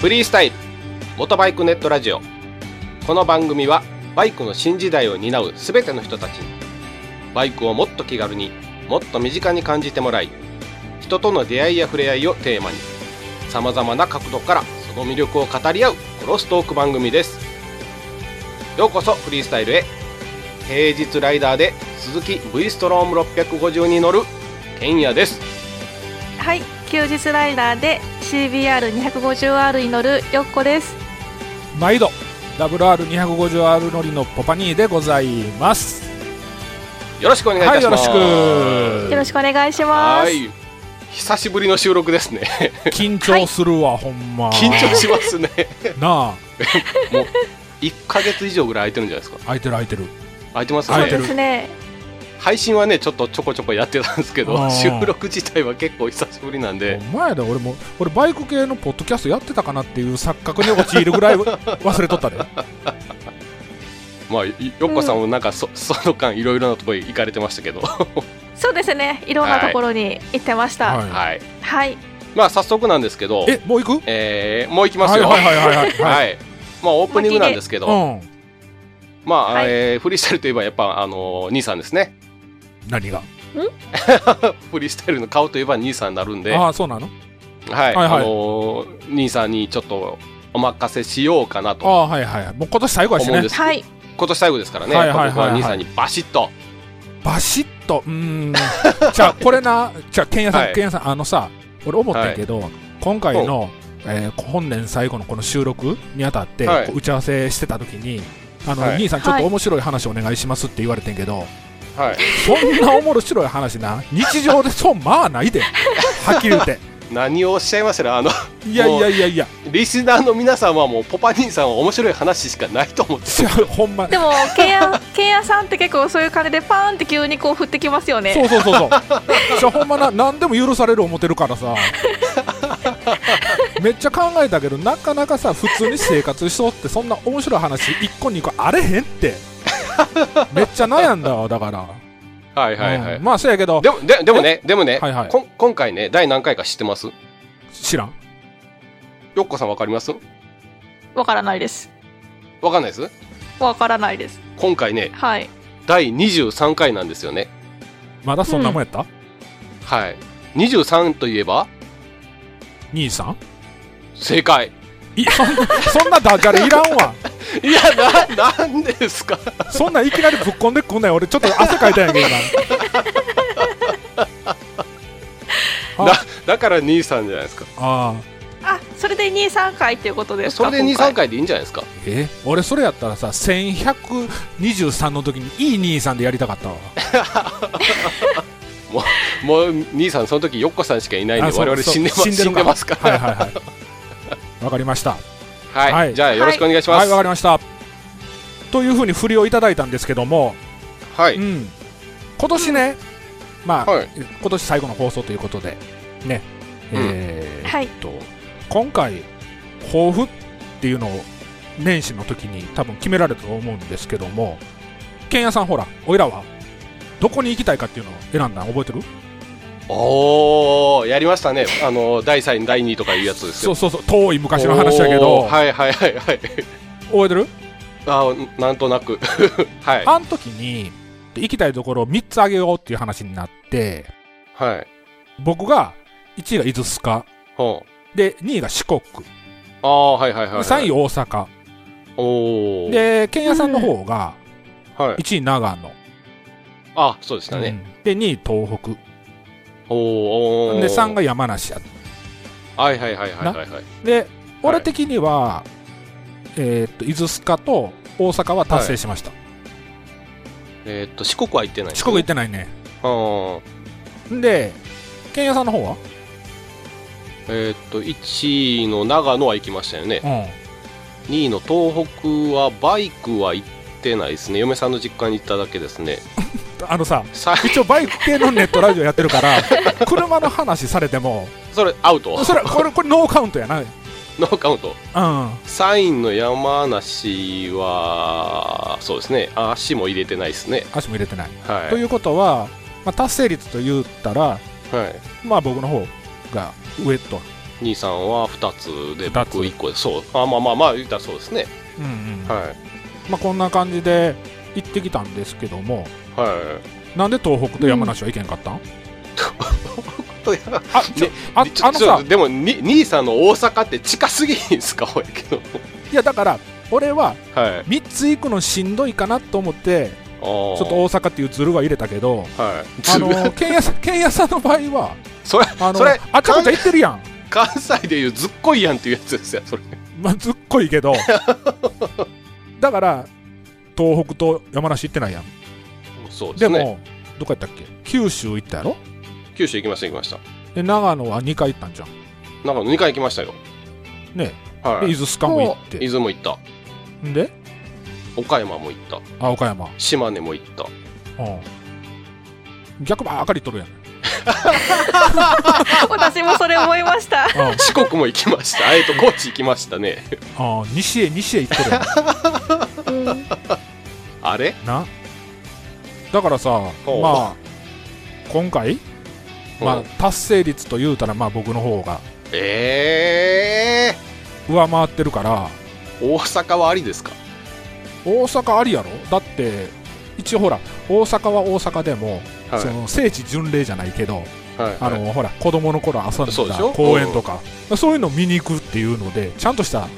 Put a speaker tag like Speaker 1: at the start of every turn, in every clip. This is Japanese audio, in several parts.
Speaker 1: フリースタイルモトバイクネットラジオこの番組はバイクの新時代を担うすべての人たちにバイクをもっと気軽にもっと身近に感じてもらい人との出会いや触れ合いをテーマにさまざまな角度からその魅力を語り合うクロストーク番組ですようこそフリースタイルへ平日ライダーで鈴木 V ストローム650に乗るケンヤです
Speaker 2: はい、休日ライダーで CBR250R に乗るよっこです。
Speaker 3: 毎度 WR250R 乗りのポパニーでございます
Speaker 1: よろしくお願いいたします、
Speaker 3: はいよろ
Speaker 2: よろしくお願いしま
Speaker 1: は
Speaker 2: す。
Speaker 1: い久しぶりの収録ですね
Speaker 3: 緊張するわ、ほんま
Speaker 1: 緊張しますね
Speaker 3: なあ
Speaker 1: もう1か月以上ぐらい空いてるんじゃないですか
Speaker 3: 空いてる空いてる
Speaker 1: 空いてます
Speaker 2: そう
Speaker 3: 空いて
Speaker 1: ね
Speaker 2: で
Speaker 3: る
Speaker 2: すね。
Speaker 1: 配信はねちょっとちょこちょこやってたんですけ
Speaker 3: あ
Speaker 1: ど
Speaker 3: ー
Speaker 1: 収録自体は結構久しぶりなんで
Speaker 3: ほんまやで俺も俺バイク系のポッドキャストやってたかなっていう錯覚に陥るぐらい 忘れとっ たで
Speaker 1: まあよっこさんもなんかそ,、その間いろいろなとこへ行かれてましたけど
Speaker 2: そうですね。いろんなところに行ってました。はい。
Speaker 3: は
Speaker 1: はいまあ早速なんですけど
Speaker 3: い、えもう行く
Speaker 1: えーもう行きます
Speaker 3: はい
Speaker 1: よ
Speaker 3: はいはいはいはい、
Speaker 1: はいまあオープニングなんですけど、
Speaker 3: うん
Speaker 1: まあ、
Speaker 2: はい
Speaker 1: えーフリースタイルといえばやっぱあの兄さんですね
Speaker 3: 何が
Speaker 1: フリースタイルの顔といえば兄さんになるんで
Speaker 3: ああそうなの
Speaker 1: はい、
Speaker 3: はいは
Speaker 1: あ
Speaker 3: い
Speaker 1: のー兄さんにちょっとお任せしようかな
Speaker 3: あ
Speaker 1: と
Speaker 3: あはいはいもう今年最後やし
Speaker 1: 思うん
Speaker 3: ね
Speaker 1: です。
Speaker 2: はい。
Speaker 1: 今年最後ですからね、
Speaker 3: はいはいはいはい
Speaker 1: やっぱ僕は兄さんにバシッと、
Speaker 3: バシッとうーん じゃあこれなじゃあけんやさ
Speaker 1: は
Speaker 3: ん
Speaker 1: い
Speaker 3: けんやさんあのさ俺思ったんやけど、今回の、えー本年最後のこの収録にあたって、
Speaker 1: はい
Speaker 3: こう打ち合わせしてた時にあの、
Speaker 1: はい
Speaker 3: 兄さんちょっ
Speaker 2: はい
Speaker 3: と面白い話お願いしますって言われてんけど、
Speaker 1: は
Speaker 3: そんな面白い話な日常でそうまあないではっきり言って
Speaker 1: い、何をおっしゃいましたら、あの
Speaker 3: いやいやいやいや
Speaker 1: リスナーの皆さんはもう、ポパ兄さんは面白い話しかないと思って、
Speaker 3: いやほんま
Speaker 2: でも、ケンヤ、 ケンヤさんって結構そういう感じでパーンって急にこう降ってきますよ
Speaker 3: そ
Speaker 2: ね。
Speaker 3: うそうそうそうじゃあほんまな何でも許される思ってるか らさめっちゃ考えたけどなかなかさ普通に生活しそうってそんな面白い話1個2個あれへんってめっちゃ悩んだわだから、
Speaker 1: はいはいはい。
Speaker 3: うんまあそうやけど
Speaker 1: でもででもね、でもね、
Speaker 3: はいはい
Speaker 1: こん今回ね、第何回か知ってます
Speaker 3: 知らん
Speaker 1: よっこさんわかります
Speaker 2: わからないです。
Speaker 1: わかんないです
Speaker 2: わからないです。
Speaker 1: 今回ね、
Speaker 2: はい。
Speaker 1: 第23回なんですよね。
Speaker 3: まだそんなもんやった、
Speaker 1: はい。23といえば、
Speaker 3: 兄さん
Speaker 1: 正解。
Speaker 3: いそんそんなダジャレいらんわ
Speaker 1: いや、な、なんですか
Speaker 3: そんなんいきなりぶっこんでくんない俺ちょっと汗かいたんやけどな
Speaker 1: な
Speaker 3: あ
Speaker 1: だから兄さんじゃないですか。
Speaker 3: あー
Speaker 2: あ、それで2、3回っていうことです
Speaker 1: そ
Speaker 2: か
Speaker 1: れで
Speaker 2: 今
Speaker 1: 2、
Speaker 2: 回
Speaker 1: 3回でいいんじゃないですか。
Speaker 3: え俺それやったらさ1123の時にいい兄さんでやりたかったわ
Speaker 1: もう兄さん、その時よっこさんしかいないん
Speaker 3: あ
Speaker 1: で、
Speaker 3: そう
Speaker 1: 我々
Speaker 3: そう
Speaker 1: 死んでます死んでますか
Speaker 3: はい
Speaker 1: ら。
Speaker 3: はいはいわかりました
Speaker 1: はい、
Speaker 3: はい
Speaker 1: じゃあよろしくお願いしま
Speaker 3: はい
Speaker 1: す。
Speaker 3: わか
Speaker 1: はい、
Speaker 3: りましたというふうに振りをいただいたんですけども、
Speaker 1: はい
Speaker 3: うん、今年ね、まあ、
Speaker 1: はい
Speaker 3: 今年最後の放送ということでね、
Speaker 1: うん
Speaker 3: えー
Speaker 2: はい
Speaker 3: っと今回抱負っていうのを年始の時に多分決められたと思うんですけどもけんやさんほらおいらはどこに行きたいかっていうのを選んだの覚えてる
Speaker 1: おお、やりましたね。あの第三第二とかいうやつです
Speaker 3: そう
Speaker 1: よ。
Speaker 3: そうそう遠い昔の話だけど、
Speaker 1: おーはいはいはいはい。
Speaker 3: 覚えてる
Speaker 1: あーなんとなく はい
Speaker 3: あの時に行きたいところを3つあげようっていう話になって
Speaker 1: はい。
Speaker 3: 僕が1位が伊豆スカ
Speaker 1: ほう。
Speaker 3: で2位が四国、
Speaker 1: ああはいはいはい、はい。
Speaker 3: 3位大阪
Speaker 1: おお。
Speaker 3: でけんやさんの方が
Speaker 1: はい。
Speaker 3: 1位長野、
Speaker 1: あそうでしたね。
Speaker 3: うんで2位東北
Speaker 1: おーおー。
Speaker 3: で3が山梨や
Speaker 1: はいはいはいはいはいはい。
Speaker 3: で俺的には、えーっと伊豆スカと大阪は達成しました、
Speaker 1: えーっと四国は行ってない。
Speaker 3: 四国行
Speaker 1: っ。
Speaker 3: っててないね
Speaker 1: うん。
Speaker 3: でけんやさんの方は
Speaker 1: えーっと一位の長野は行きましたよね。
Speaker 3: うん
Speaker 1: 2位の東北はバイクは行ってないですね嫁さんの実家に行っただけですね
Speaker 3: あのさ
Speaker 1: さ
Speaker 3: 一応バイク系のネットラジオやってるから 車の話されても
Speaker 1: それアウト
Speaker 3: それこれこれノーカウントやなうん
Speaker 1: ノーカウント
Speaker 3: あ
Speaker 1: 3位の山梨はそうですね足も入れてないですね
Speaker 3: 足も入れてない、
Speaker 1: はい
Speaker 3: ということは、まあ、達成率と言ったら
Speaker 1: はい
Speaker 3: まあ僕の方が上と
Speaker 1: 兄さんは2つで
Speaker 3: 二つ
Speaker 1: 僕1個でそうあまあまあまあ言ったらそうですね
Speaker 3: うんうん
Speaker 1: は
Speaker 3: まあ、こんな感じで行ってきたんですけども
Speaker 1: いは
Speaker 3: なんで東北と山梨は行けんかったん、
Speaker 1: いとや
Speaker 3: あちょ あ
Speaker 1: ちょ
Speaker 3: あの
Speaker 1: ちょ
Speaker 3: さ
Speaker 1: でもに兄さんの大阪って近すぎんすかほ やけど
Speaker 3: いやだから俺は
Speaker 1: はいあ
Speaker 3: 3つ行くのしんどいかなと思って
Speaker 1: ちょ
Speaker 3: ちょっと大阪っていうズルは入れたけど
Speaker 1: はい
Speaker 3: あ
Speaker 1: ずる
Speaker 3: の剣屋さん剣屋さんの場合は
Speaker 1: それ
Speaker 3: あの
Speaker 1: それ
Speaker 3: あっちゃこっちゃ行ってるやん、
Speaker 1: 関西でいうずっこいやんっていうやつですよそれ
Speaker 3: まあ、ずっこい けどだから東北と山梨行ってないやん
Speaker 1: そうで
Speaker 3: です
Speaker 1: ね
Speaker 3: もどこやったっけ九州行ったやろ
Speaker 1: 九州行きました行きました
Speaker 3: で長野は2回行ったんじゃん
Speaker 1: なんか2回行きましたよ
Speaker 3: ね
Speaker 1: は
Speaker 3: で伊
Speaker 1: い
Speaker 3: 豆スカも行っ
Speaker 1: 伊
Speaker 3: て
Speaker 1: 豆も行った
Speaker 3: んで
Speaker 1: 岡山も行った
Speaker 3: あ岡山
Speaker 1: 島根も行った
Speaker 3: うん逆ばっかり取るやん、
Speaker 2: 私もそれ思いました。
Speaker 3: うん
Speaker 1: 四国も行きましたえ っと高知行きましたね
Speaker 3: あー西へ西へ行ってるやん
Speaker 1: あれ
Speaker 3: なだからさ
Speaker 1: ほう
Speaker 3: まあ今回、ま
Speaker 1: う
Speaker 3: あ
Speaker 1: ん、
Speaker 3: 達成率というたらまあ僕の方が
Speaker 1: ええ
Speaker 3: 上回ってるから
Speaker 1: ー、大阪はありですか
Speaker 3: 大阪ありやろだって一応ほら大阪は大阪でも、
Speaker 1: はい
Speaker 3: その聖地巡礼じゃないけど、
Speaker 1: はい
Speaker 3: あのほら子供の頃遊ん
Speaker 1: そうでしょ
Speaker 3: だ公園とかそういうの見に行くっていうのでちゃんとした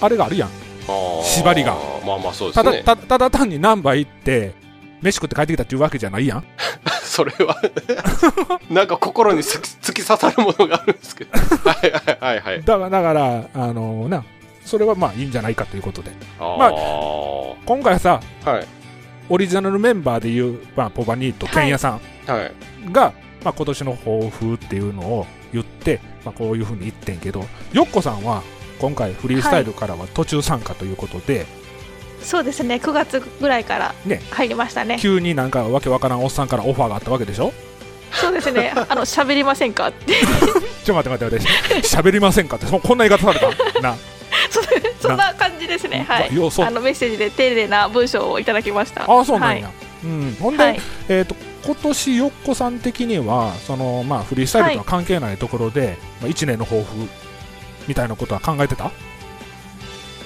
Speaker 3: あれがあるやん
Speaker 1: あー
Speaker 3: 縛りが
Speaker 1: まあまあそうです
Speaker 3: ただ
Speaker 1: ね
Speaker 3: たただ単に何杯行って飯食って帰ってきたっていうわけじゃないやん
Speaker 1: それは なんか心に突き突き刺さるものがあるんですけど はいはいはいはい
Speaker 3: だからだからあのなそれはまあいいんじゃないかということで
Speaker 1: あ
Speaker 3: まあ
Speaker 1: あ
Speaker 3: 今回はさ
Speaker 1: はい
Speaker 3: オリジナルメンバーでいう、まあ、ポバニーとケンヤさ
Speaker 1: はい
Speaker 3: んが、まあ、今年の抱負っていうのを言って、まあ、こういうふうに言ってんけどヨッコさんは今回フリースタイルからは途中参加ということで、
Speaker 2: そうですね。9月ぐらいから
Speaker 3: ね
Speaker 2: 入りましたね。
Speaker 3: 急になんかわけわからんおっさんからオファーがあったわけでしょ
Speaker 2: そうですね。あの喋りませんかって。
Speaker 3: ちょ待って待って待って喋りませんかってそこんな言い方され たな
Speaker 2: そ そんな感じですね。はい。
Speaker 3: ようそう
Speaker 2: あのメッセージで丁寧な文章をいただきました。
Speaker 3: ああそうなんや、
Speaker 2: は
Speaker 3: うん、ほん
Speaker 2: い。
Speaker 3: で、
Speaker 2: はい。
Speaker 3: えー、と今年、よっこさん的にはその、まあ、フリースタイルとは関係ないところで、まあ、1年の抱負みたいなことは考えてた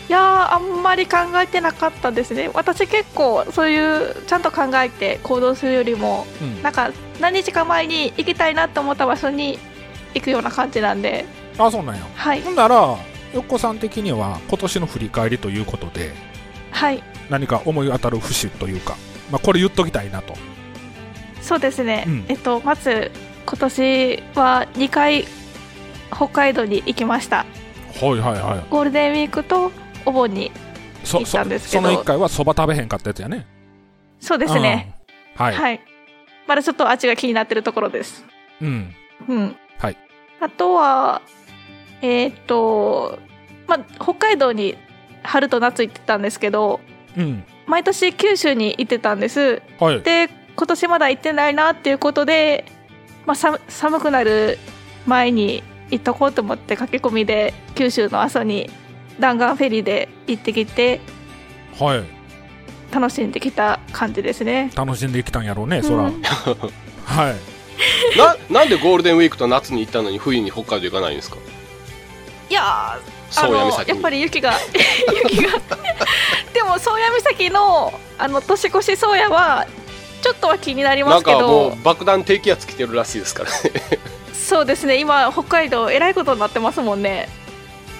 Speaker 2: いやーあんまり考えてなかったですね。私結構そういうちゃんと考えて行動するよりも
Speaker 3: うん
Speaker 2: なんか何日か前に行きたいなと思った場所に行くような感じなんで、
Speaker 3: あそうなんや
Speaker 2: はい
Speaker 3: ほんならよっこさん的には今年の振り返りということで
Speaker 2: はい
Speaker 3: 何か思い当たる節というか、まあ、これ言っときたいなと
Speaker 2: そうですね。
Speaker 3: うん
Speaker 2: えっとまず今年は2回北海道に行きました。
Speaker 3: はいはいはい
Speaker 2: ゴールデンウィークとお盆に
Speaker 3: そ
Speaker 2: 行っ
Speaker 3: そ
Speaker 2: たんですけ
Speaker 3: そ
Speaker 2: ど
Speaker 3: の1回はそば食べへんかったやつやね
Speaker 2: そうですね。、
Speaker 3: うんはい、
Speaker 2: はい。まだちょっと味が気になってるところです。
Speaker 3: うん
Speaker 2: うん。
Speaker 3: はい。
Speaker 2: あとは、えーっと、まあ、北海道に春と夏行ってたんですけど、
Speaker 3: うん
Speaker 2: 毎年九州に行ってたんです。
Speaker 3: はい
Speaker 2: で、今年まだ行ってないなっていうことで、まあ、さ寒くなる前に行っとこうと思って駆け込みで九州の阿蘇に弾丸フェリーで行ってきて
Speaker 3: はい
Speaker 2: 楽しんできた感じですね。
Speaker 3: 楽しんできたんやろうね、そら
Speaker 2: うん
Speaker 3: はい
Speaker 1: ななんでゴールデンウィークと夏に行ったのに冬に北海道行かないんですか
Speaker 2: いやーあ
Speaker 1: そうや
Speaker 2: の
Speaker 1: 岬
Speaker 2: やっぱり雪が 雪がでも宗谷岬のあの年越し宗谷はちょっとは気になりま
Speaker 1: なん
Speaker 2: すけ
Speaker 1: かも
Speaker 2: ど
Speaker 1: う爆弾低気圧来てるらしいですから ね
Speaker 2: そうですね今北海道えらいことになってますもんね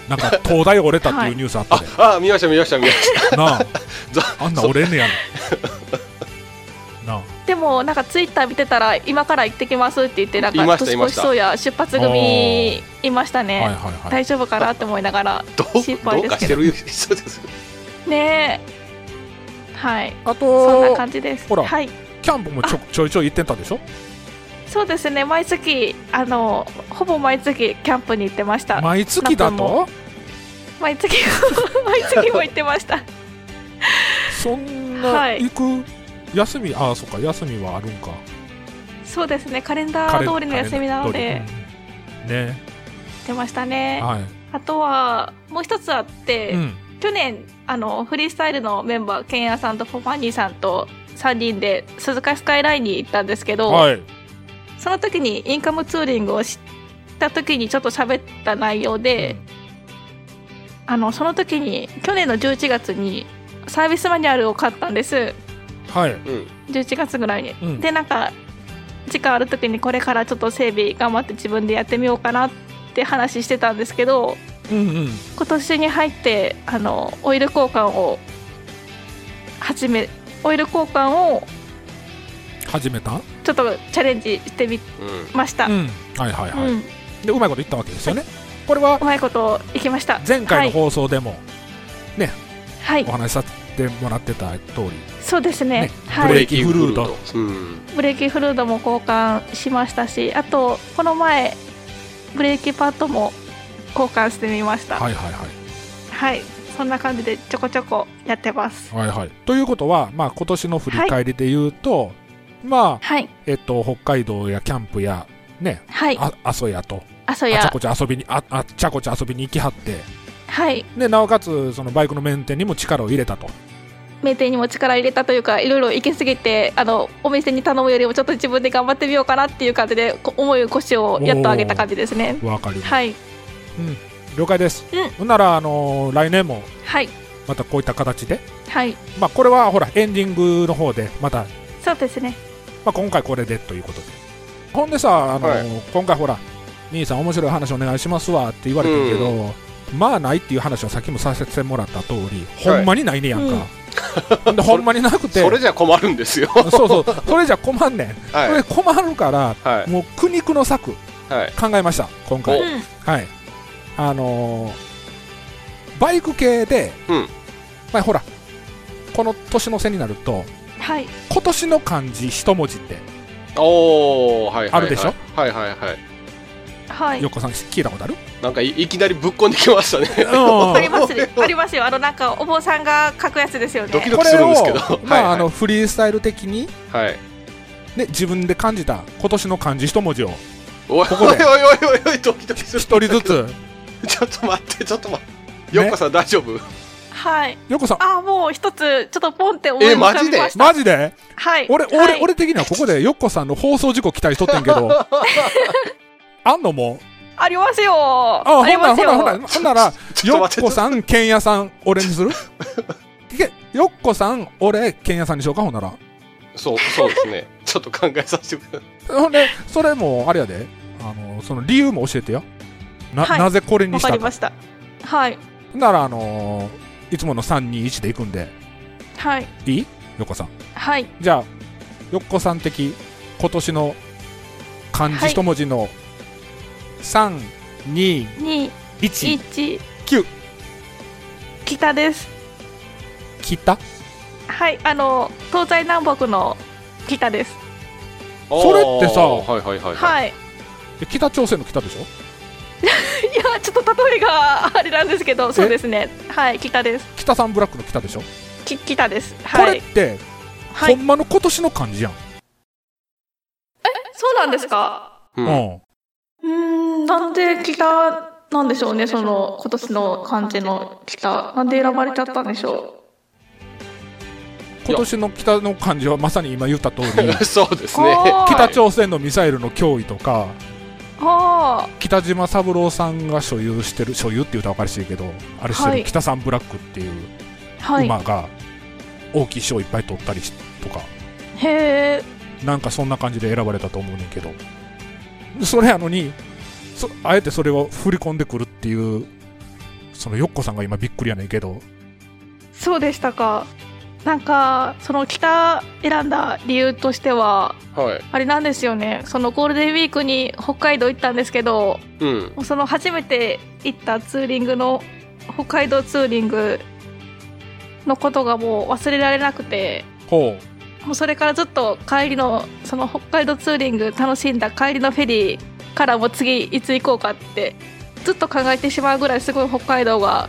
Speaker 3: なんか東大折れたっていうニュースあったで、
Speaker 1: ああ見ました見ました見まし
Speaker 3: なあ
Speaker 1: ざ
Speaker 3: あんな折れんねやろな
Speaker 2: でもなんかツイッター見てたら今から行ってきますって言ってなん
Speaker 1: いま
Speaker 2: か
Speaker 1: した
Speaker 2: 年越し宗谷出発組いました
Speaker 3: あ
Speaker 2: ね、
Speaker 3: はいはいはい
Speaker 2: 大丈夫かなって思いながら
Speaker 1: たどう
Speaker 2: 心配
Speaker 1: ど
Speaker 2: ですけど
Speaker 1: うかしてる人です
Speaker 2: ねえはい
Speaker 3: あ
Speaker 2: そんな
Speaker 3: と
Speaker 2: 感じです
Speaker 3: ほら
Speaker 2: はい
Speaker 3: キャンプもちょちょいちょい行ってたでしょ
Speaker 2: そうですね毎月あのほぼ毎月キャンプに行ってました
Speaker 3: 毎月だ
Speaker 2: 夏も
Speaker 3: と
Speaker 2: 毎月毎月も行ってました
Speaker 3: そんな
Speaker 2: はい
Speaker 3: 行く休みああそっか休みはあるんか
Speaker 2: そうですねカレン
Speaker 3: カ
Speaker 2: ダ
Speaker 3: レ
Speaker 2: ー通りの休みなので
Speaker 3: カレンダー通りうんね
Speaker 2: 行ってましたね
Speaker 3: はい
Speaker 2: あとはもう一つあって、
Speaker 3: うん
Speaker 2: 去年あのフリースタイルのメンバーケンヤさんとポパニーさんと3人で鈴鹿スカイラインに行ったんですけど、
Speaker 3: はい
Speaker 2: その時にインカムツーリングをした時にちょっと喋った内容で、あのその時に去年の11月にサービスマニュアルを買ったんです
Speaker 3: はい、
Speaker 1: うん
Speaker 2: 11月ぐらいに。
Speaker 3: うん
Speaker 2: でなんか時間ある時にこれからちょっと整備頑張って自分でやってみようかなって話してたんですけど
Speaker 3: うんうん
Speaker 2: 今年に入ってあのオイル交換を始めオイル交換を
Speaker 3: 始めた、
Speaker 2: ちょっとチャレンジしてみ
Speaker 1: うん
Speaker 2: ました、
Speaker 3: うん、はいはいはい、
Speaker 2: うん
Speaker 3: でうまいこと言ったわけですよねこれは
Speaker 2: うまいこといきました
Speaker 3: 前回の放送でも
Speaker 2: はい、
Speaker 3: お
Speaker 2: はい、
Speaker 3: 話しさせてもらってた通り、
Speaker 2: そうですね
Speaker 3: ね
Speaker 2: は
Speaker 3: ブレ
Speaker 2: い
Speaker 3: ーキフルード
Speaker 1: うん
Speaker 2: ブレーキフルードも交換しましたしあとこの前ブレーキパッドも交換してみました
Speaker 3: はいはいはい
Speaker 2: はい、そんな感じでちょこちょこやってます。
Speaker 3: はいはい、ということは、まあ、今年の振り返りで言うと、まあ
Speaker 2: はい、
Speaker 3: えっと、北海道やキャンプや、ね、
Speaker 2: はい、
Speaker 3: あ阿蘇やと
Speaker 2: あそ
Speaker 3: あちゃ
Speaker 2: や、
Speaker 3: こちゃ遊びにああっちゃこちゃ遊びに行きはって
Speaker 2: はい、
Speaker 3: でなおかつそのバイクのメンテにも力を入れたと
Speaker 2: 名店にも力入れたというか、いろいろ行き過ぎて、あのお店に頼むよりもちょっと自分で頑張ってみようかなっていう感じで、こ重い腰をやっと上げた感じですね。
Speaker 3: わかります
Speaker 2: はい、
Speaker 3: 了解です、
Speaker 2: うん
Speaker 3: ほんなら、あのー来年も
Speaker 2: はい、
Speaker 3: またこういった形で、
Speaker 2: はい、
Speaker 3: まあ、これはほらエンディングの方でまた、ま
Speaker 2: そうですね。
Speaker 3: あ、今回これでということでほんでさ、あのー
Speaker 1: は
Speaker 3: 今回ほら兄さん面白い話お願いしますわって言われてるけど、まあないっていう話をさっきもさせてもらった通りほんまにないねやんか、ほんでほんまになくて
Speaker 1: それじゃ困るんですよ
Speaker 3: そうそうそれじゃ困んねん、そ
Speaker 1: は
Speaker 3: れ
Speaker 1: い
Speaker 3: 困るから
Speaker 1: は
Speaker 3: もう苦肉の策
Speaker 1: いはい
Speaker 3: 考えました
Speaker 2: う
Speaker 3: 今
Speaker 1: お
Speaker 2: ん
Speaker 3: 回、はいあのーバイク系で、
Speaker 1: うん
Speaker 3: まあ、ほらこの年の瀬になると
Speaker 2: はい、
Speaker 3: 今年の漢字一文字って
Speaker 1: おおはいはいはい
Speaker 3: あるでしょ
Speaker 1: はいはいはい
Speaker 2: はい。
Speaker 3: 横さん聞いた ことある
Speaker 1: なんかいいきなりぶっこんできましたね
Speaker 2: ありますね。ありますよ。あのなんかお坊さんが書くやつですよね。
Speaker 1: ドキド
Speaker 3: こ
Speaker 1: キす
Speaker 3: れ
Speaker 1: るん
Speaker 3: を
Speaker 1: ですけど
Speaker 3: ま
Speaker 1: はい
Speaker 3: あ
Speaker 1: はい
Speaker 3: あのフリースタイル的に、
Speaker 1: はい
Speaker 3: ね、自分で感じた今年の漢字一文字を
Speaker 1: おい
Speaker 3: ここで
Speaker 1: おいおいおいおいおいドキドキす
Speaker 3: 一
Speaker 1: る
Speaker 3: 人ずつ
Speaker 1: ちょっと待ってちょっと待ってよっこさん大丈夫
Speaker 2: はい。
Speaker 3: 横さん
Speaker 2: あ、もう一つちょっとポンって思い浮かびました。
Speaker 3: マジで
Speaker 2: はい。
Speaker 3: 俺俺、
Speaker 2: はい
Speaker 3: 俺的にはここで横さんの放送事故期待しとってんけ どあんのもう
Speaker 2: ありますよ。
Speaker 3: あ
Speaker 2: あ
Speaker 3: ほ
Speaker 2: り
Speaker 3: んなら
Speaker 2: ます
Speaker 3: ほん
Speaker 2: よ。
Speaker 3: ならほんならほんなら
Speaker 1: ちょっと
Speaker 3: よっ
Speaker 1: 待って
Speaker 3: こさん、けんやさん、俺 にするいけよっこさん、俺、けんやさんにしようか、ほんなら。
Speaker 1: そうそうですね ちょっと考えさせてください
Speaker 3: ほんで、それも、あれやで、あの、その理由も教えてよ。な、
Speaker 2: はい
Speaker 3: なぜこれに
Speaker 2: わ
Speaker 3: し
Speaker 2: か
Speaker 3: た
Speaker 2: り
Speaker 3: か
Speaker 2: ま。した。はい。
Speaker 3: なら、あのーいつもの321で行くんで、
Speaker 2: はい。
Speaker 3: いいよっこさん。
Speaker 2: はい。
Speaker 3: じゃあ、よっこさん的、今年の漢字
Speaker 2: はい
Speaker 3: 一文字の、3、2、
Speaker 2: 2、
Speaker 3: 1、
Speaker 2: 1、
Speaker 3: 9、
Speaker 2: 北です。
Speaker 3: 北
Speaker 2: はい。あの、東西南北の北です。
Speaker 3: それってさ
Speaker 1: あーはいはいはいはい
Speaker 2: はい。
Speaker 3: え北朝鮮の北でしょ
Speaker 2: いや、ちょっと例えがあれなんですけど、そうですね。はい。北です。
Speaker 3: 北さんブラックの北でしょ、
Speaker 2: き北です。
Speaker 3: こ
Speaker 2: は
Speaker 3: れ
Speaker 2: い
Speaker 3: っ。て、
Speaker 2: は
Speaker 3: ほ
Speaker 2: い。
Speaker 3: んまの今年の漢字やん。
Speaker 2: そうなんですか
Speaker 1: うん
Speaker 3: うん。
Speaker 2: うーん、なんで北なんでしょうね、その、今年の漢字の北。なんで選ばれちゃったんでしょ
Speaker 3: 今年の北の漢字はまさに今言った通り
Speaker 1: そうです
Speaker 2: う。
Speaker 1: ね
Speaker 2: あー
Speaker 3: 北朝鮮のミサイルの脅威とか
Speaker 2: あ
Speaker 3: 北島三郎さんが所有してる所有って言うと分かりしいけどあれしてる、
Speaker 2: はい
Speaker 3: 北三ブラックっていう
Speaker 2: ー。はい。
Speaker 3: 馬が大きい賞いっぱい取ったりしとか
Speaker 2: へえ。
Speaker 3: なんかそんな感じで選ばれたと思うねんけどそれやのにそあえてそれを振り込んでくるっていうそのよっこさんが今びっくりやねんけど
Speaker 2: そうでしたか。なんかその北選んだ理由としては
Speaker 1: はい
Speaker 2: あれなんですよねそのゴールデンウィークに北海道行ったんですけど
Speaker 1: うん
Speaker 2: その初めて行ったツーリングの北海道ツーリングのことがもう忘れられなくて
Speaker 3: ほう
Speaker 2: もうそれからずっと帰りのその北海道ツーリング楽しんだ帰りのフェリーからも次いつ行こうかってずっと考えてしまうぐらいすごい北海道が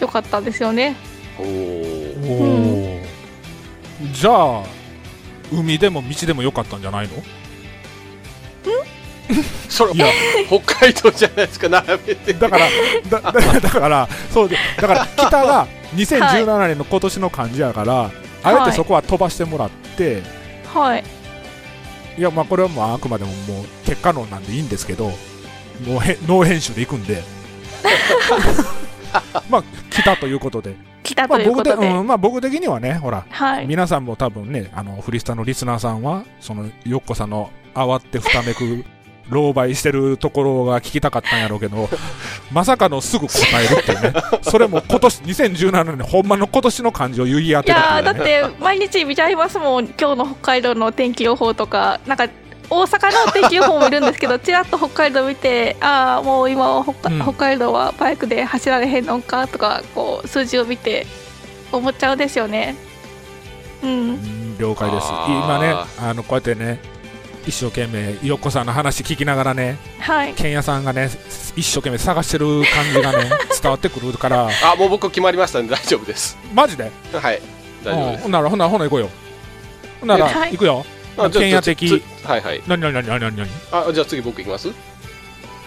Speaker 2: 良かったんですよね。
Speaker 1: おー
Speaker 3: おーじゃあ海でも道でもよかったんじゃないの
Speaker 1: それ
Speaker 3: いや
Speaker 1: 北海道じゃないですか並べて
Speaker 3: だから、だ だだから、そうで、だから、北が2017年の今年の漢字やから、あえてそこは飛ばしてもらって、
Speaker 2: はい
Speaker 3: いや、まあ、これはもうあくまでももう結果論なんでいいんですけど、もうへノー編集で行く んでまあ来たということで
Speaker 2: 来たと
Speaker 3: まあ
Speaker 2: いうこ
Speaker 3: 僕で、
Speaker 2: とで、
Speaker 3: うんまあ、僕的にはねほら
Speaker 2: はい
Speaker 3: 皆さんも多分ね、あの、フリスタのリスナーさんは、その、よっこさんの慌ってふためく、 狼狽してるところが聞きたかったんやろうけど、 まさかのすぐ答えるっていうね。それも今年、2017年、ほんまの今年の漢字を言い当
Speaker 2: い
Speaker 3: てるって
Speaker 2: やー
Speaker 3: い
Speaker 2: だ
Speaker 3: う
Speaker 2: っ
Speaker 3: ね。
Speaker 2: て毎日見ちゃいますもん今日の北海道の天気予報とかなんか大阪の天気予報もいるんですけどちらっと北海道見てああもう今は北,、
Speaker 3: うん
Speaker 2: 北海道はバイクで走られへんのんかとかこう数字を見て思っちゃうんですよねうん
Speaker 3: うん了解です。
Speaker 1: あー
Speaker 3: 今ね、あの、こうやってね、一生懸命、よっこさんの話聞きながらね、
Speaker 2: はい
Speaker 3: けんやさんがね、一生懸命探してる感じが ね、伝わってくるから、
Speaker 1: あもう僕決まりましたんで大丈夫です。
Speaker 3: マジで
Speaker 1: はい大丈夫
Speaker 3: うん
Speaker 1: です。
Speaker 3: ほんなら、ほんなら、ほんなら行こうよ。ほんなら、
Speaker 2: はい
Speaker 3: 行くよ。
Speaker 1: あじゃあ
Speaker 3: 剣矢的
Speaker 1: ちょちょはいはい。
Speaker 3: 何何何何何何
Speaker 1: あじゃあ次僕行きます。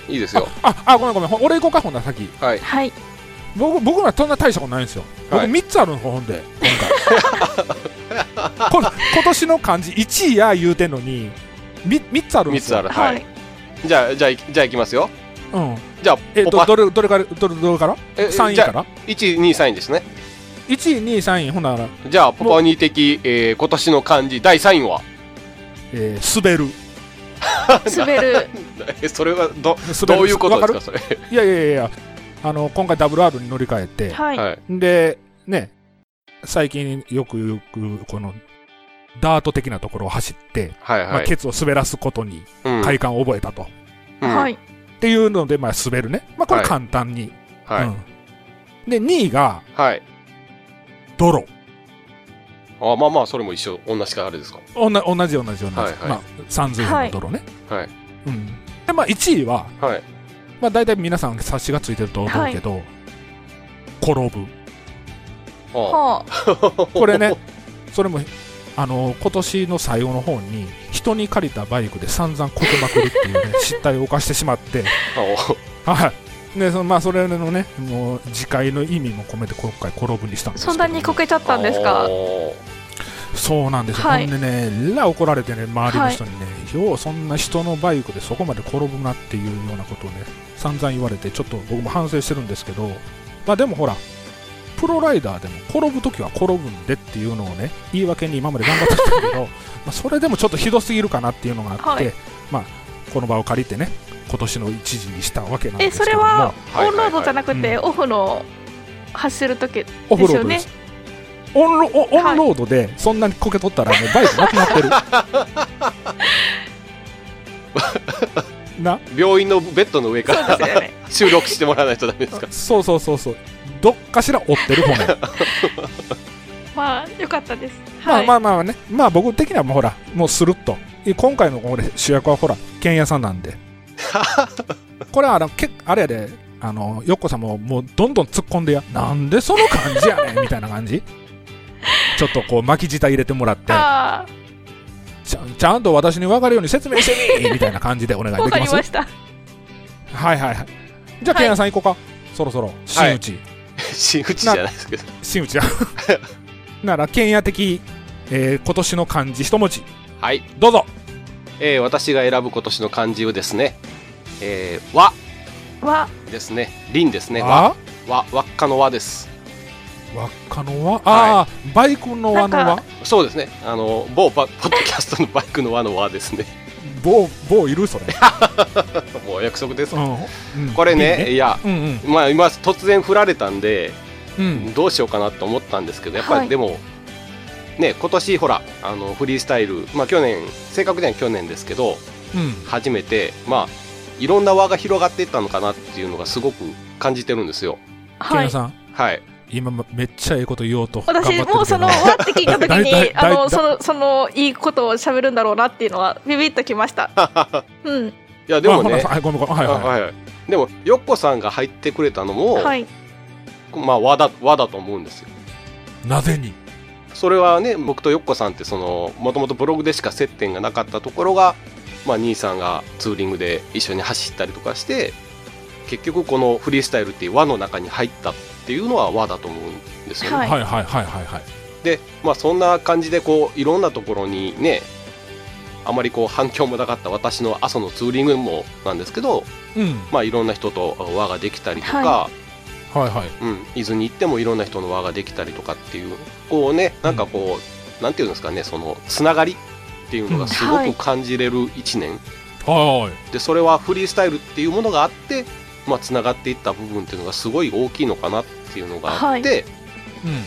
Speaker 1: いいですよ。
Speaker 3: ああごめんごめんほ俺行こうかほんなら先
Speaker 1: はい。
Speaker 2: はい
Speaker 3: 僕僕はそんな大したことないんですよ僕
Speaker 1: はい
Speaker 3: 3つあるのほんで 今回こ今年の漢字1位や言うてんのに 3, 三つあるんで
Speaker 1: 三
Speaker 3: す
Speaker 1: つ
Speaker 3: よ
Speaker 1: ある。
Speaker 2: は
Speaker 1: はいい。じゃあじゃあいじゃあ行きますよ。
Speaker 3: うん
Speaker 1: じゃあ
Speaker 3: え
Speaker 1: ポ
Speaker 3: ど
Speaker 1: パ
Speaker 3: どれどれからどれどれから
Speaker 1: え
Speaker 3: ?3 位
Speaker 1: じゃ
Speaker 3: か
Speaker 1: あ
Speaker 3: ら
Speaker 1: 一二三位ですね。
Speaker 3: ?1 位2位3位ほんなら、
Speaker 1: じゃあポパニー的、えー、今年の漢字第三位は。
Speaker 3: えー滑る
Speaker 2: 滑る
Speaker 1: えそれはど
Speaker 3: 滑る
Speaker 1: どういうこと
Speaker 3: わ
Speaker 1: です
Speaker 3: る
Speaker 1: かそれ。
Speaker 3: いやいやいやいやあの今回 WR に乗り換えて
Speaker 2: はい、
Speaker 1: はい。
Speaker 3: でね最近よくよくこのダート的なところを走って、
Speaker 1: はい
Speaker 3: まあ、
Speaker 1: はい。
Speaker 3: ケツを滑らすことに
Speaker 1: うん
Speaker 3: 快感を覚えたと、
Speaker 1: うん
Speaker 2: はい
Speaker 3: っていうので、まあ、滑るね。まあ、これ
Speaker 1: はい
Speaker 3: 簡単に。
Speaker 1: はい、
Speaker 3: うんで、2位が、
Speaker 1: はい。
Speaker 3: 泥。
Speaker 1: あまあまあそれも一緒同じかあれですか。
Speaker 3: おんな同じ同じ同じ。
Speaker 1: はいはい
Speaker 3: まあ、三髄の泥ね。
Speaker 1: はい
Speaker 3: うん。で、まあ、1位は、
Speaker 1: はい。
Speaker 3: まあ、大体皆さん察しがついてると思うけど、転ぶ。
Speaker 1: あ
Speaker 2: はあ
Speaker 3: これね。それも、あの今年の最後の方に、人に借りたバイクで散々こけまくるっていうね、 失態を犯してしまって、
Speaker 1: あ
Speaker 3: はい。で、そのまあ、それのね、もう、自戒の意味も込めて、今回、転ぶにしたんですけ
Speaker 2: そ
Speaker 3: ど
Speaker 2: んなにこけちゃったんです
Speaker 1: あ
Speaker 2: か
Speaker 1: ー
Speaker 3: そうなんですよ、
Speaker 2: はい
Speaker 3: ほんでね、えらい怒られてね、周りの人にね、ようそんな人のバイクでそこまで転ぶなっていうようなことをね、散々言われて、ちょっと僕も反省してるんですけど、まあでもほら、プロライダーでも転ぶときは転ぶんでっていうのをね、言い訳に今まで頑張ってきた けど、まあそれでもちょっとひどすぎるかなっていうのがあって、
Speaker 2: はい
Speaker 3: まあ、この場を借りてね、今年の一時にしたわけなんで
Speaker 2: え
Speaker 3: す
Speaker 2: そ
Speaker 3: け
Speaker 2: れ
Speaker 3: ども、
Speaker 2: は
Speaker 1: はい
Speaker 2: オンロードじゃなく
Speaker 3: はい
Speaker 2: てオフの走る時
Speaker 3: オフロード
Speaker 2: で
Speaker 3: ですす。オンロおオンロードでそんなにこけとったらもうバイクなくな ってる。な
Speaker 1: 病院のベッドの上か
Speaker 2: そ
Speaker 1: ら
Speaker 2: うですよね
Speaker 1: 収録してもらわないとダメ ですか。
Speaker 3: そうそうそうそう。どっかしら折ってる骨。
Speaker 2: まあよかったです
Speaker 3: ま
Speaker 2: は
Speaker 3: あ
Speaker 2: い、
Speaker 3: まあまあね。まあ僕的にはもうほら、もうスルッと。今回の俺主役はほら、剣屋さん なんで。これはあの、けあれやで、あの、よっこさんももうどんどん突っ込んでや。なんでその感じやねんみたいな感じ。ちょっとこう巻き舌入れてもらって。
Speaker 2: あ
Speaker 3: ちゃんちゃんと私に分かるように説明してみみたいな感じでお願い
Speaker 2: あわ
Speaker 3: で
Speaker 2: かり
Speaker 3: きます
Speaker 2: ました
Speaker 3: はいはいはいじ
Speaker 2: は
Speaker 3: ゃあ
Speaker 2: い
Speaker 3: ケンヤさん行こうか、そろそろ真打ち、
Speaker 1: 真打ちじゃないですけど。
Speaker 3: 真打ちだならケンヤ的、えー今年の漢字一文字
Speaker 1: はい。
Speaker 3: どうぞ
Speaker 1: えー私が選ぶ今年の漢字をですね、えー、和
Speaker 2: わ
Speaker 1: ですね、輪ですね、和、
Speaker 3: あ
Speaker 1: 和、輪っかの和です。
Speaker 3: 輪っかの輪ああ、バイクの輪の
Speaker 2: なん
Speaker 3: 輪
Speaker 2: か
Speaker 1: そうですね、あの某パポッドキャストのバイクの和の和ですね。
Speaker 3: 某某いるそれ、
Speaker 1: もう約束です。
Speaker 3: うんうん
Speaker 1: これね、いや、
Speaker 3: 瓶ね
Speaker 1: まあ今突然振られたんで、
Speaker 3: うんうんうん
Speaker 1: どうしようかなと思ったんですけど、やっぱ
Speaker 2: はい
Speaker 1: りでも、ね、今年ほら、あのフリースタイル、まあ去年、正確には去年ですけど、
Speaker 3: うん
Speaker 1: 初めて、まあいろんな和が広がっていったのかなっていうのがすごく感じてるんですよ。
Speaker 3: ケン
Speaker 2: は
Speaker 3: ヤ
Speaker 2: い
Speaker 3: さん、
Speaker 1: はい。
Speaker 3: 今めっちゃええこと言おうと頑張って
Speaker 2: 私
Speaker 3: るけど
Speaker 2: もうその わって聞いた時
Speaker 3: だい
Speaker 2: に
Speaker 3: だい
Speaker 2: あ
Speaker 3: だいだ
Speaker 2: のそのそのいいことを喋るんだろうなっていうのはビビッときましたうん
Speaker 1: いや、でも
Speaker 3: まあほ
Speaker 1: ね
Speaker 3: な、はいごめんごめんはいはい、
Speaker 1: はいはい、でもよっこさんが入ってくれたのも、
Speaker 2: はい
Speaker 1: まあ和だ和だと思うんですよ
Speaker 3: なぜに
Speaker 1: それはね僕とよっこさんってそのもともとブログでしか接点がなかったところが、まあ、兄さんがツーリングで一緒に走ったりとかして結局このフリースタイルっていう和の中に入ったっていうのは和だと思うんですよね、
Speaker 2: はい
Speaker 3: はいはいはいはいはい
Speaker 1: でまあそんな感じでこういろんなところにねあまりこう反響もなかった私の阿蘇のツーリングもなんですけど、
Speaker 3: うん
Speaker 1: まあ、いろんな人と輪ができたりとか、
Speaker 2: は
Speaker 3: はいはい
Speaker 1: うん、伊豆に行ってもいろんな人の輪ができたりとかっていうこうねなんかこう、なんていうんですかねそのつながりっていうのがすご
Speaker 2: はい
Speaker 1: く感じれる1年、
Speaker 3: はい
Speaker 1: でそれはフリースタイルっていうものがあって、まあ、つながっていった部分っていうのがすごい大きいのかなっていうのがあって、
Speaker 3: うん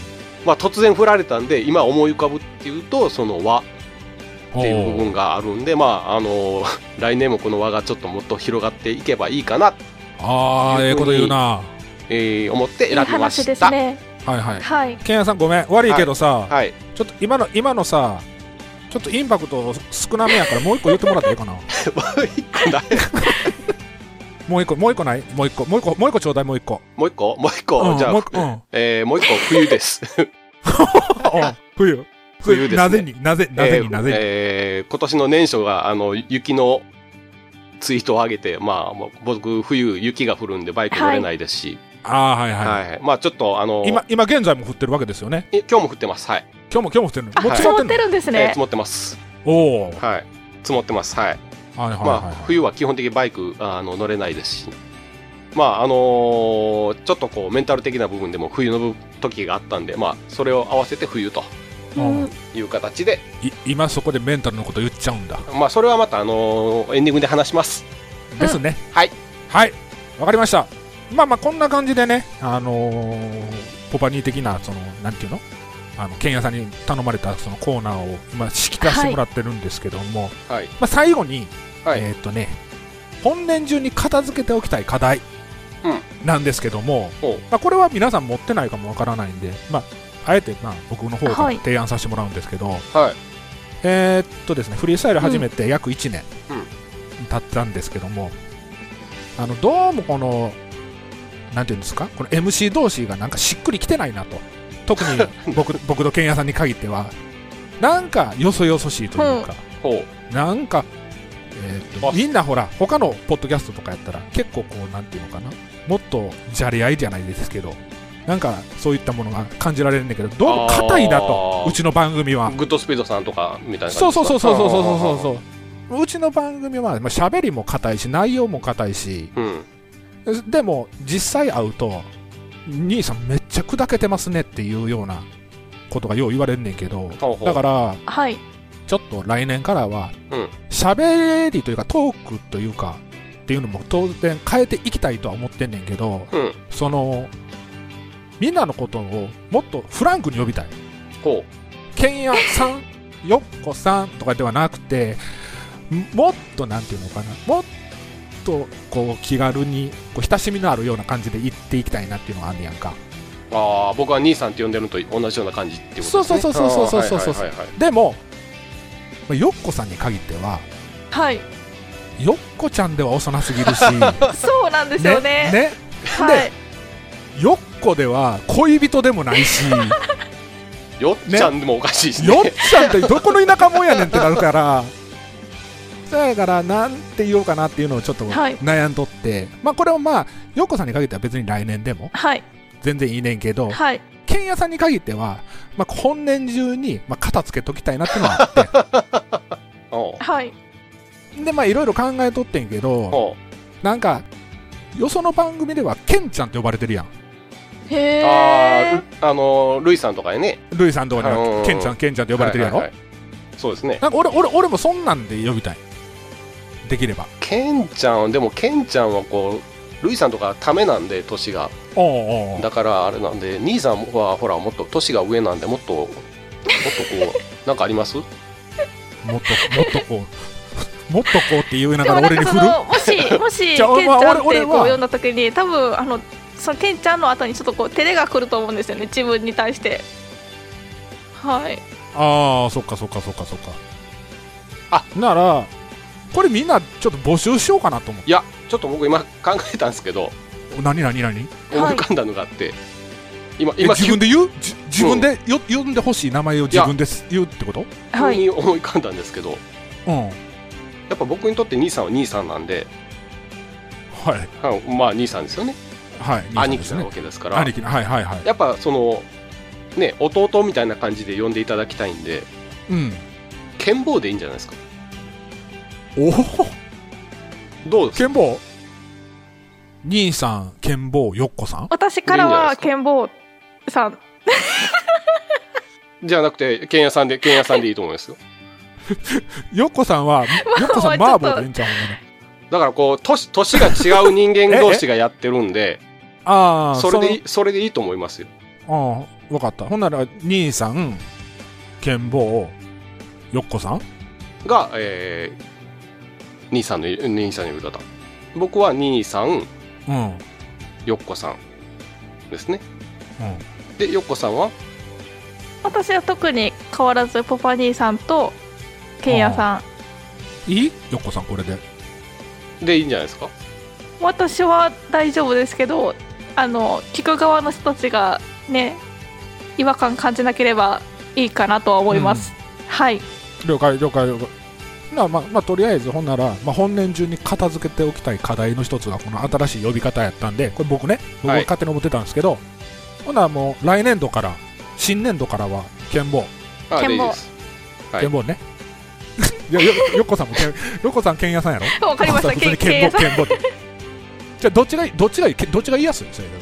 Speaker 1: まあ、突然振られたんで今思い浮かぶっていうとその輪っていう部分があるんでまああの来年もこの輪がちょっともっと広がっていけばいいかな、
Speaker 3: ああええこと言うな
Speaker 1: えー思って
Speaker 2: いい
Speaker 1: 選びました
Speaker 2: 話ですね
Speaker 3: はいはい
Speaker 2: はい
Speaker 3: ケンヤさんごめん悪いけどさ、
Speaker 1: はい
Speaker 3: ちょっと今の今のさちょっとインパクト少なめやからもう一個言ってもらってい いかな
Speaker 1: もう一個ない
Speaker 3: もう一個もう一個ないもう一個もう一個もう一個ちょうだいもう一個
Speaker 1: もう一個もう一個、
Speaker 3: うん
Speaker 1: じゃあ
Speaker 3: もう一個うん
Speaker 1: えーもう一個冬です。
Speaker 3: あ冬
Speaker 1: 冬ですね
Speaker 3: なぜになぜ なぜになぜに、
Speaker 1: えーえー今年の年初があの雪のツイートを上げて、まあ、もう僕冬雪が降るんでバイク乗れないですし、
Speaker 3: ああはい
Speaker 1: は
Speaker 3: はいい、
Speaker 1: はいまあちょっとあの
Speaker 3: 今今現在も降ってるわけですよね
Speaker 1: え今日も降ってますはい、
Speaker 3: 今日も今日も降ってるのもう
Speaker 2: あ
Speaker 3: 積
Speaker 2: 積
Speaker 3: もっ
Speaker 2: も
Speaker 3: て
Speaker 2: っ
Speaker 3: んの
Speaker 2: てるんです
Speaker 1: えー
Speaker 2: ね
Speaker 1: 積もってます
Speaker 3: おおはい
Speaker 1: はい積もってますはい、
Speaker 3: はいはい、
Speaker 1: まあ冬は基本的にバイクあの乗れないですしまああのーちょっとこうメンタル的な部分でも冬の部時があったんでまあそれを合わせて冬と
Speaker 2: うん
Speaker 1: いう形で
Speaker 3: い今そこでメンタルのこと言っちゃうんだ
Speaker 1: まあそれはまたあのーエンディングで話します
Speaker 3: ですね、
Speaker 1: はい
Speaker 3: はいわかりましたまあまあこんな感じでねあのーポパニー的なそのなんていうのあの剣屋さんに頼まれたそのコーナーを今仕切らせてもらってるんですけども、
Speaker 1: はい
Speaker 3: まあ、最後に、
Speaker 1: はい、
Speaker 3: えーっ、とね本年中に片付けておきたい課題
Speaker 1: う
Speaker 3: なんですけども、
Speaker 1: おう
Speaker 3: まあ、これは皆さん持ってないかもわからないんで、まあ、あえてまあ僕の方か
Speaker 2: は
Speaker 3: ら
Speaker 2: い
Speaker 3: 提案させてもらうんですけど、
Speaker 1: はい
Speaker 3: えーっとですねフリースタイル始めて約1年
Speaker 1: う
Speaker 3: 経ったんですけども、あのどうもこのなんていうんですかこの MC 同士がなんかしっくりきてないなと特に 僕僕と剣屋さんに限ってはなんかよそよそしいというか、
Speaker 1: ほう
Speaker 3: なんか、えーっと
Speaker 1: あ
Speaker 3: みんなほら他のポッドキャストとかやったら結構こうなんていうのかなもっとじゃれ合いじゃないですけどなんかそういったものが感じられるんだけどどうも硬いなと
Speaker 1: あー
Speaker 3: うちの番組は
Speaker 1: グッドスピードさんとかみたいな感じですか
Speaker 3: そうそうそうそうそうそうそうそううちの番組はまあ喋りも硬いし内容も硬いし
Speaker 1: うんうん
Speaker 3: でも実際会うと「兄さんめっちゃ砕けてますね」っていうようなことがよう言われんねんけど
Speaker 1: ほうほう
Speaker 3: だから
Speaker 2: はい
Speaker 3: ちょっと来年からは
Speaker 1: うん
Speaker 3: 喋りというかトークというかっていうのも当然変えていきたいとは思ってんねんけど
Speaker 1: うんうん
Speaker 3: そのみんなのことをもっとフランクに呼びたい
Speaker 1: ほ
Speaker 3: けんや さん、よっこさんとかではなくて、んもっとなんていうのかな、もっとこう気軽にこう親しみのあるような感じで行っていきたいなっていうのがあんねやんか。
Speaker 1: うああ僕は兄さんって呼んでるのと同じような感じっていうことですね
Speaker 3: そうそうそうそうそうそうそう
Speaker 1: あーはいはいはい
Speaker 3: でも、まあよっこさんに限っては、
Speaker 2: はい
Speaker 3: よっこちゃんでは幼すぎるし、
Speaker 2: そうなんですよね
Speaker 3: ね
Speaker 2: はい
Speaker 3: よっこでは恋人でもないし、
Speaker 1: はいよっちゃんでもおかしいしね
Speaker 3: よっちゃんってどこの田舎もんやねんってなるから。だからなんて言おうかなっていうのをちょっと
Speaker 2: はい
Speaker 3: 悩んどって、まあこれはまあ陽子さんに限っては別に来年でも
Speaker 2: はい
Speaker 3: 全然いいねんけど
Speaker 2: はい
Speaker 3: けんやさんに限っては、まあ、本年中に、まあ、片付けときたいなっていうのはあっ
Speaker 1: おう
Speaker 2: はい
Speaker 3: てでまあいろいろ考えとってんけど
Speaker 1: おう
Speaker 3: なんかよその番組ではケンちゃんって呼ばれてるやん
Speaker 2: へ
Speaker 1: あ
Speaker 2: え
Speaker 1: ーあのールイさんとかやね
Speaker 3: ルイさんとかに
Speaker 1: うんうんう
Speaker 3: は
Speaker 1: ん
Speaker 3: ケンちゃんケンちゃんって呼ばれてるやろ、
Speaker 1: はいはいはいそうですね
Speaker 3: なんか俺俺俺もそんなんで呼びたいできれば
Speaker 1: ケンちゃんでもケンちゃんはこうルイさんとかためなんで年が
Speaker 3: おうおう
Speaker 1: だからあれなんで兄さんはほらもっと年が上なんでもっともっとこう なんかあります
Speaker 3: もっともっとこう もっとこうって言いな
Speaker 2: で
Speaker 3: が
Speaker 2: も
Speaker 3: ら
Speaker 2: なん
Speaker 3: 俺に
Speaker 2: かそ
Speaker 3: 振る
Speaker 2: のも しもしケン
Speaker 3: じ
Speaker 2: ち
Speaker 3: ゃあまあ
Speaker 2: ゃんっ
Speaker 3: 俺
Speaker 2: て
Speaker 3: 俺
Speaker 2: こ
Speaker 3: は
Speaker 2: う呼んだ時に多分あのそのケンちゃんの後にちょっとこう照れが来ると思うんですよね自分に対してはい
Speaker 3: ああそっかそっかそっかそっか
Speaker 1: あ
Speaker 3: ならこれみんなちょっと募集しようかなと思って
Speaker 1: いやちょっと僕今考えたんですけど
Speaker 3: 何何何
Speaker 1: 思い浮かんだのがあって、今
Speaker 3: え
Speaker 1: 今
Speaker 3: 自分で言うじ自分でよ、呼んでほしい名前を自分で言うってこと
Speaker 2: は
Speaker 1: 急
Speaker 2: い
Speaker 1: に思い浮かんだんですけど、
Speaker 3: うんは
Speaker 1: やっぱ僕にとって兄さんは兄さんなんで、
Speaker 3: い
Speaker 1: はいまあ兄さんですよね
Speaker 3: はい
Speaker 1: 兄
Speaker 3: で
Speaker 1: 貴
Speaker 3: す
Speaker 1: な
Speaker 3: ね
Speaker 1: わけですから
Speaker 3: 兄貴なはいはいはい
Speaker 1: やっぱそのね弟みたいな感じで呼んでいただきたいんで
Speaker 3: うん
Speaker 1: 剣坊でいいんじゃないですか
Speaker 3: おお
Speaker 1: どうです
Speaker 3: 剣坊兄さん剣坊よっこさん
Speaker 2: 私から
Speaker 1: いいん
Speaker 2: は
Speaker 1: じ
Speaker 2: 剣坊さん
Speaker 1: じゃなくて、剣屋さんで、剣屋さんでいいと思いますよ。
Speaker 3: よっこさんはよっこさ ん
Speaker 2: まあまあ
Speaker 3: 麻
Speaker 2: ちょっと
Speaker 3: 婆でいいんちゃうのね
Speaker 1: だからこう、年、年が違う人間同士がやってるんで、
Speaker 3: ああ
Speaker 1: それでいい、それでいいと思いますよ。
Speaker 3: ああ、わかった。ほんなら、兄さん、剣坊、よっこさん
Speaker 1: が、えー、兄さんの、兄さんの呼び方。僕は兄さん、
Speaker 3: うん。うん。
Speaker 1: よっこさんですね。で、よっこさんは
Speaker 2: 私は特に変わらずポパ兄さんと剣屋さん
Speaker 3: いいよっこさん、これで。
Speaker 1: でいいんじゃないですか
Speaker 2: 私は大丈夫ですけどあの聞く側の人たちがね違和感感じなければいいかなとは思います、はい
Speaker 3: 了解、了解、了解。なまあ、まあ、とりあえず、ほんなら、まあ、本年中に片付けておきたい課題の一つが、この新しい呼び方やったんで、これ僕ね、僕が
Speaker 1: はい
Speaker 3: 勝手に思ってたんですけど、ほんならもう、来年度から、新年度からは、剣坊、
Speaker 1: あ
Speaker 2: 剣
Speaker 1: で
Speaker 2: 坊
Speaker 1: いいです。はい
Speaker 3: 剣坊ね。 いや、よ、よっこさんも剣、よっこさん剣屋さんやろ
Speaker 2: わかりまし
Speaker 3: あ
Speaker 2: た
Speaker 3: そう別
Speaker 2: 剣剣屋
Speaker 3: に剣坊、
Speaker 2: さんい
Speaker 3: 剣坊って。 じゃあ、どっちがいい、どっちがいい、けどっちが言いやすいそれで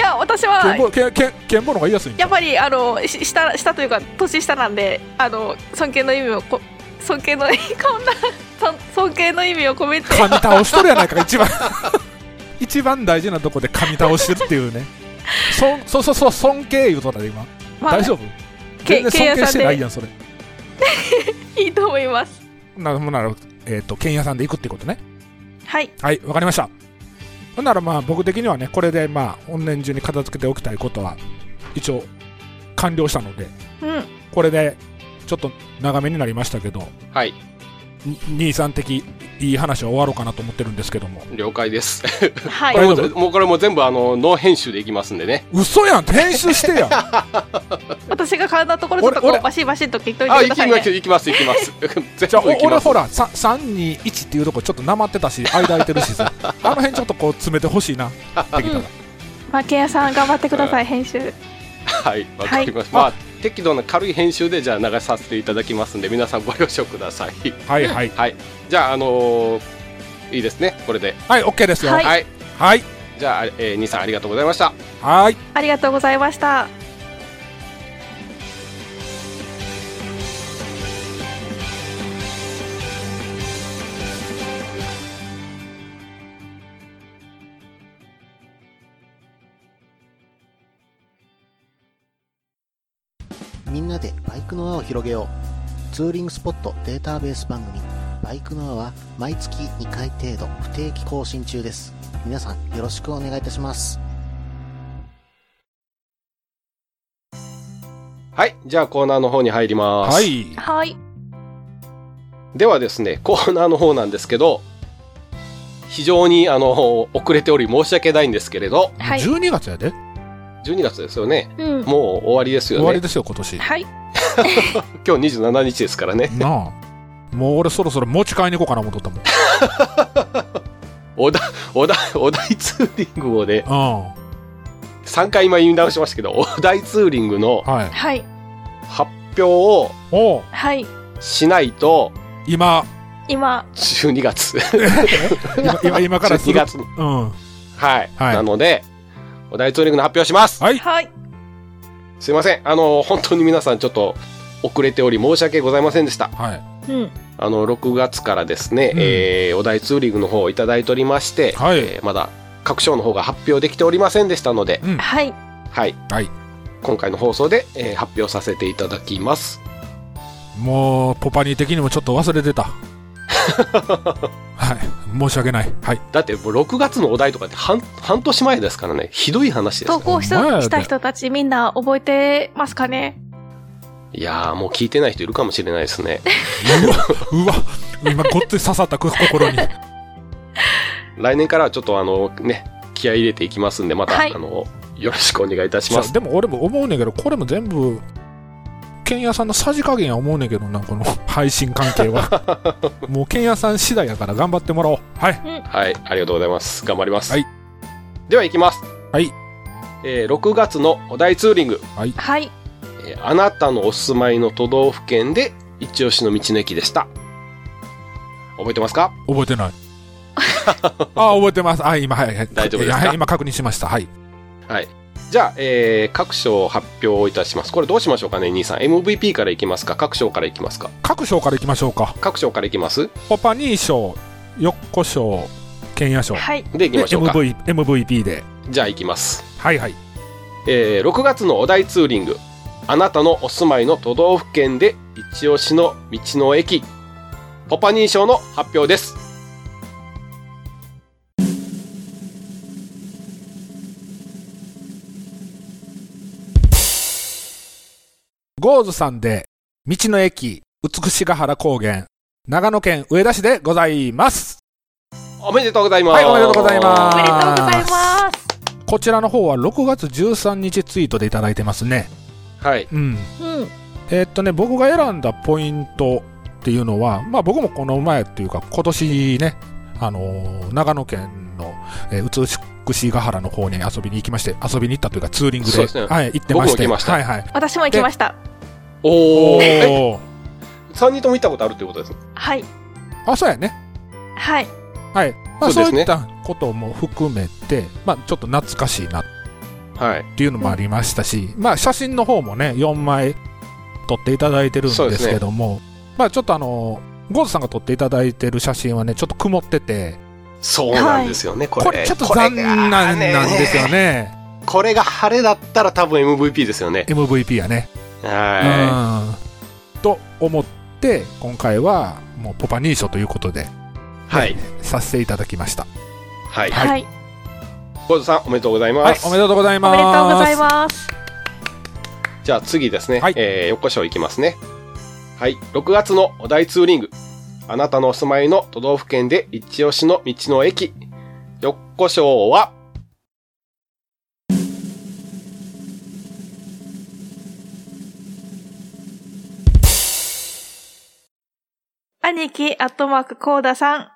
Speaker 2: や私
Speaker 3: 剣
Speaker 2: は
Speaker 3: 坊剣剣剣坊の方が言いやすいんじゃ
Speaker 2: やっ
Speaker 3: ん
Speaker 2: ぱりあのし下下というか年下なんであの尊敬の意味をこ尊敬のこんな尊尊敬の意味を込めて
Speaker 3: 噛み倒しとるやないか一番 一番大事なとこで噛み倒してるっていうねそんそうそうそう尊 敬言うとったで今、
Speaker 2: まあ
Speaker 3: 大丈夫
Speaker 2: け
Speaker 3: 全
Speaker 2: 剣
Speaker 3: 然尊
Speaker 2: 屋
Speaker 3: 敬
Speaker 2: さ
Speaker 3: し
Speaker 2: ん
Speaker 3: てない
Speaker 2: で
Speaker 3: やんそれ
Speaker 2: いいと思います
Speaker 3: なるほどなるほどえっ、と剣屋さんで行くってことね
Speaker 2: はい
Speaker 3: はいわかりましたほんならまあ僕的にはねこれでまあ本年中に片付けておきたいことは一応完了したので
Speaker 2: うん
Speaker 3: これでちょっと長めになりましたけど
Speaker 1: はい、
Speaker 3: に兄さん的いい話は終わろうかなと思ってるんですけども
Speaker 1: 了解です。
Speaker 2: は
Speaker 1: これ
Speaker 2: い
Speaker 1: も
Speaker 3: 大丈夫
Speaker 1: もうこれも全部あの、ノー編集でいきますんでね。
Speaker 3: 嘘やん編集し てやん
Speaker 2: 私が体のところちょっとこ
Speaker 3: 俺
Speaker 2: うバシバシっと切っといて
Speaker 1: あ、
Speaker 2: く
Speaker 1: い
Speaker 2: だ
Speaker 1: き
Speaker 2: さいね
Speaker 1: ます、いきます、いき ます。全
Speaker 3: じゃあ、
Speaker 1: 部い
Speaker 3: お
Speaker 1: き
Speaker 3: 俺
Speaker 1: ます
Speaker 3: ほ。ら、さ321っていうとこちょっとなまってたし、間空いてる しさ、あの辺ちょっとこう詰めてほしいな、できたら。
Speaker 2: うんまあ、ケンヤさん頑張ってください、編集。
Speaker 1: はい、わかりました。
Speaker 3: は
Speaker 1: まあ、適度な軽い編集で、じゃあ流させていただきますんで、皆さんご了承ください。
Speaker 3: はいはい。
Speaker 1: はい、じゃあ、あのーいいですね、これで。
Speaker 3: はい、OK ですよ。
Speaker 2: は
Speaker 1: はいい、
Speaker 3: はい。
Speaker 1: じゃあ、えー、兄さんありがとうございました。
Speaker 3: はい。
Speaker 2: ありがとうございました。
Speaker 4: みんなでバイクの輪を広げようツーリングスポットデータベース番組「バイクの輪」は毎月2回程度不定期更新中です皆さんよろしくお願いいたします
Speaker 1: はい、じゃあ、コーナーの方に入ります。
Speaker 3: はい。
Speaker 2: はい。
Speaker 1: ではですね、コーナーの方なんですけど。非常にあの遅れており申し訳ないんですけれど
Speaker 2: はい。
Speaker 3: 12月やで。
Speaker 1: 12月ですよね
Speaker 2: う
Speaker 1: も
Speaker 2: ん。
Speaker 1: う終わりです
Speaker 3: 終
Speaker 1: よ
Speaker 3: わり
Speaker 1: ね
Speaker 3: ですよ、今年。
Speaker 2: はい。
Speaker 1: 今日27日ですからね
Speaker 3: なあ。もう俺そろそろ持ち帰りに行こうかな思っとった
Speaker 1: おだおだお題ツーリングをね
Speaker 3: もん。
Speaker 1: 3回今言い直しましたけどお題ツーリングの
Speaker 3: うん。はい。
Speaker 2: はい。
Speaker 1: 発表を
Speaker 3: おう
Speaker 2: はい。
Speaker 1: しないと
Speaker 3: 今、
Speaker 2: 今、
Speaker 1: 12月
Speaker 3: 今、今今からす
Speaker 1: 12
Speaker 3: る。
Speaker 1: 月
Speaker 3: うん。
Speaker 1: はい、
Speaker 3: はい
Speaker 1: なのでお題ツーリングの発表します
Speaker 3: はい。
Speaker 2: はい。
Speaker 1: すいませんあの本当に皆さんちょっと遅れており申し訳ございませんでした
Speaker 3: はい。
Speaker 2: うん。
Speaker 1: あの6月からですね、
Speaker 3: うん
Speaker 1: えーお題ツーリングの方をいただいておりまして、
Speaker 3: はい
Speaker 1: えーまだ各賞の方が発表できておりませんでしたので、
Speaker 3: うん。
Speaker 2: はい。
Speaker 1: はい、
Speaker 3: はい
Speaker 1: 今回の放送で、えー発表させていただきます
Speaker 3: もう、ポパニー的にもちょっと忘れてた。はい。申し訳ない。はい。
Speaker 1: だってもう6月のお題とかって半半年前ですからねひどい話です
Speaker 2: 投
Speaker 1: よ
Speaker 2: 稿し
Speaker 3: お前や
Speaker 2: た
Speaker 3: で
Speaker 2: した人たちみんな覚えてますかね
Speaker 1: いやーもう聞いてない人いるかもしれないですね
Speaker 3: うわ、今ごっつい刺さった心に。
Speaker 1: 来年からはちょっとあのね気合い入れていきますんでまた、
Speaker 2: はい
Speaker 1: あのよろしくお願いいたし
Speaker 3: じゃ
Speaker 1: ま
Speaker 3: あ
Speaker 1: す
Speaker 3: でも俺も思うねんけどこれも全部剣屋さんのさじ加減は思うねんけどなこの 配信関係は もう剣屋さん次第やから頑張ってもらおうはい
Speaker 1: はいありがとうございます頑張ります、
Speaker 3: はい
Speaker 1: ではいきます
Speaker 3: はい、
Speaker 1: えー6月のお題ツーリング
Speaker 2: はい。
Speaker 1: えーあなたのお住まいの都道府県で一押しの道の駅でした。覚えてますか
Speaker 3: 覚えてない あ覚えてますあ今はいはい
Speaker 1: 大丈夫ですか
Speaker 3: はい今確認しましたはい
Speaker 1: はい。じゃあ、えー各賞発表いたします。これどうしましょうかね、兄さん。MVP からいきますか各賞からいきますか
Speaker 3: 各賞からいきましょうか
Speaker 1: 各賞からいきます
Speaker 3: ポパニー賞よっこ賞ケンヤ賞
Speaker 2: はい
Speaker 1: で、いき
Speaker 3: で
Speaker 1: ましょうか。
Speaker 3: MV MVP で
Speaker 1: じゃあ、いきます。
Speaker 3: はいはい
Speaker 1: えー6月のお題ツーリング。あなたのお住まいの都道府県で一押しの道の駅。ポパ認証の発表です。
Speaker 3: ゴーズさんで、道の駅、美しが原高原、長野県上田市でございます。
Speaker 1: おめでとうございます。
Speaker 3: はいおめでとうございます
Speaker 2: おめでとうございます
Speaker 3: こちらの方は6月13日ツイートでいただいてますね。
Speaker 1: す。はい。
Speaker 3: うん。
Speaker 2: うん
Speaker 3: えーっとね、僕が選んだポイントっていうのは、まあ僕もこの前っていうか、今年ね、あのー長野県の、えー、美しが原の方に遊びに行きまして、遊びに行ったというかツーリングで、
Speaker 1: そうですね
Speaker 3: はい、行ってまして。
Speaker 1: 僕も行きました
Speaker 3: はいはい。
Speaker 2: 私も行きました
Speaker 1: おー。え、
Speaker 3: おー。
Speaker 1: 3人とも行ったことあるってことですね。
Speaker 2: はい
Speaker 3: あ、そうやね。
Speaker 2: はい
Speaker 3: はい。まあ、
Speaker 1: そう
Speaker 3: そ
Speaker 1: で
Speaker 3: う
Speaker 1: すね
Speaker 3: いったことも含めて、まあ、ちょっと懐かしいな
Speaker 1: はい。
Speaker 3: っていうのもありましたし、まあ、写真の方もね、4枚撮っていただいてるん
Speaker 1: そうで
Speaker 3: です
Speaker 1: ね
Speaker 3: すけども、まあ、ちょっとあの、ゴーズさんが撮っていただいてる写真はね、ちょっと曇ってて、
Speaker 1: そうなんですよね、こ
Speaker 3: こ
Speaker 1: れ。
Speaker 3: れちょっと残念なんですよ
Speaker 1: ね。
Speaker 3: ね。
Speaker 1: これが晴れだったら多分 MVP ですよね。
Speaker 3: MVP やね。
Speaker 1: は
Speaker 3: うん。と思って、今回は、もうポパニー賞ということで、
Speaker 1: い。はい。
Speaker 3: させていただきました。
Speaker 1: はい。
Speaker 2: はい、
Speaker 1: 小津さん、おめでとうござい
Speaker 3: は
Speaker 1: ま
Speaker 3: い、
Speaker 1: す。
Speaker 3: おめでとうござい
Speaker 2: お
Speaker 3: ます。
Speaker 2: めでとうございます
Speaker 1: じゃあ次ですね。
Speaker 3: はい
Speaker 1: えー、横章いきますね。はい。6月のお題ツーリング。あなたのお住まいの都道府県で一押しの道の駅。横章は、
Speaker 2: 兄貴アットマークコーダさん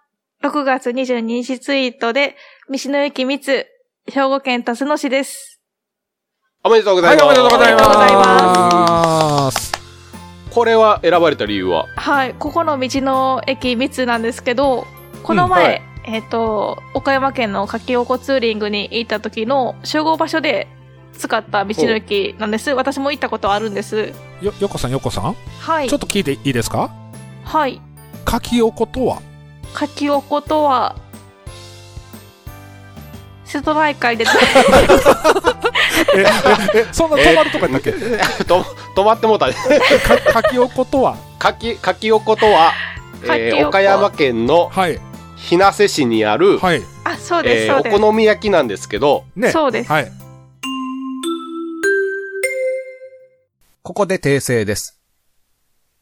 Speaker 2: 6月22日ツイートで道の駅密兵庫県辰野市です
Speaker 1: おめでとうござ
Speaker 3: はいい、
Speaker 1: ます。
Speaker 3: おめでとうござい
Speaker 2: おめでとうござい
Speaker 3: ます。
Speaker 1: これは選ばれた理由は
Speaker 2: はいここの道の駅密なんですけどこの前、
Speaker 1: うんはい
Speaker 2: えっ、と岡山県のかきおこツーリングに行った時の集合場所で使った道の駅なんです私も行ったことあるんです
Speaker 3: よ、よこさん、よこさん、
Speaker 2: はい
Speaker 3: ちょっと聞いていいですか
Speaker 2: はい
Speaker 3: 書きおことは
Speaker 2: かきおことは瀬戸内 海で
Speaker 3: え、え、え、 そんな止まるとかだっけ
Speaker 1: と、止まってもうた。
Speaker 3: か書きおことは
Speaker 1: かき、かきおことは、え
Speaker 2: かきお
Speaker 1: ー、
Speaker 2: こ
Speaker 1: 岡山県の
Speaker 3: はい、
Speaker 1: 日生市にある、
Speaker 3: はい、
Speaker 2: あそう
Speaker 1: え
Speaker 2: です、
Speaker 1: ー、
Speaker 2: そ
Speaker 1: お
Speaker 2: うです
Speaker 1: 好み焼きなんですけど、
Speaker 3: ね。
Speaker 2: そうです
Speaker 3: はい。
Speaker 5: ここで訂正です。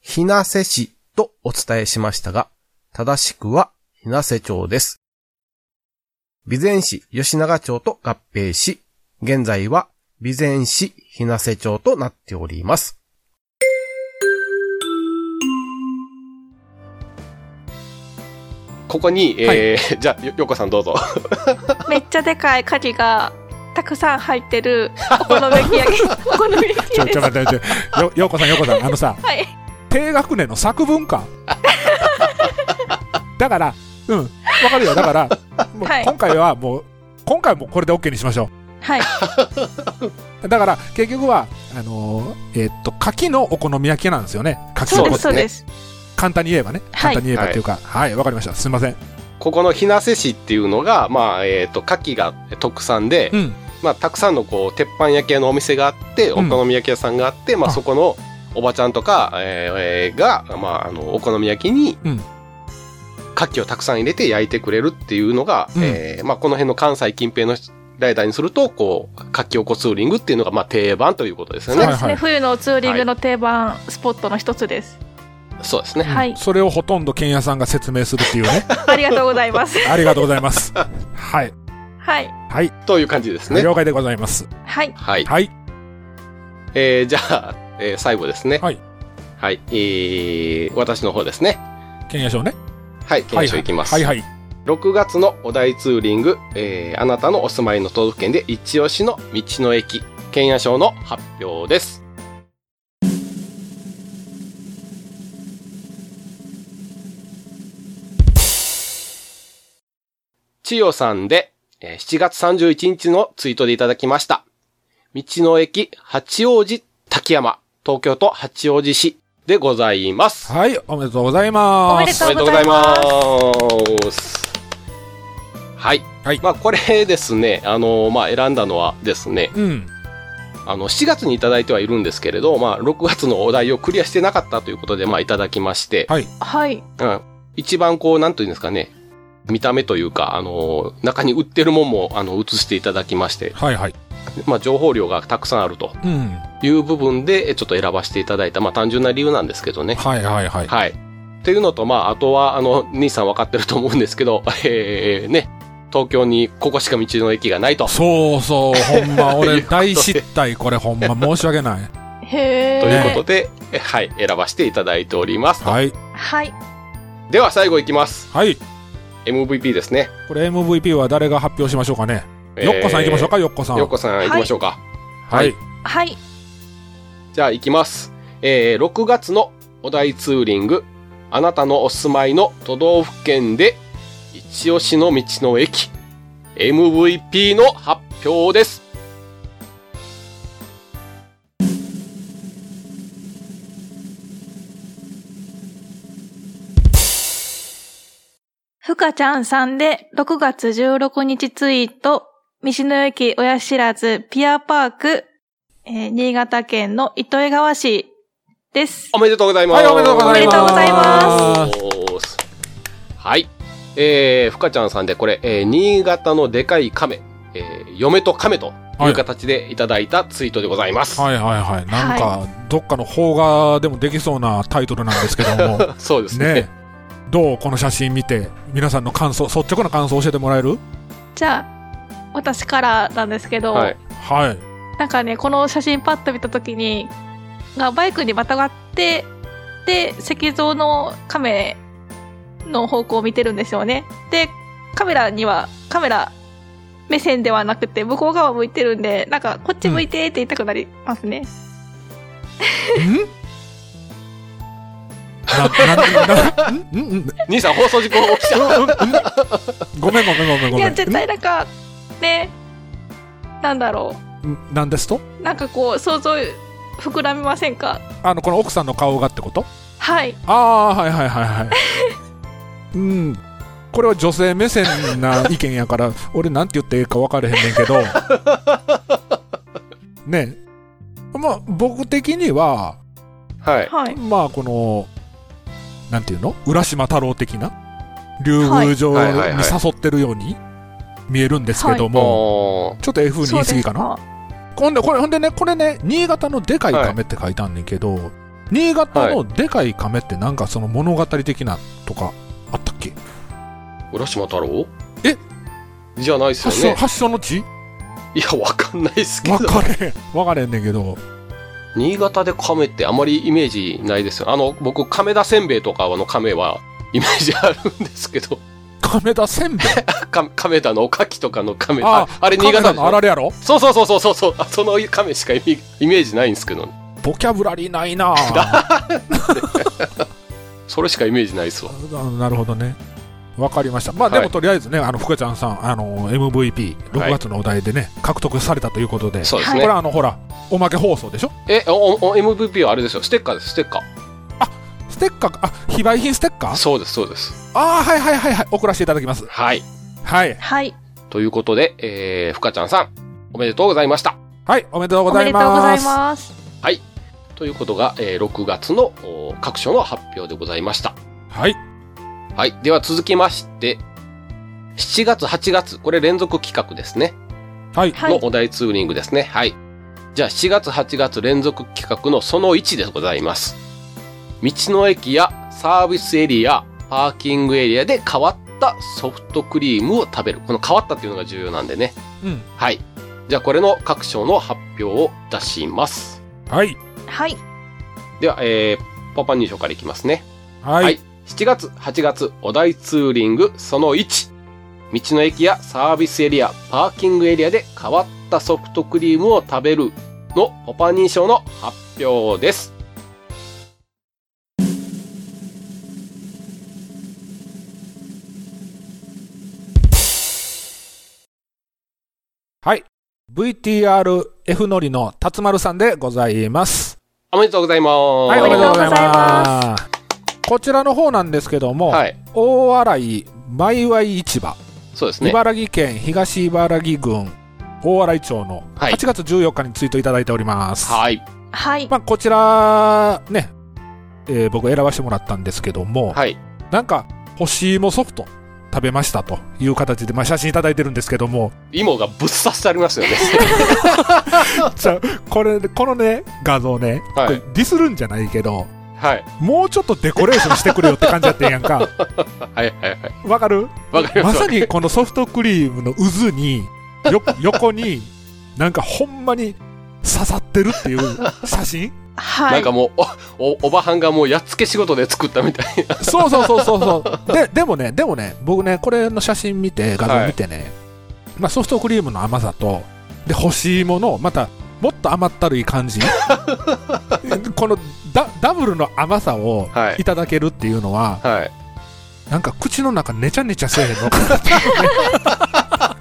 Speaker 5: ひなせ市とお伝えしましたが、正しくはひなせ町です。備前市吉永町と合併し、現在は備前市ひなせ町となっております。
Speaker 1: ここに、えー じゃあ、よよこさんどうぞ。
Speaker 2: めっちゃでかいカキがたくさん入ってるお好み焼き焼きお好み焼
Speaker 3: ち
Speaker 2: き
Speaker 3: ょ、
Speaker 2: で
Speaker 3: ち
Speaker 2: す
Speaker 3: ょ、待って、待って。よ、ようこさん、ようこさん、あのさ、
Speaker 2: はい
Speaker 3: 低学年の作文か。 だから、うん、わかるよ。だから、もう
Speaker 2: はい
Speaker 3: 今回はもう、今回もこれで OK にしましょ。
Speaker 2: はいう
Speaker 3: だから、結局は、あのーえーっと、牡蠣のお好み焼きなんですよね。牡
Speaker 2: そ
Speaker 3: 蠣
Speaker 2: う
Speaker 3: の
Speaker 2: で
Speaker 3: お
Speaker 2: すそうです
Speaker 3: 簡単に言えばね。
Speaker 2: は
Speaker 3: 簡
Speaker 2: い
Speaker 3: 単に言えばっていうか、はい、わ、かりました。すいません。
Speaker 1: ここの日生市っていうのが、まあ、えっ、と、牡蠣が特産で、
Speaker 3: うん。
Speaker 1: まあ、たくさんのこう鉄板焼き屋のお店があってお
Speaker 3: うん
Speaker 1: 好み焼き屋さんがあって、まあ、
Speaker 3: あ
Speaker 1: そこのおばちゃんとか、えーえーが、まあ、あのお好み焼きに
Speaker 3: うん
Speaker 1: 牡蠣をたくさん入れて焼いてくれるっていうのが、
Speaker 3: うん
Speaker 1: えーまあ、この辺の関西近辺のライダーにするとこう牡蠣おこツーリングっていうのがまあ定番ということですよ
Speaker 2: そうです
Speaker 1: ね。
Speaker 2: ね、
Speaker 3: はいはい
Speaker 2: 冬のツーリングの定番スポットの一つです、
Speaker 1: そうですね。
Speaker 2: はい
Speaker 3: それをほとんど剣屋さんが説明するっていうね。
Speaker 2: ありがとうございます
Speaker 3: ありがとうございます。はい。
Speaker 2: はい
Speaker 3: はい。
Speaker 1: という感じですね。
Speaker 3: 了解でございます。
Speaker 2: はい
Speaker 1: はい。
Speaker 3: はい。
Speaker 1: えーじゃあ、えー最後ですね。
Speaker 3: はい。
Speaker 1: はい。えー私の方ですね。
Speaker 3: 剣屋賞ね。
Speaker 1: はい。検証いきます。
Speaker 3: はいはい。
Speaker 1: 6月のお題ツーリング、えーあなたのお住まいの都道府県で一押しの道の駅、県野賞の発表です。千代さんで、えー7月31日のツイートでいただきました。道の駅八王子滝山、東京都八王子市でございます。
Speaker 3: はい、おめでとうございます。
Speaker 2: おめでと
Speaker 1: お
Speaker 2: う
Speaker 1: めでとうございます。はい。
Speaker 3: はい
Speaker 1: まあ、これですね、あのまあ、選んだのはですね、
Speaker 3: うん。
Speaker 1: あの、7月にいただいてはいるんですけれど、まあ、6月のお題をクリアしてなかったということで、まあ、いただきまして、
Speaker 3: はい。
Speaker 2: はい。
Speaker 1: うん。一番こう、なんというんですかね、見た目というか、あの中に売ってるもんも、あの、映していただきまして、
Speaker 3: はいはい。
Speaker 1: まあ、情報量がたくさんあると
Speaker 3: うん。
Speaker 1: いう部分で、えちょっと選ばせていただいた、まあ、単純な理由なんですけどね。
Speaker 3: はいはいはい。
Speaker 1: はい。っていうのと、まあ、あとは、あの、兄さん分かってると思うんですけど、 えー、ね、東京にここしか道の駅がないと。
Speaker 3: そうそう、ほんま、
Speaker 1: とい
Speaker 3: 俺
Speaker 1: うことで
Speaker 3: 大失態、これほんま、申し訳ない。
Speaker 2: へえ。
Speaker 1: ということで、えはい、選ばせていただいております。
Speaker 3: はい。
Speaker 2: はい。
Speaker 1: では、最後いきます。
Speaker 3: はい。
Speaker 1: MVP ですね。
Speaker 3: これ MVP は誰が発表しましょうかね。よっこさん行きましょうか、よっこさん。
Speaker 1: よっこさん行きましょうか。
Speaker 3: はい。
Speaker 2: はい。
Speaker 1: じゃあ行きます。えー、6月のお題ツーリング、あなたのお住まいの都道府県で、一押しの道の駅、MVP の発表です。
Speaker 2: ふかちゃんさんで6月16日ツイート、道の駅親知らずピアパーク、えー新潟県の糸魚川市です。
Speaker 1: おめでとうございます。。
Speaker 3: はいおめでとうござい
Speaker 2: おめで
Speaker 3: ます
Speaker 2: とうござい
Speaker 3: ます
Speaker 1: はい。えー、ふかちゃんさんでこれ、えー、新潟のでかい亀、えー、嫁と亀という形でいただいたツイートでございます。
Speaker 3: はいはいはい。なんか、どっかの邦画でもできそうなタイトルなんですけども。
Speaker 1: そうですね。
Speaker 3: ねどうこの写真見て、皆さんの感想、率直な感想教えてもらえる
Speaker 2: じゃあ、私からなんですけど、
Speaker 1: はい。
Speaker 3: はい。
Speaker 2: なんかね、この写真パッと見たときに、がバイクにまたがって、で、石像の亀の方向を見てるんですよね。で、カメラには、カメラ目線ではなくて、向こう側向いてるんで、なんか、こっち向いてって言いたくなりますね。
Speaker 3: んな、な、な、んんんん
Speaker 1: 兄さん放送事故起きた。
Speaker 3: ごめんごめんごめ
Speaker 2: い
Speaker 3: んごめ
Speaker 2: や、
Speaker 3: ん
Speaker 2: 絶対なんか、ね、なんだろ
Speaker 3: ん。なんですと
Speaker 2: う。なんかこう、想像膨らみませんか
Speaker 3: あの、この奥さんの顔がってこと
Speaker 2: はい。
Speaker 3: ああ、はいはいはいはい。うん。これは女性目線な意見やから、俺なんて言っていいか分からへんねんけど。ねえ。まあ、僕的には、
Speaker 1: はい。
Speaker 2: はい。
Speaker 3: まあ、この、なんていうの浦島太郎的な、竜宮城に
Speaker 1: はいはいはいはい
Speaker 3: 誘ってるように見えるんですけども、
Speaker 1: も
Speaker 3: ちょっと F に言い過ぎかな。
Speaker 2: そうです
Speaker 3: ほんで、これ、ほんでね、これね、新潟のでかい亀って書いたんねんけど、新潟のでかい亀ってなんかその物語的なとかあったっけ、
Speaker 1: う、浦島太郎
Speaker 3: え
Speaker 1: じゃないですよ
Speaker 3: 発祥
Speaker 1: ね。
Speaker 3: 発祥の地
Speaker 1: いや、わかんないですけど
Speaker 3: わ。かれへん。わかれへんねんけど、
Speaker 1: 新潟で亀ってあまりイメージないですよ。あの、僕、亀田せんべいとかの亀はイメージあるんですけど、
Speaker 3: 亀田せんべい。
Speaker 1: か亀田のおかきとかの亀
Speaker 3: あ
Speaker 1: ああれ新
Speaker 3: 亀
Speaker 1: 潟
Speaker 3: 田
Speaker 1: でし
Speaker 3: のあら
Speaker 1: ょ
Speaker 3: れやろ
Speaker 1: そうそうそうそうそうそう、あその亀しかイメイメージないんですけど、
Speaker 3: ボキャブラリーない なぁ
Speaker 1: それしかイメージないですわ。
Speaker 3: あなるほどね。わかりました。まあ、で
Speaker 1: は
Speaker 3: も
Speaker 1: い
Speaker 3: とりあえずね、あの、ふかちゃんさん、あの、MVP、6月のお題でね、獲得されたということで、
Speaker 1: そうです
Speaker 2: は
Speaker 1: ね。
Speaker 2: い
Speaker 3: これはあの、ほら、おまけ放送でしょ
Speaker 1: えおお、MVP はあれですよ。ステッカーです、ステッカー。
Speaker 3: ステッカーか、あ、非売品ステッカー
Speaker 1: そうです、そうです。
Speaker 3: ああ、はいはいはいはい、送らせていただきます。
Speaker 1: はい。
Speaker 3: はい。
Speaker 2: はい。
Speaker 1: ということで、えー、ふかちゃんさん、おめでとうございました。
Speaker 3: はい、おめでとうご
Speaker 2: お
Speaker 3: ざ
Speaker 2: めで
Speaker 3: い
Speaker 2: とうござ
Speaker 3: ま
Speaker 2: い
Speaker 3: す。
Speaker 2: ます。
Speaker 1: ということが、えー6月のお各所の発表でございました。
Speaker 3: はい。
Speaker 1: はい。では続きまして、7月、8月、これ連続企画ですね。
Speaker 3: はい。
Speaker 2: はい
Speaker 1: のお題ツーリングですね。はい。じゃあ7月、8月連続企画のその1でございます。道の駅やサービスエリア、パーキングエリアで変わったソフトクリームを食べる。この変わったっていうのが重要なんでね。
Speaker 3: うん。
Speaker 1: はい。じゃあこれの各賞の発表をいたします。
Speaker 3: はい。
Speaker 2: はい。
Speaker 1: では、えー、パパ認証からいきますね。
Speaker 3: は
Speaker 1: はいい。7月、8月、お題ツーリングその1。道の駅やサービスエリア、パーキングエリアで変わったソフトクリームを食べるのポパ認証の発表です。
Speaker 3: VTRF のりの辰丸さんでございます。
Speaker 1: おめでとうございます。
Speaker 3: はい、
Speaker 2: お
Speaker 3: おめ
Speaker 2: め
Speaker 3: で
Speaker 2: で
Speaker 3: と
Speaker 2: とうご
Speaker 3: うござ
Speaker 2: ざ
Speaker 3: い
Speaker 2: い
Speaker 3: ま。
Speaker 2: ます
Speaker 3: こちらの方なんですけども、
Speaker 1: はい。
Speaker 3: 大洗前祝市場、
Speaker 1: そうですね。
Speaker 3: 茨城県東茨城郡大洗町の
Speaker 1: はい
Speaker 3: 8月14日にツイートいただいております。
Speaker 1: はい。
Speaker 2: はい。
Speaker 3: まあ、こちら、ね、えー僕選ばせてもらったんですけども、
Speaker 1: はい。
Speaker 3: なんか、干し芋ソフト食べましたという形で、まあ、写真いただいてるんですけ ども、
Speaker 1: 芋がぶっ刺してありますよね。
Speaker 3: じゃあこれ、このね、画像ね、
Speaker 1: はい
Speaker 3: これディスるんじゃないけど、
Speaker 1: はい。
Speaker 3: もうちょっとデコレーションしてくれよって感じやってんや んか。
Speaker 1: はいはいはい。
Speaker 3: わかる
Speaker 1: わかりま。
Speaker 3: ますさにこのソフトクリームの渦に、よ、横に、なんかほんまに刺さってるっていう写真
Speaker 2: は
Speaker 1: なん
Speaker 2: い
Speaker 1: か。もう、お、お、おばはんがもうやっつけ仕事で作ったみたいな。
Speaker 3: そうそうそうそうそう。で、でもね、でもね、僕ね、これの写真見て、画像見てね、まあソフトクリームの甘さと、で、干し芋の、また、もっと甘ったるい感 じ。このダダブルの甘さを
Speaker 1: はい
Speaker 3: いただけるっていうのは、
Speaker 1: はい。
Speaker 3: なんか口の中ねちゃねちゃせえへんのか なってい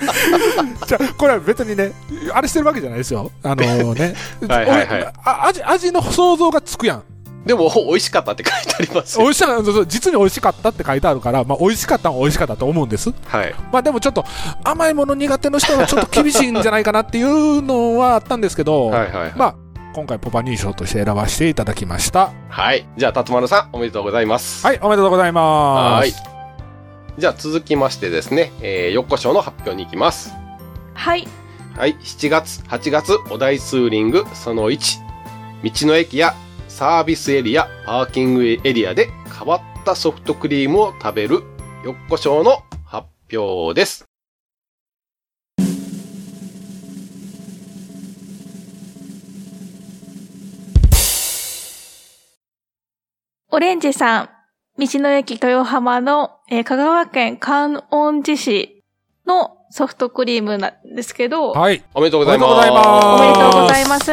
Speaker 3: うねじゃあこれは別にねあれしてるわけじゃないですよあのね
Speaker 1: はいはいはい
Speaker 3: 俺あ味味の想像がつくやん
Speaker 1: でも、美味しかったって書いてありますよ
Speaker 3: 美味しか ったそうそう実に美味しかったって書いてあるから、まあ、美味しかったは美味しかったと思うんです
Speaker 1: はい。
Speaker 3: まあでもちょっと甘いもの苦手の人はちょっと厳しいんじゃないかなっていうのはあったんですけど、
Speaker 1: はいはい
Speaker 3: ま
Speaker 1: は
Speaker 3: あ今回ポパニー賞として選ばせていただきました
Speaker 1: い。はい。じゃあ、辰丸さん、おめでとうございます。
Speaker 3: はいおめでとうございま
Speaker 1: は
Speaker 3: す
Speaker 1: い。じゃあ、続きましてですね、えー、横章の発表に行きます。
Speaker 2: はい。
Speaker 1: はい、7月、8月、お題ツーリング、その1。道の駅やサービスエリア、パーキングエリアで変わったソフトクリームを食べる、よっこしょうの発表です。
Speaker 2: オレンジさん、道の駅豊浜の、えー香川県観音寺市のソフトクリームなんですけど、
Speaker 3: はい
Speaker 1: おめでとうございます。
Speaker 3: おめでとうございます
Speaker 2: おめでとうございます。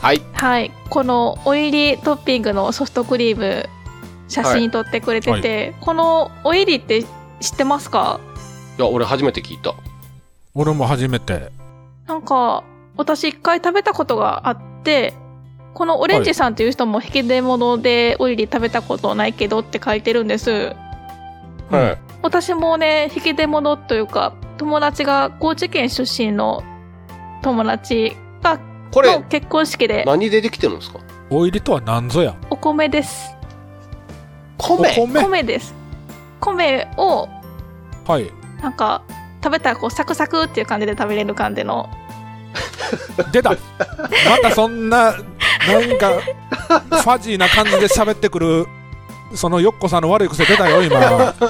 Speaker 1: はい、
Speaker 2: はい。このオイリートッピングのソフトクリーム、写真撮ってくれてて、このオイリーって知ってますか
Speaker 1: いや、俺初めて聞いた。
Speaker 3: 俺も初めて
Speaker 2: なんか、私一回食べたことがあって、このオレンジさんっていう人も引き出物でオイリー食べたことないけどって書いてるんです。
Speaker 1: はい。
Speaker 2: 私もね、引き出物というか、友達が高知県出身の友達が、
Speaker 1: こ
Speaker 2: の
Speaker 1: れ、
Speaker 2: 結婚式で
Speaker 1: 何でできてるんですか
Speaker 3: お入りとは何ぞや
Speaker 2: お米です。
Speaker 1: 米
Speaker 3: お米
Speaker 2: 米です。米を、
Speaker 3: はい
Speaker 2: なんか、食べたらこうサクサクっていう感じで食べれる感じの。
Speaker 3: 出たまたそんななんかファジーな感じで喋ってくるそのよっこさんの悪い癖出たよ今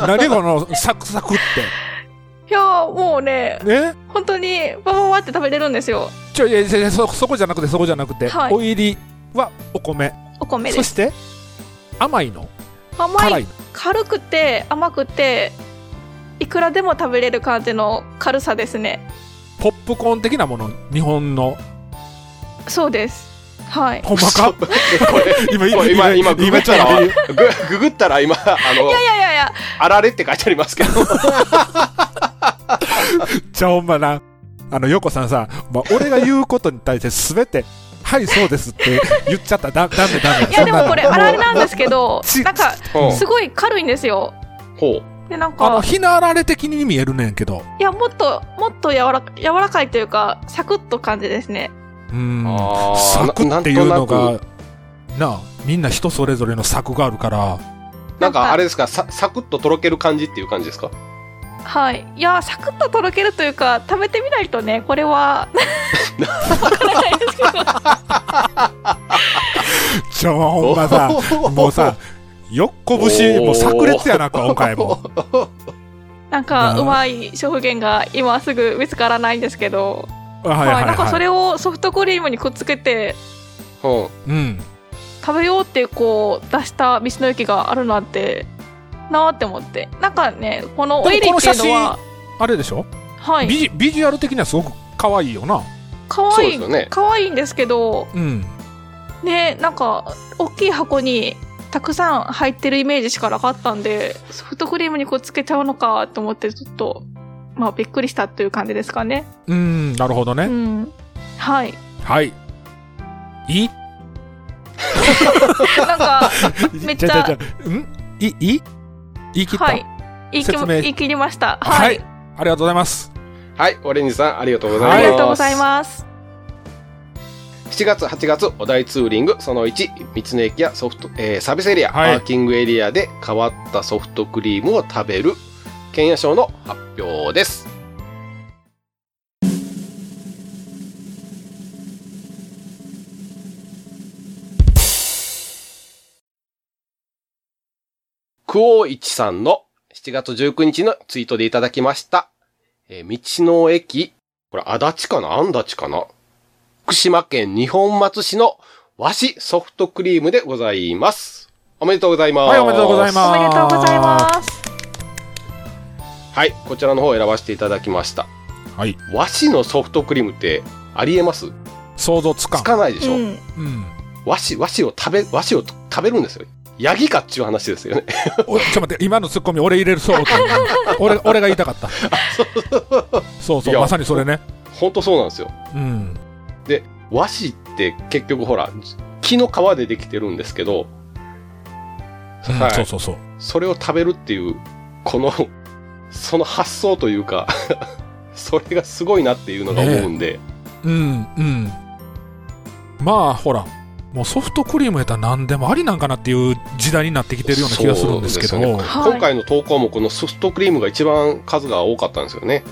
Speaker 3: 何このサクサクっ
Speaker 2: いやーもうね
Speaker 3: て、ね
Speaker 2: 本当にバババって食べれるんですよ。
Speaker 3: ちょいやいやいやそそこじゃなくてそこじゃなくて、
Speaker 2: はい
Speaker 3: お入りはお米
Speaker 2: お米
Speaker 3: そ
Speaker 2: で
Speaker 3: し
Speaker 2: す。
Speaker 3: て甘いの
Speaker 2: 甘
Speaker 3: 辛
Speaker 2: い
Speaker 3: い、
Speaker 2: 軽くて甘くて、いくらでも食べれる感じの軽さですね。
Speaker 3: ポップコーン的なもの日本の
Speaker 2: そうです。はい。
Speaker 3: ほんま
Speaker 1: 嘘
Speaker 3: か
Speaker 1: これ、
Speaker 3: 今
Speaker 1: これ今、今、ググったら、
Speaker 3: 今
Speaker 1: グググったら今、あの、
Speaker 2: いやいやいや、
Speaker 1: あられって書いてありますけど。
Speaker 3: じゃあほんまな、あの、ヨコさんさ、まあ、俺が言うことに対してすべて、はい、そうですって言っちゃった。だ、ダメダ
Speaker 2: い
Speaker 3: メ。
Speaker 2: やでもこ れ
Speaker 3: そん
Speaker 2: あ
Speaker 3: な
Speaker 2: ら
Speaker 3: の
Speaker 2: れなんですけど
Speaker 3: ち、
Speaker 2: なんか
Speaker 1: うん
Speaker 2: すごい軽いんですよ。
Speaker 1: ほう。
Speaker 2: でなん
Speaker 3: あの、
Speaker 2: か
Speaker 3: ひなあられ的に見えるねんけど。
Speaker 2: いやもっともっと柔ら柔らかいというかサクッと感じですね。
Speaker 3: うーん。
Speaker 1: あー
Speaker 3: サクっていうの
Speaker 1: なん
Speaker 3: が、なあ、みんな人それぞれのサクがあるから、
Speaker 1: なんかあれですか、さサクッととろける感じっていう感じですか
Speaker 2: はい。いやサクッととろけるというか食べてみないとねこれはわからないですけど。
Speaker 3: ちょ、ほんまさ、もうさ、よっこ節、もう炸裂やな、今回 も。
Speaker 2: なん
Speaker 3: な
Speaker 2: か
Speaker 3: あ
Speaker 2: うまい表現が今すぐ見つからないんですけど、
Speaker 3: はい
Speaker 2: はい
Speaker 3: はい
Speaker 2: なんかそ
Speaker 3: は
Speaker 2: れをソフトクリームにくっつけて
Speaker 1: うん。
Speaker 3: い。うん。
Speaker 2: 食べようってこう出した道の駅があるなんてなーって思ってなんかねこのオイリーっていうのは
Speaker 3: あれでしょ
Speaker 2: はい
Speaker 3: ビジビジュアル的にはすごく可愛いよな。
Speaker 2: 可
Speaker 1: そう
Speaker 2: 愛
Speaker 1: で
Speaker 2: い
Speaker 1: すよね
Speaker 2: 可愛いんですけど
Speaker 3: うん。
Speaker 2: ねなんか大きい箱にたくさん入ってるイメージしかなかったんでソフトクリームにこうつけちゃうのかと思ってちょっとまあ、びっくりしたという感じですかね。
Speaker 3: うーん、なるほど
Speaker 2: う
Speaker 3: ね。
Speaker 2: ん、はい。
Speaker 3: はい。いい
Speaker 2: なん か、めっちゃ
Speaker 3: じじじんいいいい言い切った、
Speaker 2: はい。言い切
Speaker 3: 説明
Speaker 2: 言い切りました。
Speaker 3: は
Speaker 2: はいい。
Speaker 3: ありがとうございます。
Speaker 1: はい、オレンジさんありがとうございま
Speaker 2: あ
Speaker 1: す。
Speaker 2: りがとうございます。
Speaker 1: 7月8月お台ツーリングその1道の駅やソフト、えーサービスエリア、
Speaker 3: はい
Speaker 1: パーキングエリアで変わったソフトクリームを食べる県や賞の発表ですクオイチさんの7月19日のツイートでいただきました、えー道の駅これ足立かな安立かな福島県二本松市の和紙ソフトクリームでございます。おめでとうございます。
Speaker 3: はいおめでとうございま
Speaker 2: おめでとうございます。
Speaker 1: はい、こちらの方を選ばせていただきました。
Speaker 3: はい。
Speaker 1: 和紙のソフトクリームってありえます
Speaker 3: 想像つかん。
Speaker 1: つかないでし
Speaker 2: う
Speaker 1: ょ、
Speaker 2: ん。
Speaker 3: うん。
Speaker 1: 和紙、和紙を食べ、和紙を食べるんですよ。ヤギかっちゅう話ですよね。
Speaker 3: おちょっと待って、今のツッコミ俺入れるそうと思う俺、俺が言いたかった。そうそ、
Speaker 1: いうや
Speaker 3: まさにそれね。
Speaker 1: ほんとそうなんですよ。
Speaker 3: うん。
Speaker 1: 和紙って結局ほら、木の皮でできてるんですけど、
Speaker 3: うん
Speaker 1: はい
Speaker 3: そうそうそう。
Speaker 1: それを食べるっていう、この、 その発想というか、 それがすごいなっていうのが思うんで、
Speaker 3: うん、うん。まあ、ほら、もうソフトクリームやったら何でもありなんかなっていう時代になってきてるような気がするんですけど、
Speaker 1: そう
Speaker 3: そう,、
Speaker 1: で
Speaker 2: はい。
Speaker 1: 今回の投稿もこのソフトクリームが一番数が多かったんですよね。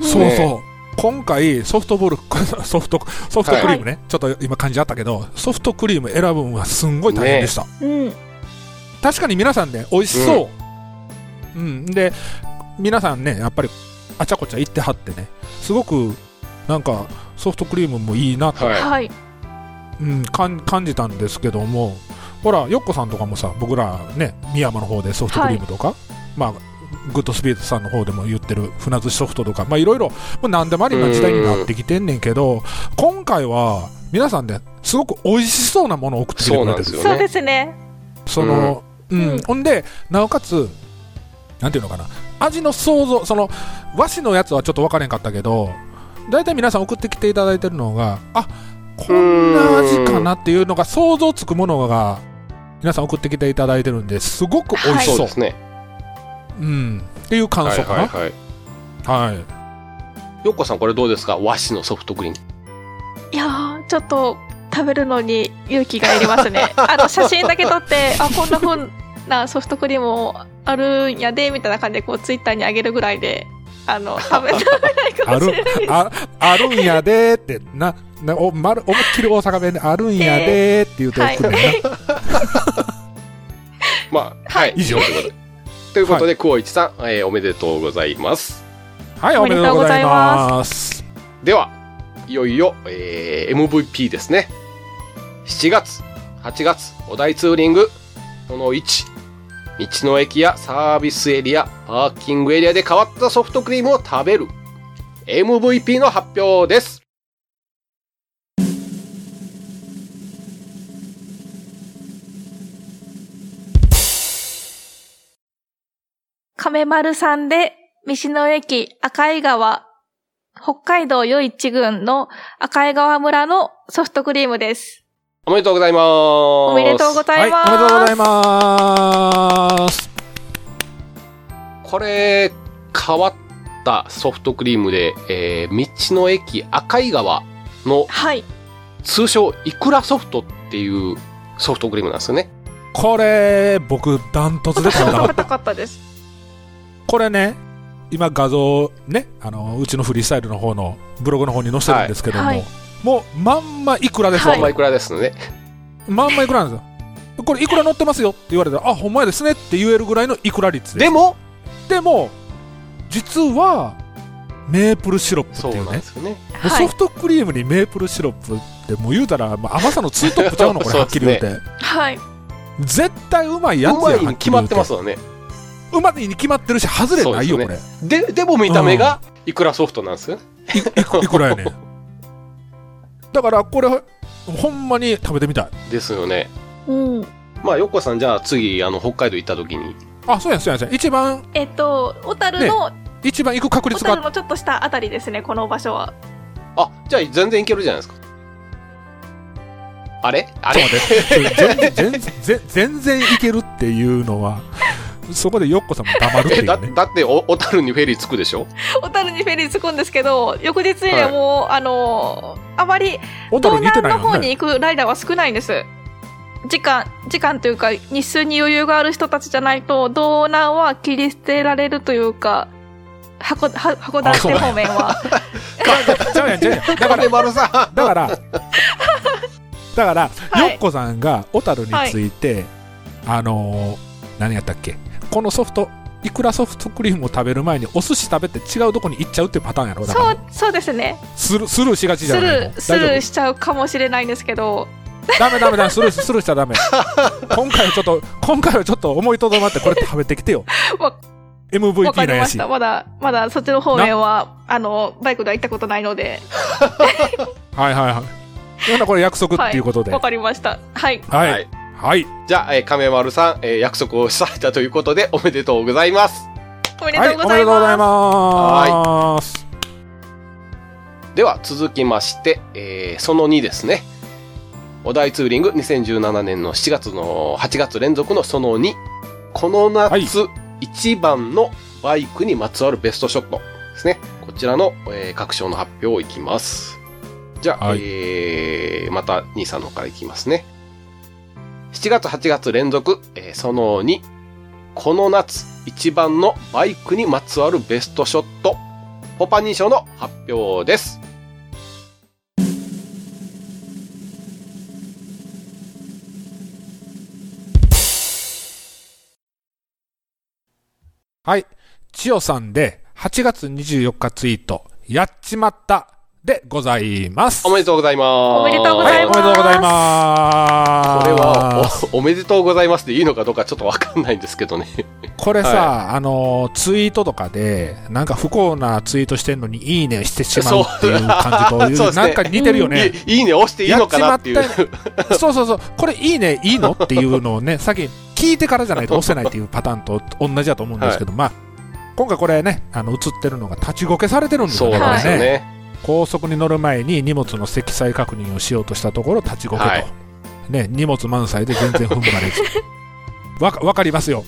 Speaker 3: そう
Speaker 1: ね
Speaker 3: 今回、ソフトボール、ソフト、ソフトクリームね、ちょっと今感じあったけど、ソフトクリーム選ぶのはすんごい大変でした。
Speaker 2: うん。
Speaker 3: 確かに皆さんね、美味しそう。うん、で、皆さんね、やっぱり、あちゃこちゃ行ってはってね、すごく、なんか、ソフトクリームもいいなと、
Speaker 1: はい。
Speaker 2: はい。
Speaker 3: うん、感感じたんですけども、ほら、よっこさんとかもさ、僕らね、深山の方でソフトクリームとか、まあ、グッドスピードさんの方でも言ってる船寿司ソフトとか、まあ、いろいろ、もう何でもありな時代になってきてんねんけど、今回は、皆さんね、すごく美味しそうなものを送ってきてくれて
Speaker 1: そうなんで
Speaker 3: る
Speaker 1: すよ
Speaker 2: そうですね。
Speaker 3: その、うん、
Speaker 2: うん
Speaker 3: ほんで、なおかつ、なんていうのかな、味の想像、その、和紙のやつはちょっと分からへんかったけど、大体皆さん送ってきていただいてるのが、あこんな味かなっていうのが想像つくものが、皆さん送ってきていただいてるんで、すごく美味し
Speaker 1: そう
Speaker 3: そう。
Speaker 1: ですね。
Speaker 3: うん。っていう感
Speaker 1: はい
Speaker 3: 想かな。は
Speaker 1: はいいはい。よっこさんこれどうですか和紙のソフトクリーム。
Speaker 2: いやー、ちょっと食べるのに勇気がいりますね。 あの、写真だけ撮って、あ、こんなふうなソフトクリームもあるんやで、みたいな感じで、こう、ツイッターにあげるぐらいで、あ の、食べ食べないか
Speaker 3: あ
Speaker 2: もし
Speaker 3: る
Speaker 2: れない。、
Speaker 3: あ、あるんやでーって、な、なお、まる、思いっきり大阪弁で、あるんやでーって言うて送るんやな。
Speaker 1: まあ、はい。
Speaker 3: 以上
Speaker 1: ということで。ということで、クオイチさん、えーおめでとうございます。
Speaker 3: はい、おめでとうございます。
Speaker 1: では、いよいよ、えー MVP ですね。7月、8月、お題ツーリング、その1、道の駅やサービスエリア、パーキングエリアで変わったソフトクリームを食べる、MVP の発表です。
Speaker 2: 亀丸さんで、三島駅赤井川、北海道余市郡の赤井川村のソフトクリームです。
Speaker 1: おめでとうございます。お
Speaker 2: おめでとうご
Speaker 1: い
Speaker 2: ざいます。
Speaker 3: はい、おめでとうございます。
Speaker 1: ます。これ、変わったソフトクリームで、えー道の駅赤井川の
Speaker 2: はい。
Speaker 1: 通称いくらソフトっていうソフトクリームなんですよね。
Speaker 3: これ、僕、ダントツで
Speaker 2: 私
Speaker 3: 食
Speaker 2: も
Speaker 3: べた
Speaker 2: 食べ
Speaker 3: かった
Speaker 2: かったです。
Speaker 3: た。これね、今画像ね、あの、うちのフリースタイルの方のブログの方に載せてるんですけども、
Speaker 2: はい
Speaker 3: もう、まんまいくらですよ、
Speaker 2: は
Speaker 1: まあ、いくらですね。
Speaker 3: まんまいくらなんですよ。これ、いくら載ってますよって言われたら、あ、ほんまやですねって言えるぐらいのいくら率で
Speaker 1: でも、
Speaker 3: す。でも、実は、メープルシロップっていうね、
Speaker 1: すよね。
Speaker 3: もう
Speaker 2: は
Speaker 3: ソ
Speaker 2: い。
Speaker 3: フトクリームにメープルシロップって、もう言うたら、まあ、甘さのツートップちゃうの、こ れ、
Speaker 1: そ
Speaker 3: は
Speaker 1: う
Speaker 3: っ
Speaker 1: です
Speaker 3: きり
Speaker 1: ね
Speaker 3: 言って。
Speaker 2: はい。
Speaker 3: 絶対うまいや
Speaker 1: う
Speaker 3: つや
Speaker 1: まいに
Speaker 3: はっきり
Speaker 1: 決
Speaker 3: 言
Speaker 1: まっ
Speaker 3: う
Speaker 1: ててますわね。
Speaker 3: うまいに決まってるし外れないよ、
Speaker 1: そう
Speaker 3: こ
Speaker 1: で
Speaker 3: れ
Speaker 1: で、でも見た目がいくらソフトなんですよね。
Speaker 3: いくらやねん だからこれほんまに食べてみたい
Speaker 1: ですよね。
Speaker 2: うん。
Speaker 1: まあ、よっこさん、じゃあ次、あの、北海道行った時に、
Speaker 3: あ、そうやん、そうやん、そうやん。一番、
Speaker 2: えっと、小樽の、
Speaker 3: 一番行く確
Speaker 2: 小
Speaker 3: 率
Speaker 2: 樽
Speaker 3: が、
Speaker 2: のちょっとしたあたりですね、この場所 は。
Speaker 1: あ、じゃあ全然いけるじゃないですか。あれあれ
Speaker 3: 全然、全然、全然行けるっていうのは、そこでよっこさんも黙るってい
Speaker 1: えだ
Speaker 3: うね。
Speaker 1: だってお小樽にフェリー着くでしょ
Speaker 2: 小樽にフェリー着くんですけど、翌日にはもう、あのー、あまり
Speaker 3: 小樽
Speaker 2: 東
Speaker 3: に行
Speaker 2: 南
Speaker 3: ってない
Speaker 2: の
Speaker 3: も
Speaker 2: 方
Speaker 3: ん
Speaker 2: に
Speaker 3: ね。
Speaker 2: 行くライダーは少ないんです。時間、時間というか、日数に余裕がある人たちじゃないと、道南は切り捨てられるというか、函は函
Speaker 3: あそう
Speaker 2: 館方面は。
Speaker 3: ちゃうやん、ちゃうやん。だから、
Speaker 1: 金丸さ
Speaker 3: だ から、だから、
Speaker 2: はい
Speaker 3: よっこさんが小樽について、あのー何やったっけ、このソフト、いくらソフトクリームを食べる前にお寿司食べて違うとこに行っちゃうっていうパターンやろ、だか
Speaker 2: そ
Speaker 3: ら
Speaker 2: う、そうですね。
Speaker 3: スルースルーしがち
Speaker 2: ス
Speaker 3: じゃ
Speaker 2: ル
Speaker 3: ないの
Speaker 2: ー、ス
Speaker 3: 大
Speaker 2: ルー
Speaker 3: 丈
Speaker 2: しちゃうかもしれないんですけど、
Speaker 3: 夫ダメダメダメ、スルースルーしち ゃダメ。今回はちょっと、今回はちょっと思いとどまって、これ食べてきてよ
Speaker 2: わ。わか
Speaker 3: MVP なん
Speaker 2: り
Speaker 3: や
Speaker 2: まし
Speaker 3: し。
Speaker 2: た。まだ、まだそっちの方面は、あの、バイクでは行ったことないので、
Speaker 3: はいはいはい。ほんなこれ約束っていうことで。
Speaker 2: わ
Speaker 3: は
Speaker 2: かりました。はい。
Speaker 1: ん。
Speaker 3: い。。はい。
Speaker 1: じゃあ、えー亀丸さん、えー約束をされたということで、おめでとうございます。
Speaker 2: おめで
Speaker 3: は
Speaker 2: と
Speaker 3: い、
Speaker 2: う
Speaker 3: お
Speaker 2: ご
Speaker 3: め
Speaker 2: ざ
Speaker 3: で
Speaker 2: い
Speaker 3: とうござい
Speaker 2: ます。
Speaker 3: ます。
Speaker 1: では、続きまして、えーその2ですね。お題ツーリング2017年の7月の8月連続のその2。この夏、一番のバイクにまつわるベストショットですね。こちらの、えー各賞の発表をいきます。じゃあ、
Speaker 3: はい
Speaker 1: えーまた兄さんの方からいきますね。7月8月連続、えーその2。この夏、一番のバイクにまつわるベストショット。ポパ認証の発表です。
Speaker 3: はい。千代さんで、8月24日ツイート、やっちまったでございます。
Speaker 1: おめでとうございます。
Speaker 2: おめでとうございます
Speaker 3: はい、おめでとうございま
Speaker 1: こ
Speaker 3: す。
Speaker 1: れはお、おめでとうございますでいいのかどうかちょっとわかんないんですけどね。
Speaker 3: これさ、あの、ツイートとかで、なんか不幸なツイートしてんのに、いいねしてしまうっていう感じ
Speaker 1: そうそう
Speaker 3: と、
Speaker 1: ですね
Speaker 3: なんか似てるよね。
Speaker 1: いいいいね、押していいのかなっていう。
Speaker 3: やっちそうそうそう、これいいね、いいのっていうのをね、さっき聞いてからじゃないと押せないっていうパターンと同じだと思うんですけど、まあ、今回これね、あの映ってるのが立ちごけされてるんです
Speaker 1: そう
Speaker 3: よね、
Speaker 1: なんですよ
Speaker 3: これね
Speaker 1: ね。
Speaker 3: 高速に乗る前に荷物の積載確認をしようとしたところ立ちこけと、
Speaker 1: はい
Speaker 3: ね、荷物満載で全然踏ん張れずわかわかりますよ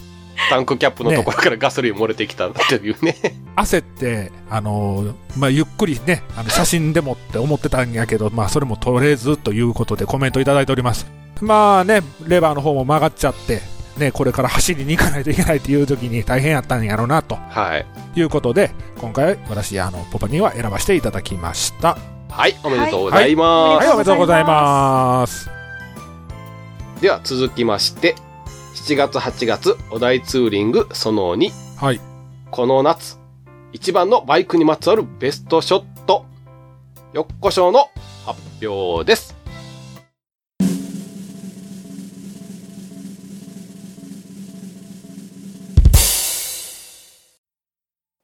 Speaker 1: タンクキャップのところからガソリン漏れてきたっていうね。
Speaker 3: 焦って、あのーまあ、ゆっくりねあの写真でもって思ってたんやけど、まあ、それも撮れずということでコメントいただいておりますまあねレバーの方も曲がっちゃって、ね、これから走りに行かないといけないっていう時に大変やったんやろうなと
Speaker 1: はい。
Speaker 3: いうことで今回私あのポパには選ばせていただきました
Speaker 1: はい、おめでとうございます。
Speaker 3: はいおめでとうございます
Speaker 1: では続きまして、7月8月お題ツーリングその2。
Speaker 3: はい
Speaker 1: この夏、一番のバイクにまつわるベストショット、よっこしょうの発表です。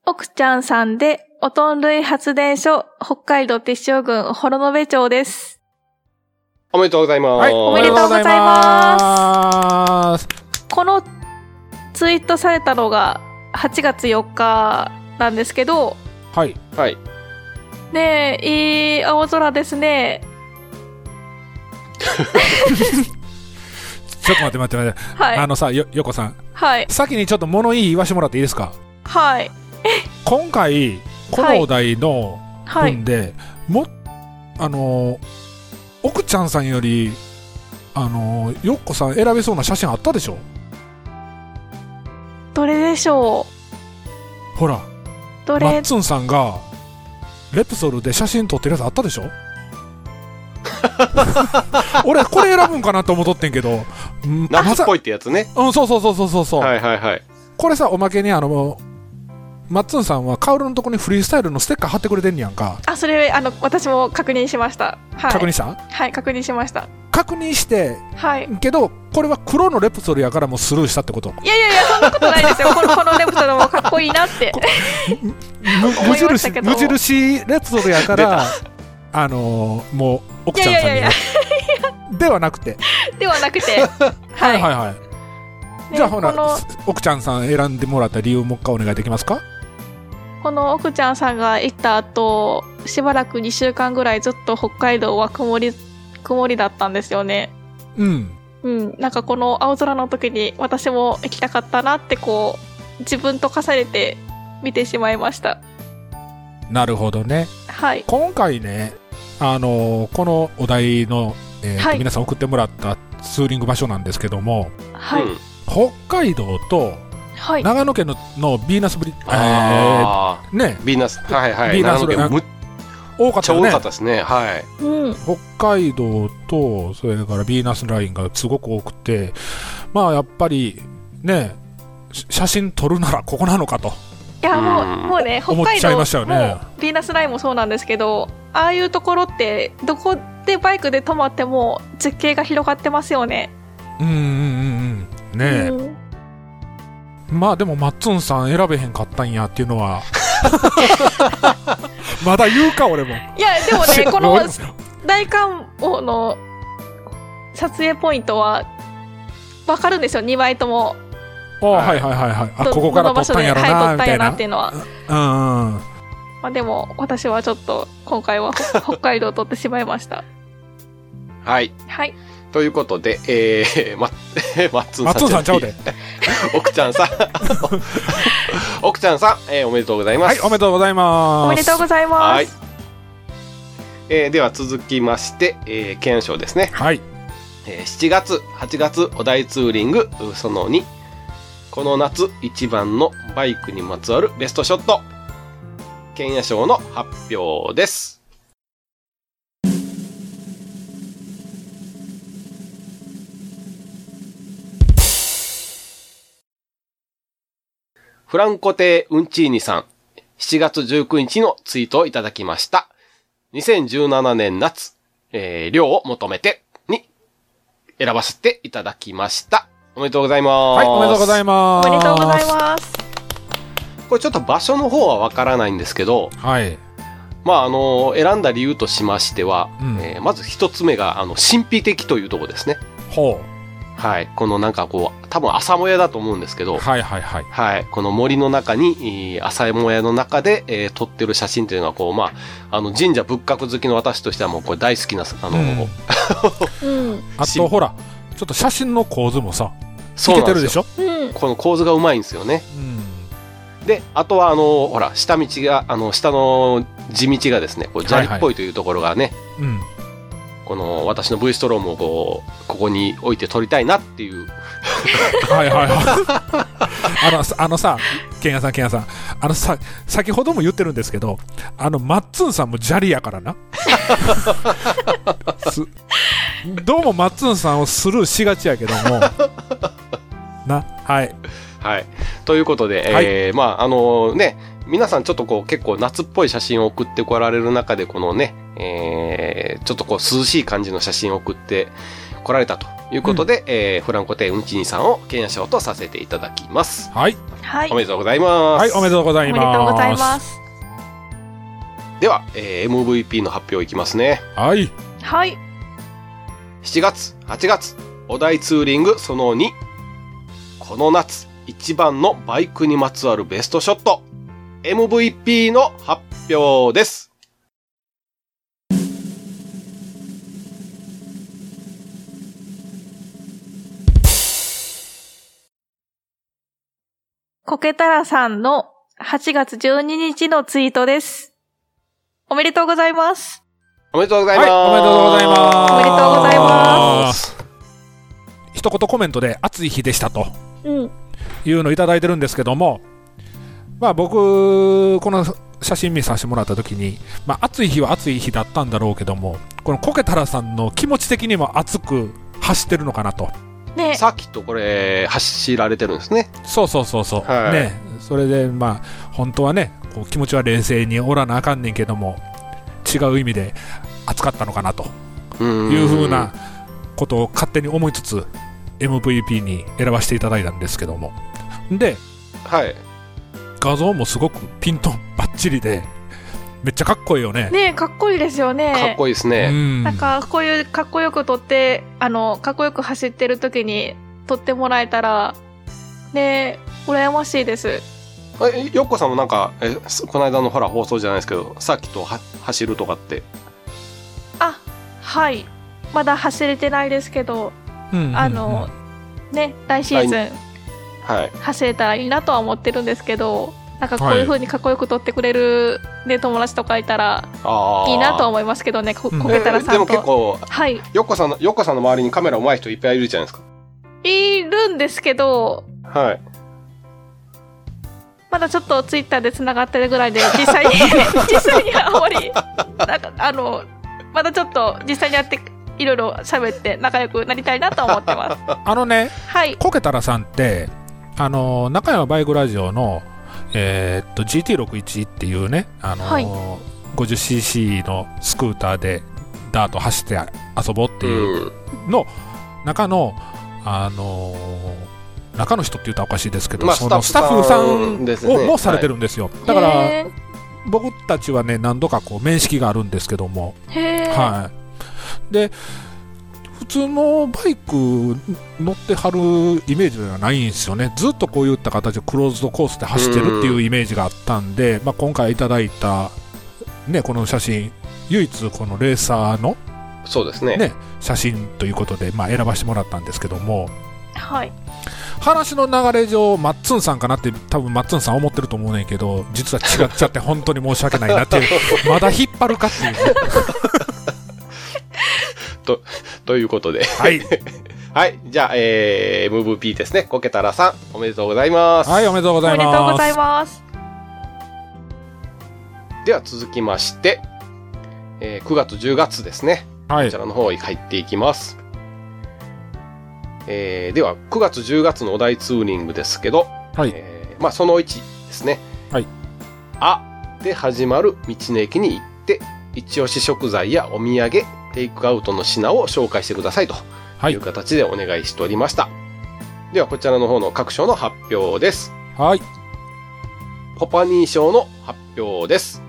Speaker 2: 奥ちゃんさんで、おとん類発電所、北海道鉄塩郡幌延町です。
Speaker 1: おめでとうございます。
Speaker 3: はい、
Speaker 2: おめでとうございます
Speaker 3: す。
Speaker 2: このツイートされたのが8月4日なんですけど、
Speaker 3: はい、
Speaker 1: はい。
Speaker 2: ねえ、いい青空ですね。
Speaker 3: ちょっと待って待って待って、
Speaker 2: は
Speaker 3: あ
Speaker 2: い。
Speaker 3: のさ、よ、よこさん、
Speaker 2: はい。
Speaker 3: 先にちょっと物言い言わしてもらっていいですか。
Speaker 2: はい。
Speaker 3: 今回、このお題の
Speaker 2: はい。
Speaker 3: 分で、も、あのー、奥ちゃんさんより。あのー、よっこさん選べそうな写真あったでしょ
Speaker 2: どれでしょ
Speaker 3: ほら、
Speaker 2: うど
Speaker 3: マ
Speaker 2: れ
Speaker 3: ッツンさんが。レプソルで写真撮ってるやつあった でしょ俺これ選ぶんかなと思っとってんけど、うんま
Speaker 1: 夏
Speaker 3: さ
Speaker 1: っぽいってやつね。
Speaker 3: うん、そうそうそうそうそうそう、
Speaker 1: はいはいはい。
Speaker 3: これさおまけにあのマッツンさんはカウルのとこにフリースタイルのステッカー貼ってくれてんねやんか、
Speaker 2: あ、それ、あの、私も確認しました。はい。
Speaker 3: 確認した
Speaker 2: はい、確認しました。
Speaker 3: 確認して
Speaker 2: はい。
Speaker 3: けどこれは黒のレプソルやからもうスルーし たってこと
Speaker 2: いやいやいや、そんなことないですよ。この、このレプトルもかっこいいな って。思いました
Speaker 3: 無無印
Speaker 2: けど
Speaker 3: 無印レプソルやから あのーもう奥ちゃんさん
Speaker 2: い
Speaker 3: に
Speaker 2: やいやいや
Speaker 3: ではなくて
Speaker 2: ではなくて。はい。
Speaker 3: はいはい
Speaker 2: で
Speaker 3: じゃあほら
Speaker 2: この、
Speaker 3: 奥ちゃんさん選んでもらった理由もう一回お願いできますか
Speaker 2: この奥ちゃんさんが行った後しばらく2週間ぐらいずっと北海道は曇り曇りだったんですよね
Speaker 3: うん。
Speaker 2: うんなんかこの青空の時に私も行きたかったなってこう自分と重ねて見てしまいました
Speaker 3: なるほどね。
Speaker 2: はい
Speaker 3: 今回ね、あのこのお題の、えーと
Speaker 2: はい
Speaker 3: 皆さん送ってもらったツーリング場所なんですけども、
Speaker 2: はい、
Speaker 1: うん
Speaker 3: 北海道と
Speaker 2: はい
Speaker 3: 長野県ののビーナスブリッ
Speaker 1: あ
Speaker 3: ジ、ね
Speaker 1: ー、ビーナスはいはい
Speaker 3: ビーナス
Speaker 1: 長野県むっ
Speaker 3: 多かっ
Speaker 1: ちゃ
Speaker 3: たよ
Speaker 1: 多
Speaker 3: ね
Speaker 1: かったですねはい
Speaker 2: うん
Speaker 3: 北海道とそれからビーナスラインがすごく多くてまあやっぱりねし写真撮るならここなのかと
Speaker 2: いやもう
Speaker 1: うん
Speaker 2: もうね北
Speaker 3: 思っ
Speaker 2: 海
Speaker 3: ちゃい
Speaker 2: 道
Speaker 3: ましたよね
Speaker 2: もうヴィーナスラインもそうなんですけどああいうところってどこでバイクで止まっても絶景が広がってますよね。
Speaker 3: うんうんうんうんねえ、
Speaker 2: うん
Speaker 3: まあでもマッツンさん選べへんかったんやっていうのは まだ言うか俺も
Speaker 2: いや でもねこの
Speaker 3: 俺も
Speaker 2: 大観王の撮影ポイントは分かるんですよ2枚とも
Speaker 3: あはいはいはいはいあここから撮ったんやろ
Speaker 2: どの場所ではい撮った
Speaker 3: なみた
Speaker 2: んや
Speaker 3: い
Speaker 2: な
Speaker 3: な
Speaker 2: っていうのは、
Speaker 3: うんうんうん
Speaker 2: まあ、でも私はちょっと今回は北海道を撮ってしまいました
Speaker 1: はい
Speaker 2: はい
Speaker 1: ということでえー、 まマッツン
Speaker 3: マッツンさんちゃうで
Speaker 1: 奥ちゃん さん奥ちゃんさん、えーおめでとうございま
Speaker 3: は
Speaker 1: す
Speaker 3: いおめでとうございます
Speaker 2: おめでとうございま
Speaker 1: はい
Speaker 2: す、
Speaker 1: えーでは続きまして、えー、検証ですね
Speaker 3: はい
Speaker 1: えー7月8月お題ツーリングうその2この夏一番のバイクにまつわるベストショット剣野賞の発表ですフランコ亭ウンチーニさん7月19日のツイートをいただきました2017年夏、えー量を求めてに選ばせていただきました。おめでとうございます。
Speaker 3: はいおめでとうございます
Speaker 2: おめでとうございます
Speaker 1: す。これちょっと場所の方はわからないんですけど、
Speaker 3: はい
Speaker 1: まあ、あの、選んだ理由としましては、
Speaker 3: うん
Speaker 1: えーまず一つ目が、あの、神秘的というところですね。
Speaker 3: ほ
Speaker 1: はい。このなんかこう、多分朝もやだと思うんですけ
Speaker 3: う
Speaker 1: ど、
Speaker 3: はいはいはい
Speaker 1: はい。この森の中に、えー朝もやの中で、えー撮ってる写真というのは、こう、まあ、あの、神社仏閣好きの私としてはもうこれ大好きな、あの、
Speaker 3: うん
Speaker 2: うん
Speaker 3: あ
Speaker 1: し
Speaker 3: とほらちょっと写真の構図もさ
Speaker 1: そ
Speaker 3: いう
Speaker 1: な
Speaker 3: け
Speaker 1: ん
Speaker 3: て
Speaker 1: で
Speaker 3: る
Speaker 1: す
Speaker 3: で
Speaker 1: よ。
Speaker 3: しょ
Speaker 2: うん
Speaker 1: この構図がうまいんですよね。
Speaker 3: うん
Speaker 1: で、あとは、あの、ほら、下道が、あの、下の地道がですね、こう砂利っぽいというところがね、
Speaker 3: うん
Speaker 1: この、私の V ストロームをこう、ここに置いて撮りたいなっていう。
Speaker 3: はいはいはい。あのさ、あのさ、ケンヤさん、ケンヤさん、あのさ、先ほども言ってるんですけど、あの、マッツンさんも砂利やからな。すどうもマッツンさんをスルーしがちやけども、な、はい。
Speaker 1: はい。ということで、えーまあ、あのね、皆さんちょっとこう、結構夏っぽい写真を送ってこられる中で、このね、えーちょっとこう、涼しい感じの写真を送ってこられたということで、えーフランコ亭うんちにさんを検証とさせていただきます。
Speaker 3: はい。
Speaker 2: はい
Speaker 1: おめでとうございます。
Speaker 3: はい、おめでとうござい
Speaker 2: おめで
Speaker 3: ま。
Speaker 2: すとうございます
Speaker 1: では、えー MVP の発表いきますね。
Speaker 3: はい。
Speaker 2: はい
Speaker 1: 7月、8月、お題ツーリングその2。この夏、一番のバイクにまつわるベストショット。MVP の発表です。
Speaker 2: コケタラさんの8月12日のツイートです。おめでとうございます。
Speaker 1: おめでとうございます。。
Speaker 3: はいおめでとうございます
Speaker 2: おめでとうございます
Speaker 3: 一言コメントで、暑い日でしたと。
Speaker 2: うん。
Speaker 3: いうのをいただいてるんですけども、まあ、僕、この写真見させてもらったときに、まあ、暑い日は暑い日だったんだろうけども、このコケタラさんの気持ち的にも熱く走ってるのかなと、
Speaker 2: ね、
Speaker 1: さっきとこれ、走られてるんですね。
Speaker 3: そうそうそうそう、
Speaker 1: はい
Speaker 3: ね、それで、まあ、本当はね、こう気持ちは冷静におらなあかんねんけども、違う意味で熱かったのかなと
Speaker 1: うーん
Speaker 3: いうふうな。ことを勝手に思いつつ、MVP に選ばせていただいたんですけども。で、
Speaker 1: はい。
Speaker 3: 画像もすごくピントバッチリでめっちゃかっこいいよね
Speaker 2: ね、かっこいいですよね。
Speaker 1: かっこいいです
Speaker 3: う
Speaker 1: ね。
Speaker 3: ん
Speaker 2: なんか、こういうかっこよく撮って、あの、かっこよく走ってる時に撮ってもらえたら、で羨ましいです
Speaker 1: えよっこさんもなんかえすこの間のほら放送じゃないですけどさっきとは走るとかって
Speaker 2: あはいまだ走れてないですけど
Speaker 3: うん
Speaker 2: あの、ね来シーズン
Speaker 1: はい
Speaker 2: 走れたらいいなとは思ってるんですけどなんかこういう風にかっこよく撮ってくれる、ね、友達とかいたら
Speaker 1: ああ
Speaker 2: いいなとは思いますけどねこ
Speaker 3: うん
Speaker 2: こけたらさ
Speaker 1: で
Speaker 2: ん
Speaker 1: も
Speaker 2: と、
Speaker 1: 結構
Speaker 2: はい
Speaker 1: よっこさんのよっこさんの周りにカメラ上手い人いっぱいいるじゃないです
Speaker 2: いるんですけど
Speaker 1: かはい
Speaker 2: まだちょっとツイッターでつながってる ぐらいで実際に実際にあんまりなんかあのまだちょっと実際にやっていろいろ喋って仲良くなりたいなと思ってます
Speaker 3: あのね、
Speaker 2: はい
Speaker 3: こけたらさんって、あの中山バイクラジオの、えーっと GT61 っていうね、あの
Speaker 2: はい
Speaker 3: 50cc のスクーターでダート走って遊ぼうっていう
Speaker 1: うん
Speaker 3: の中の、あのー中の人って言ったらおかしいですけど、
Speaker 1: まあ
Speaker 3: そのス
Speaker 1: ス
Speaker 3: タ
Speaker 1: タ
Speaker 3: ッ
Speaker 1: ッ
Speaker 3: フ
Speaker 1: フ
Speaker 3: さ
Speaker 1: さ
Speaker 3: ん
Speaker 1: んですね
Speaker 3: をもうされてるんですよ、だから
Speaker 2: へ
Speaker 3: 僕たちはね何度かこう面識があるんですけども、
Speaker 2: ーへー
Speaker 3: はい、で普通のバイク乗ってはるイメージではないんですよねずっとこういった形でクローズドコースで走ってるっていうイメージがあったんで、まあ、今回いただいた、ね、この写真唯一このレーサーの
Speaker 1: そうですね
Speaker 3: ね写真ということで、まあ、選ばせてもらったんですけども
Speaker 2: はい
Speaker 3: 話の流れ上マッツンさんかなって多分マッツンさん思ってると思うねんけど実は違っちゃって本当に申し訳ないなっていうまだ引っ張るかっていうね、
Speaker 1: ということで
Speaker 3: はい、
Speaker 1: はいじゃあ、えー、MVP ですねこけたらさんおめでとうございます、
Speaker 3: はい、おめでとうご
Speaker 2: お
Speaker 3: ざ
Speaker 2: め
Speaker 3: い
Speaker 2: でとうご
Speaker 3: ま
Speaker 2: ざ
Speaker 3: す
Speaker 2: います
Speaker 1: では続きまして、えー9月10月ですね
Speaker 3: は
Speaker 1: こちらの方に入っていきます。えーでは、9月10月のお題ツーリングですけど、
Speaker 3: はい
Speaker 1: えーまあ、その1ですね。
Speaker 3: はい
Speaker 1: あで始まる道の駅に行って、一押し食材やお土産、テイクアウトの品を紹介してくださいと
Speaker 3: はいいう
Speaker 1: 形でお願いしておりました。では、こちらの方の各賞の発表です。
Speaker 3: はい。
Speaker 1: ポパニー賞の発表です。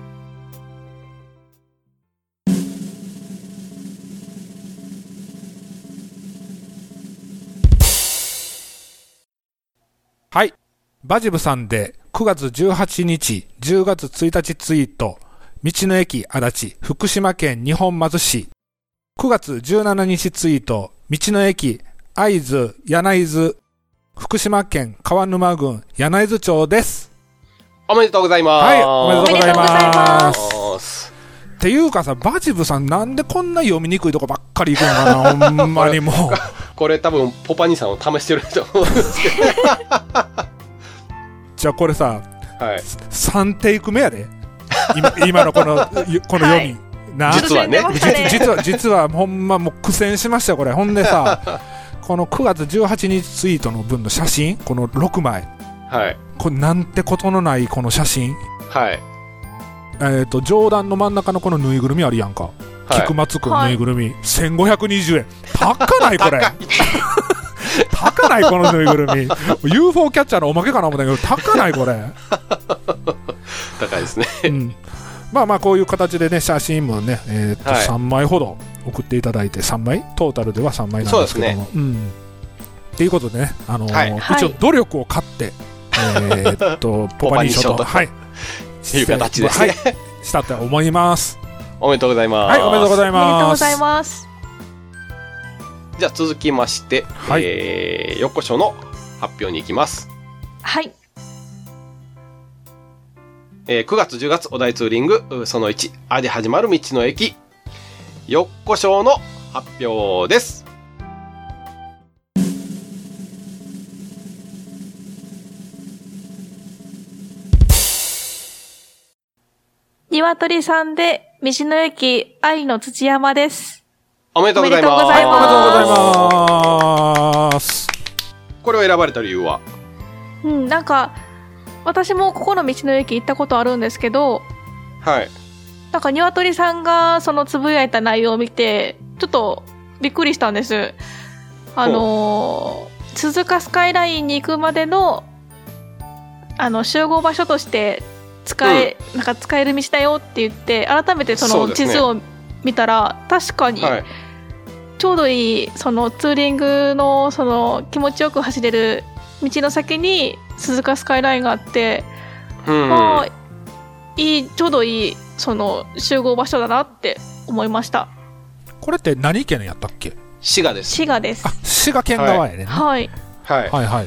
Speaker 3: はい。バジブさんで9月18日、10月1日ツイート、道の駅足立、福島県日本松市。9月17日ツイート、道の駅会津、柳津、福島県川沼郡柳津町です。
Speaker 1: おめでとうございます。
Speaker 3: はい、おめでとうござい
Speaker 2: おめでとうござい
Speaker 3: ま。
Speaker 2: ます
Speaker 1: す。
Speaker 3: っていうかさ、バジブさんなんでこんな読みにくいとこばっかり行くのかな、ほんまにもう。
Speaker 1: これ多分ポパニーさんを試してると思うんですけ
Speaker 3: じゃあこれさ、
Speaker 1: ど、はい、
Speaker 3: 3テイク目やで。今 今のこの、この読み。な
Speaker 1: 実はね
Speaker 2: 楽しんでました
Speaker 3: 実実は実はほんまもう苦戦しましたよこれほんでさこの9月18日ツイートの分の写真この6枚
Speaker 1: はい、
Speaker 3: これなんてことのないこの写真
Speaker 1: はい、
Speaker 3: えっ、と上段の真ん中のこのぬいぐるみあるやんか、
Speaker 1: はい
Speaker 3: 菊。松くんぬいぐるみ、1520円高ないこれ 高ないこのぬいぐるみ UFO キャッチャーのおまけかな思ったけど高ないこれ
Speaker 1: 高いですね。
Speaker 3: うんまあまあこういう形でね写真もね、えーと
Speaker 1: はい
Speaker 3: 3枚ほど送っていただいて3枚トータルでは3枚なんですけども。うんっていうことでね、あのー
Speaker 1: はい
Speaker 3: 一応努力を買って、えー っとポパニー賞
Speaker 1: ポ
Speaker 3: と
Speaker 1: パニー賞と
Speaker 3: はい
Speaker 1: いう形ですね
Speaker 3: はい、したと思います。
Speaker 1: おめでとうございます。
Speaker 3: はいおめでとうござい
Speaker 2: おめでとう
Speaker 3: ま
Speaker 2: ご
Speaker 3: す。
Speaker 2: ざいます
Speaker 1: じゃあ続きまして、
Speaker 3: はい
Speaker 1: えー、よっこしょの発表に行きます。
Speaker 2: はい
Speaker 1: えー9月10月お題ツーリングうその1、あで始まる道の駅、よっこしょの発表です。
Speaker 2: 鶏さんで道の駅愛の土山です
Speaker 1: おめでとうございます。
Speaker 2: おめでとうございます
Speaker 3: おめでとうございます。
Speaker 1: これを選ばれた理由は、
Speaker 2: うん、なんか私もここの道の駅行ったことあるんですけど
Speaker 1: はい、
Speaker 2: なんか鶏さんがそのつぶやいた内容を見てちょっとびっくりしたんですあのー鈴鹿スカイラインに行くまでのあの集合場所として使え、なんか使える道だよって言って改めてそ
Speaker 1: そう
Speaker 2: の
Speaker 1: です
Speaker 2: 地
Speaker 1: ね
Speaker 2: 図を見たら、確かに
Speaker 1: はい、
Speaker 2: ちょうどいいそのツーリングのその気持ちよく走れる道の先に鈴鹿スカイラインがあって、
Speaker 1: うん。
Speaker 2: まあいいちょうどいいその集合場所だなって思いました
Speaker 3: これって何県やったっけ
Speaker 1: 滋賀です。
Speaker 2: 滋賀です
Speaker 3: あ滋賀県側やねんな、は
Speaker 2: はい
Speaker 1: はい
Speaker 3: い、。はいはい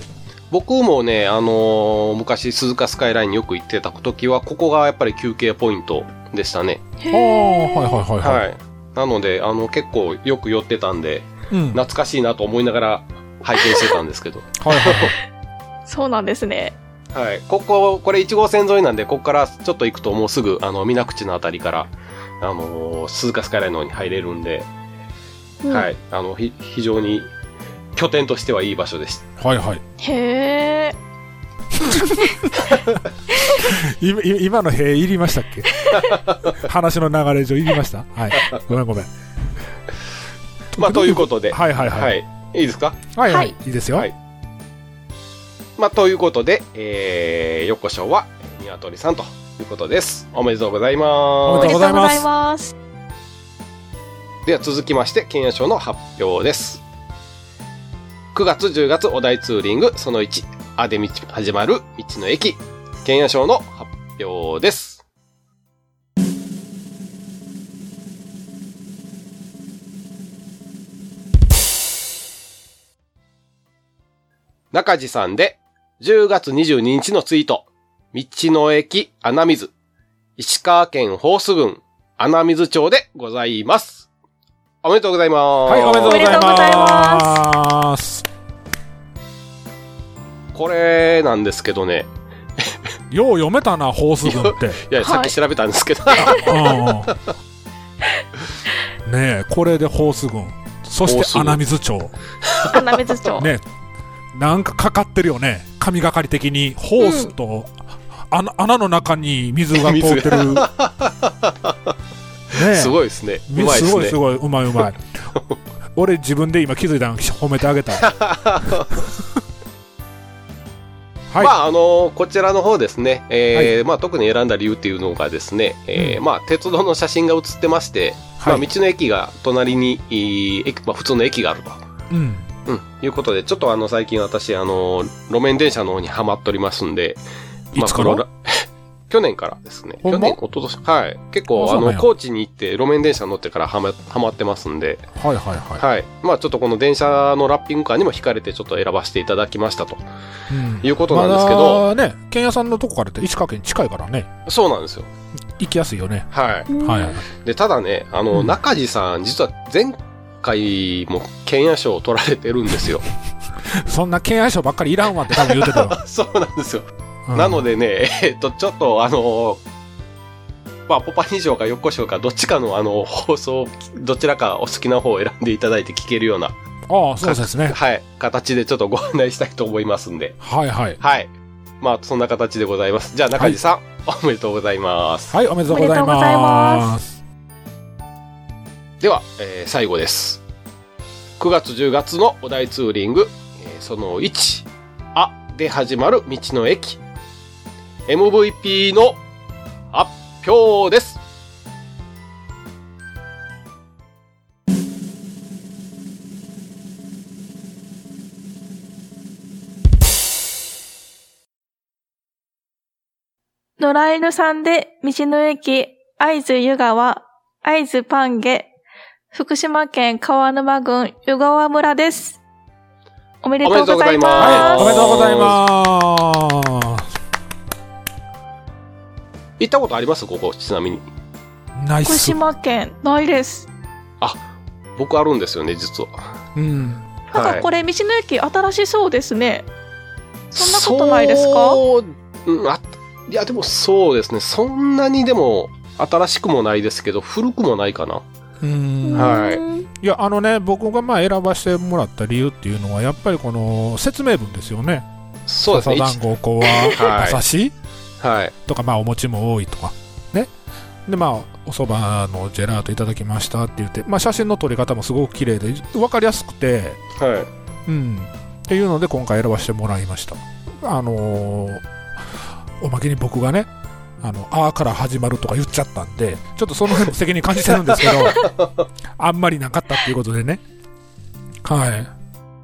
Speaker 1: 僕もね、あのー昔鈴鹿スカイラインによく行ってた時は、ここがやっぱり休憩ポイントでしたね。
Speaker 2: へ
Speaker 3: あーはい
Speaker 2: ー
Speaker 3: はいはいはい、
Speaker 1: はい。なので、あの、結構よく寄ってたんで、
Speaker 3: うんはい
Speaker 1: 懐かしいなと思いながら拝見してたんですけど。
Speaker 3: はいはい
Speaker 2: そうなんですね
Speaker 1: はい。ここ、これ1号線沿いなんで、ここからちょっと行くともうすぐ、あの、水口のあたりから、あのー鈴鹿スカイラインの方に入れるんで、
Speaker 2: うん
Speaker 1: はい。あの、ひ非常に拠点としてはいい場所でした。
Speaker 3: はいはい
Speaker 2: へえ
Speaker 3: 今今今の塀いりましたっけ 話の流れ上いりましたはいごめんごめん
Speaker 1: まあ、ということで、
Speaker 3: はいはいは
Speaker 1: はいい。いいですか
Speaker 3: はいは
Speaker 2: はいい
Speaker 3: いいですよ
Speaker 1: はいまあ、ということで、えー、横丁は、ニワトリさんということです。おめでとうござい
Speaker 3: お
Speaker 1: ま
Speaker 3: め
Speaker 1: す
Speaker 2: お
Speaker 3: でとうござ
Speaker 2: めで
Speaker 3: います。
Speaker 2: とうございます
Speaker 1: では続きまして金融賞の発表です9月10月お題ツーリングその1あで道始まる道の駅金融賞の発表です中地さんで10月22日のツイート道の駅穴水石川県豊洲郡穴水町でございます。おめでとうございます。
Speaker 3: はいおめでとうござ
Speaker 2: お
Speaker 3: い
Speaker 2: めでとうござい
Speaker 3: ます
Speaker 1: これなんですけどね。
Speaker 3: よう読めたなホース軍って
Speaker 1: いや、
Speaker 2: はい
Speaker 1: さっき調べたんですけど。
Speaker 3: うんねえこれでホース軍そ
Speaker 1: ホ
Speaker 3: し
Speaker 1: ース
Speaker 3: て
Speaker 1: 軍
Speaker 3: 穴水町
Speaker 2: 穴水町、
Speaker 3: ねなんかかかってるよね神がかり的にホースと、穴穴の中に水が通っ てるねえ
Speaker 1: すごいですね。うまいですす
Speaker 3: ごいす
Speaker 1: ね。
Speaker 3: ごいうまい うまい俺自分で今気づいたの褒めてあげた はい、
Speaker 1: まあ、あのーこちらの方ですね、えーまあ、特に選んだ理由っていうのがですね、えー
Speaker 3: う
Speaker 1: まあ、鉄道の写真が写ってまして、
Speaker 3: は
Speaker 1: ま
Speaker 3: い
Speaker 1: あ、道の駅が隣に、えー駅まあ、普通の駅があると。
Speaker 3: うん
Speaker 1: うん、いうことで、ちょっとあの、最近私、あのー路面電車の方にハマっておりますんで、
Speaker 3: いつから
Speaker 1: まあこのら 去年からですね。
Speaker 3: ほ
Speaker 1: 去
Speaker 3: んま
Speaker 1: 年、一昨年はい。結
Speaker 3: あ
Speaker 1: 構、
Speaker 3: そ
Speaker 1: あ
Speaker 3: うなんや
Speaker 1: の、高知に行って路面電車乗ってからはま、はまってますんで、
Speaker 3: はいはいはい、
Speaker 1: はい。まあ、ちょっとこの電車のラッピングカーにも惹かれて、ちょっと選ばせていただきましたと
Speaker 3: うん
Speaker 1: いうことなんですけど、
Speaker 3: まだね県屋さんのとこからって石川県近いからね
Speaker 1: そうなんですよ。
Speaker 3: 行きやすいよね、
Speaker 1: はい。
Speaker 2: うん
Speaker 3: はいはい
Speaker 1: で、ただね、あの、
Speaker 3: うん
Speaker 1: 中地さん、実は前回も、県野賞を取られてるんです よ。
Speaker 3: そんな県愛賞ばっかりいらんわって多分言うてた よ、
Speaker 1: そうなんですよ。
Speaker 3: うん
Speaker 1: なのでね、えっと、ちょっとあのまあ、ポパニ賞か横賞か、どっちかのあの、放送、どちらかお好きな方を選んでいただいて聞けるよう な、
Speaker 3: ああそうですね
Speaker 1: はい、形でちょっとご案内したいと思いますんで、
Speaker 3: はいはい
Speaker 1: はい。まあ、そんな形でございます。じゃあ、中地さん、おめでとうございます。
Speaker 3: はいおめでとうござい
Speaker 2: おめでとうござい
Speaker 3: ま
Speaker 2: ます
Speaker 1: では、えー最後です。9月10月のお題ツーリング、えーその1、あで始まる道の駅、MVP の発表です。
Speaker 2: 野良犬さんで道の駅会津湯川、会津パンゲ、福島県川沼郡湯川村です。おめでとうござい
Speaker 1: お
Speaker 3: お
Speaker 2: ま
Speaker 1: め
Speaker 3: め
Speaker 1: で
Speaker 3: で
Speaker 1: とう
Speaker 3: とう
Speaker 1: ご
Speaker 3: ご
Speaker 1: ざ
Speaker 3: ざ
Speaker 1: い
Speaker 3: い
Speaker 1: 行ったことありますここ、ちなみに。
Speaker 3: ますナイ
Speaker 2: す。福
Speaker 3: ス、
Speaker 2: 島県、ないです。
Speaker 1: 僕あるんですよね、実は。
Speaker 3: うん、
Speaker 2: なん
Speaker 1: は
Speaker 2: か
Speaker 1: い
Speaker 2: これ道の駅新しそうですね。そんなことないですか
Speaker 1: そう、うん、あいや、でもそうですね。そんなにでも、新しくもないですけど、古くもないかな。
Speaker 3: うん
Speaker 1: はい
Speaker 2: うん
Speaker 3: いやあのね僕がまあ選ばせてもらった理由っていうのはやっぱりこの説明文ですよね
Speaker 1: そうですね。
Speaker 3: 笹団子こうは
Speaker 1: はい
Speaker 3: 馬刺し
Speaker 1: はい。
Speaker 3: とかまあお餅も多いとかねでまあおそばのジェラートいただきましたって言って、まあ、写真の撮り方もすごく綺麗で分かりやすくて
Speaker 1: はい。
Speaker 3: うんっていうので今回選ばせてもらいましたあのーおまけに僕がねあの「あ」から始まるとか言っちゃったんでちょっとその辺も責任感 じてるんですけどあんまりなかったっていうことでねはい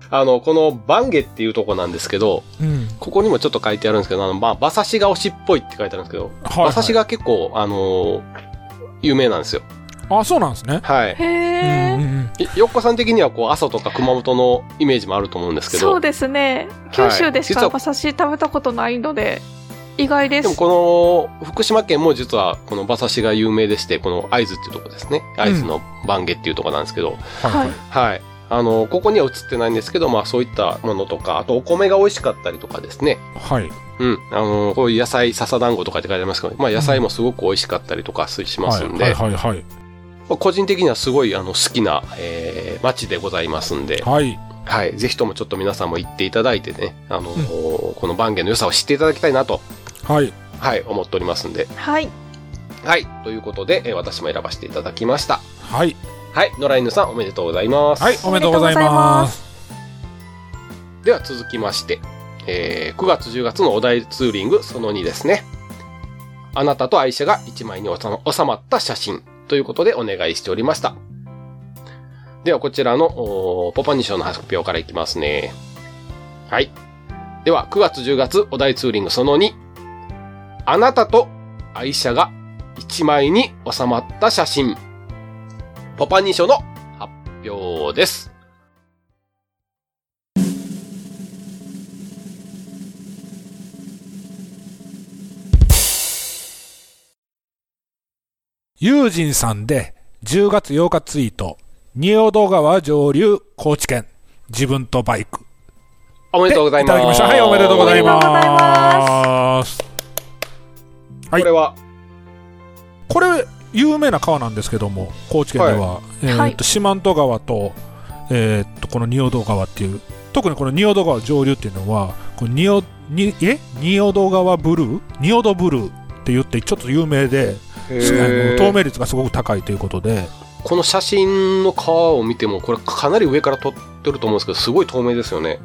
Speaker 1: あの、このバンゲっていうとこなんですけど、
Speaker 3: うん。
Speaker 1: ここにもちょっと書いてあるんですけど、あの、まあ、馬刺しが推しっぽいって書いてあるんですけど、
Speaker 3: はい、
Speaker 1: 馬刺しが結構、あのー有名なんですよ。
Speaker 3: あ、そうなんですね。
Speaker 1: はい。
Speaker 2: へ
Speaker 3: うん
Speaker 2: え、
Speaker 3: うんうん。
Speaker 1: いよっこさん的には、こう、阿蘇とか熊本のイメージもあると思うんですけど、
Speaker 2: そうですね九州でし
Speaker 1: 実
Speaker 2: か
Speaker 1: は
Speaker 2: 馬刺し食べたことないので意外で
Speaker 1: ですもこの福島県も実はこの馬刺しが有名でして、この会津っていうとこですね。会津の番下っていうとこなんですけど、
Speaker 3: はい、はい。
Speaker 1: はい。あの、ここには映ってないんですけど、まあそういったものとか、あとお米が美味しかったりとかですね。
Speaker 3: はい。
Speaker 1: うん。あの、こういう野菜、笹団子とかって書いてありますけど、まあ野菜もすごく美味しかったりとかしますんで、
Speaker 3: はい、はい、はい。
Speaker 1: まあ個人的にはすごいあの好きな、えー街でございますんで、
Speaker 3: はい。
Speaker 1: はい。ぜひともちょっと皆さんも行っていただいてね、あの、
Speaker 3: うん
Speaker 1: この番下の良さを知っていただきたいなと、
Speaker 3: はい。
Speaker 1: はい、思っておりますんで。
Speaker 2: はい
Speaker 1: はい。ということで、えー私も選ばせていただきました。
Speaker 3: はい。
Speaker 1: はい。野良犬さん、おめでとうございます。
Speaker 3: はい。おめでとうございます。
Speaker 1: では続きまして、えー9月10月のお題ツーリングその2ですね。あなたと愛車が1枚に収ま収まった写真ということでお願いしておりました。ではこちらのおーポパニションの発表からいきますね。はい。では9月10月お題ツーリングその2。あなたと愛車が1枚に収まった写真。ポパニショの発表です。
Speaker 3: 友人さんで、10月8日ツイート、仁淀川上流、高知県、自分とバイク。
Speaker 1: おめでとうございます。
Speaker 3: ただきました。はい、おめでとうござい
Speaker 2: おめでとうござい
Speaker 3: ます。はい
Speaker 1: これは、
Speaker 3: これ、有名な川なんですけども、高知県では、えーっ、
Speaker 2: はい
Speaker 3: と、四万十川と、えーっ、と、この仁淀川っていう、特にこの仁淀川上流っていうのは、この仁淀にえ仁淀川ブルー仁淀ブルーって言って、ちょっと有名で、
Speaker 1: へ
Speaker 3: すあの
Speaker 1: ー
Speaker 3: 透明率がすごく高いということで、
Speaker 1: この写真の川を見てもこれかなり上から撮ってると思うんですけどすごい透明ですよね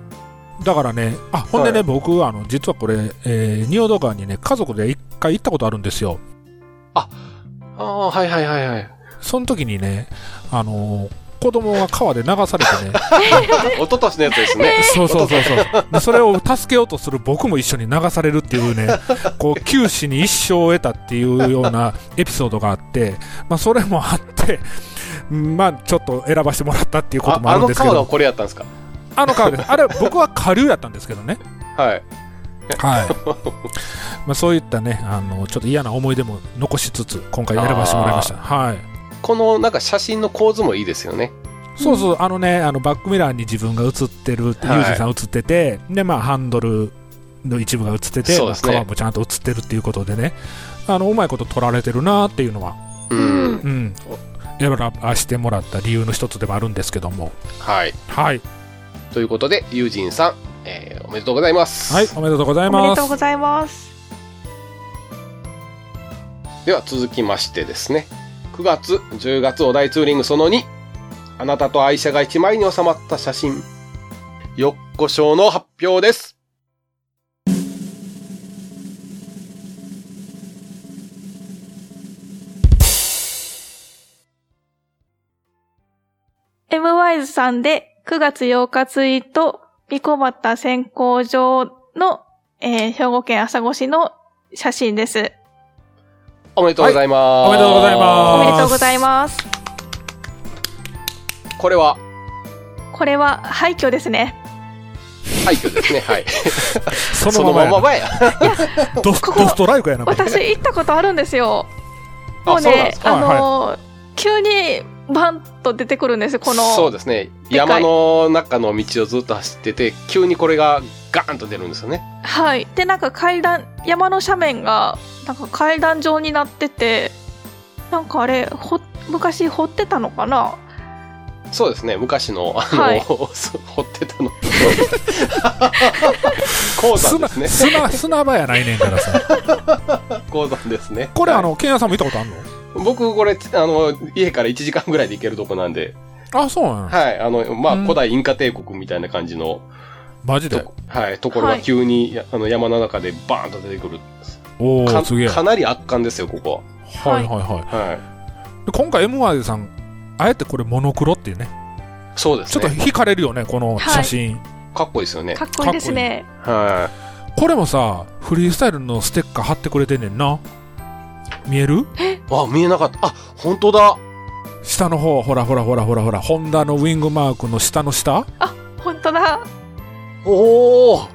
Speaker 3: だからね、あほんでね、
Speaker 1: は
Speaker 3: 僕あの、実はこれ、えー、仁淀川にね、家族で一回行ったことあるんですよ。
Speaker 1: ああはいはいはい はい
Speaker 3: その時にね、あのー子供が川で流され てね、
Speaker 1: 一昨年のやつですね
Speaker 3: そうそうそうそう。でそれを助けようとする僕も一緒に流されるっていう ね、こう、九死に一生を得たっていうようなエピソードがあって、まあ、それもあって、うんまあ、ちょっと選ばせてもらったっていうこと
Speaker 1: あ
Speaker 3: もあ
Speaker 1: あ
Speaker 3: るん
Speaker 1: の
Speaker 3: ですけ
Speaker 1: 川が
Speaker 3: ど、
Speaker 1: これやったんですか
Speaker 3: あの川です。あれ、僕は下流やったんですけどね。
Speaker 1: はい
Speaker 3: はい。 まあ、そういったね、あの、ちょっと嫌な思い出も残しつつ、今回選ばせてもらいました。はい。
Speaker 1: このなんか写真の構図もいいですよね
Speaker 3: そうそう、あのね、あのバックミラーに自分が映ってる、ユ
Speaker 1: はい
Speaker 3: ージさん映ってて、で、まあ、ハンドルの一部が映ってて、
Speaker 1: そうですね
Speaker 3: まあ皮もちゃんと映ってるっていうことでね、あのうまいこと撮られてるなっていうのは、
Speaker 1: うん、
Speaker 2: うん
Speaker 3: うん、選ばしてもらった理由の一つでもあるんですけども、
Speaker 1: はい
Speaker 3: はい、
Speaker 1: ということでユージンさん、えーおめでとうございます、
Speaker 3: はい、おめでとうござい
Speaker 2: おめ
Speaker 3: ま。
Speaker 2: ですとうございます
Speaker 1: では続きましてですね9月10月お題ツーリングその2あなたと愛車が1枚に収まった写真よっこ賞の発表です
Speaker 2: エムワイズさんで9月8日ツイート三コバタ選考場の、えー兵庫県朝来市の写真です
Speaker 1: おめでとうございます、
Speaker 3: はいおめでとうございます
Speaker 2: おめでとうございます
Speaker 1: これは
Speaker 2: これは廃墟ですね
Speaker 1: 廃墟ですね。はい。
Speaker 3: そのままやな
Speaker 1: 前や。
Speaker 3: ドス
Speaker 2: ここ
Speaker 3: ドストライクやな、これ
Speaker 2: 私行ったことあるんですよも
Speaker 1: あ、
Speaker 2: う
Speaker 1: そうなんで
Speaker 2: ね
Speaker 1: すか。
Speaker 3: か
Speaker 2: あのー急にバンと出てくるんですよこの
Speaker 1: そうですね。
Speaker 2: でかい
Speaker 1: 山の中の道をずっと走ってて、急にこれがガーンと出るんですよね。
Speaker 2: はい。で、なんか階段、山の斜面が、なんか階段状になってて、なんかあれ、ほ、昔掘ってたのかな
Speaker 1: そうですね。昔の、あの、
Speaker 2: はい
Speaker 1: そう 掘ってたの。 鉱山
Speaker 3: 砂
Speaker 1: ですね。
Speaker 3: 砂砂場やないねんからさ、
Speaker 1: 鉱山ですね。
Speaker 3: これ、
Speaker 1: はい
Speaker 3: あの、ケンヤさんも見たことあるの
Speaker 1: 僕、これ、あの、家から1時間ぐらいで行けるとこなんで、
Speaker 3: あ、そうなの、
Speaker 1: はい。あの、まあ、
Speaker 3: うん
Speaker 1: 古代インカ帝国みたいな感じの、
Speaker 3: マジで。
Speaker 1: はい、ところが
Speaker 2: はい
Speaker 1: 急に、やあの、山の中でバーンと出てくる。
Speaker 3: お
Speaker 1: か
Speaker 3: ー、すげえ。は
Speaker 1: かなり圧巻ですよ、ここ
Speaker 3: いはいはい。
Speaker 1: は。はい。
Speaker 3: で今回 MY さんあえてこれモノクロっていうね
Speaker 1: そうで
Speaker 3: ち
Speaker 1: す
Speaker 3: ょっと
Speaker 1: ね。
Speaker 3: 惹かれるよね、この写真。
Speaker 1: かっこいいですよね
Speaker 2: か。っこいいですね。
Speaker 1: は
Speaker 3: これもさ、フリースタイルのステッカー貼ってくれてんねんな。見える
Speaker 1: い。あ、見えなかった。あ、本当だ。
Speaker 3: 下の方、ほらほらほらほらほら、ホンダのウィングマークの下の下
Speaker 2: 本当だ。
Speaker 1: おお。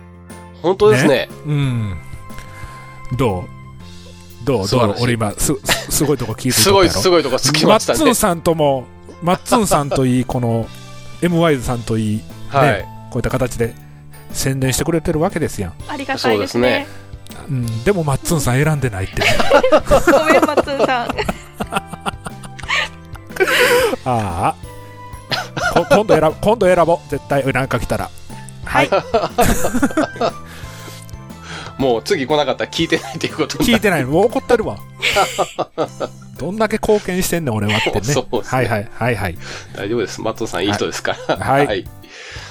Speaker 1: 本当ですね。
Speaker 3: うん。どうどう
Speaker 1: 素
Speaker 3: ど
Speaker 1: 晴
Speaker 3: う
Speaker 1: らしい
Speaker 3: 俺今す、す すごいとこ聞いてる
Speaker 1: すごいす
Speaker 3: い。
Speaker 1: ごいとこつき
Speaker 3: マ
Speaker 1: ました
Speaker 3: ッツン
Speaker 1: ね。
Speaker 3: さんとも、マッツンさんといい、この、m y ズさんといい、こ
Speaker 1: はい。
Speaker 3: ういった形で宣伝してくれてるわけですやん。
Speaker 2: ありがたいですね。
Speaker 3: うん、でもマッツンさん選んでな いって。
Speaker 2: ごめん、マッツンさん。
Speaker 3: ああ。こ今度選ぼ、今度選ぼう。絶対、なんか来たら。はい。
Speaker 1: もう次来なかったら聞いてないっていうことに
Speaker 3: 聞いてないの。もう怒ってるわ。どんだけ貢献してんねん、俺はって ね。
Speaker 1: そうですね
Speaker 3: はいはいはいはい。
Speaker 1: 大丈夫です。マットさん、いい人ですから。
Speaker 3: はい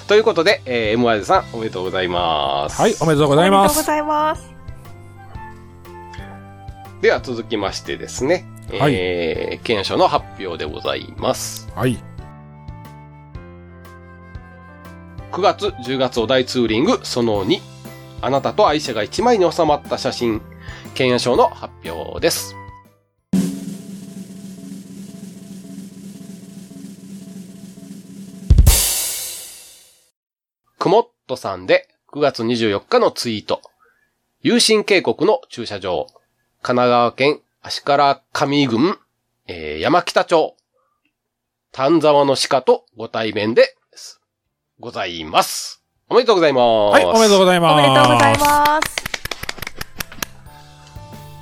Speaker 1: ということで、えー、MY さん、おめでとうございます。
Speaker 3: はい、おめでとうご
Speaker 2: お
Speaker 3: ざ
Speaker 2: め
Speaker 3: い
Speaker 2: でと
Speaker 3: ま
Speaker 2: うご
Speaker 3: す。
Speaker 2: ざいます。
Speaker 1: では、続きましてですね、
Speaker 3: はい
Speaker 1: えー、検証の発表でございます。
Speaker 3: はい。
Speaker 1: 9月、10月お題ツーリング、その2。あなたと愛車が1枚に収まった写真、検証の発表です。くもっとさんで9月24日のツイート。有神渓谷の駐車場。神奈川県足利上郡、えー山北町。丹沢の鹿とご対面です。ございます。おめでとうございます。
Speaker 3: はい、おめでとうござい
Speaker 2: お
Speaker 3: ます。
Speaker 2: めでとうございます。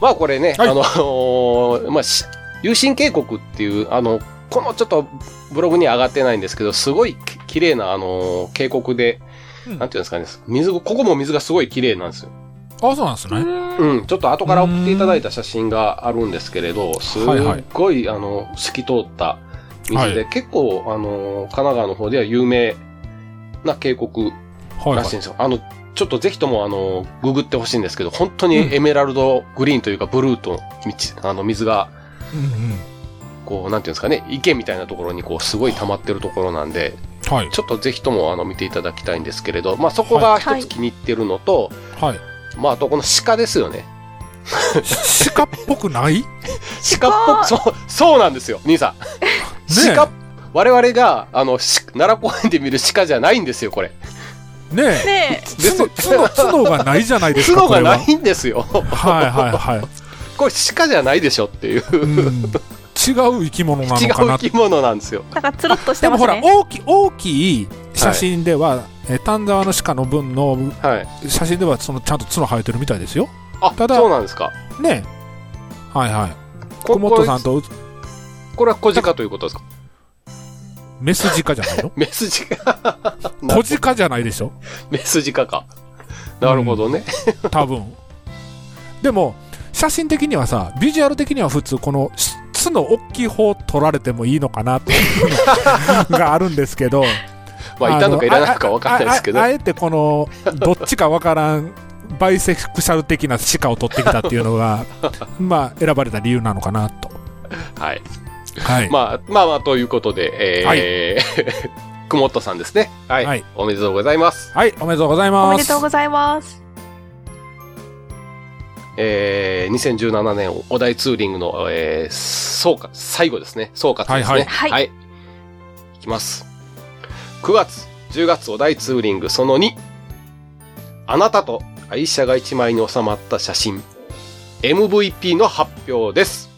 Speaker 1: まあこれね、
Speaker 3: はい
Speaker 1: あのーまあ、し有神渓谷っていう、あの、このちょっとブログには上がってないんですけど、すごいき綺麗な、あのー渓谷で、
Speaker 3: うん
Speaker 1: なんていうんですかね、水が、ここも水がすごい綺麗なんですよ。
Speaker 3: あ、そうなんですね。
Speaker 1: うん、ちょっと後から送っていただいた写真があるんですけれど、すっごい、
Speaker 3: はいはい
Speaker 1: あの、透き通った水で、結構、あのー、神奈川の方では有名な渓谷
Speaker 3: はいは
Speaker 1: ら
Speaker 3: い
Speaker 1: しいん。ですよ。あの、ちょっとぜひとも、あの、ググってほしいんですけど、本当にエメラルドグリーンというか、ブルーと、みちあの、水が、
Speaker 3: うんうん。
Speaker 1: こう、なんていうんですかね、池みたいなところに、こう、すごい溜まってるところなんで、
Speaker 3: はい。
Speaker 1: ちょっとぜひとも、あの、見ていただきたいんですけれど、まあ、そこが
Speaker 2: は
Speaker 1: 一
Speaker 2: い
Speaker 1: つ気に入ってるのと、
Speaker 3: はい。
Speaker 1: まあ、あと、この鹿ですよね。
Speaker 3: し鹿っぽくないね
Speaker 1: 鹿っぽく、そう、そうなんですよ、兄 さん。
Speaker 3: え
Speaker 1: 鹿、我々が、あの、し奈良公園で見る鹿じゃないんですよ、これ。
Speaker 3: ねえ。
Speaker 2: ね
Speaker 1: です
Speaker 3: 角、角、角がないじゃないですか。
Speaker 1: 角がな
Speaker 3: こ
Speaker 1: いんですよ。
Speaker 3: れは。はいはいはい。
Speaker 1: これ鹿じゃないでしょっていう。
Speaker 3: うん違う生き物な
Speaker 1: 違
Speaker 3: の
Speaker 1: う
Speaker 3: かな
Speaker 1: 生
Speaker 3: って
Speaker 1: き物なんですよ。
Speaker 2: え、なんかつるっとして
Speaker 3: でも
Speaker 2: ます
Speaker 3: ほら
Speaker 2: ね。
Speaker 3: 大き大きい写真では、えー丹沢の鹿の分の
Speaker 1: はい。
Speaker 3: 写真ではそのちゃんと角生えてるみたいですよ
Speaker 1: あ、
Speaker 3: ただ
Speaker 1: そうなんですか。
Speaker 3: ねえはいはい
Speaker 1: こ
Speaker 3: 小本さん
Speaker 1: こ
Speaker 3: と
Speaker 1: これは小鹿ということですか
Speaker 3: メス鹿じゃない の
Speaker 1: メス鹿な
Speaker 3: 小鹿じゃないでしょ
Speaker 1: メス鹿か。なるほどね。
Speaker 3: 多分でも写真的にはさビジュアル的には普通このし角大きい方取られてもいいのかなっていうのがあるんですけど
Speaker 1: まあ、いたのかいらないのか分かんないですけど
Speaker 3: あああ。あえてこのどっちか分からんバイセクシャル的な鹿を取ってきたっていうのがまあ選ばれた理由なのかなと
Speaker 1: はい。
Speaker 3: はい、
Speaker 1: まあ、まあまあ、ということで、えー、くもっとさんですね。はい。
Speaker 3: はい
Speaker 1: おめでとうございます。
Speaker 3: はいおめでとうございます
Speaker 2: おめでとうございます。
Speaker 1: えー、2017年お題ツーリングの、えー、総括、最後ですね。総括です
Speaker 3: はい
Speaker 1: ね。
Speaker 2: はい
Speaker 1: い。いきます。9月、10月お題ツーリングその2。あなたと愛車が1枚に収まった写真。MVP の発表です。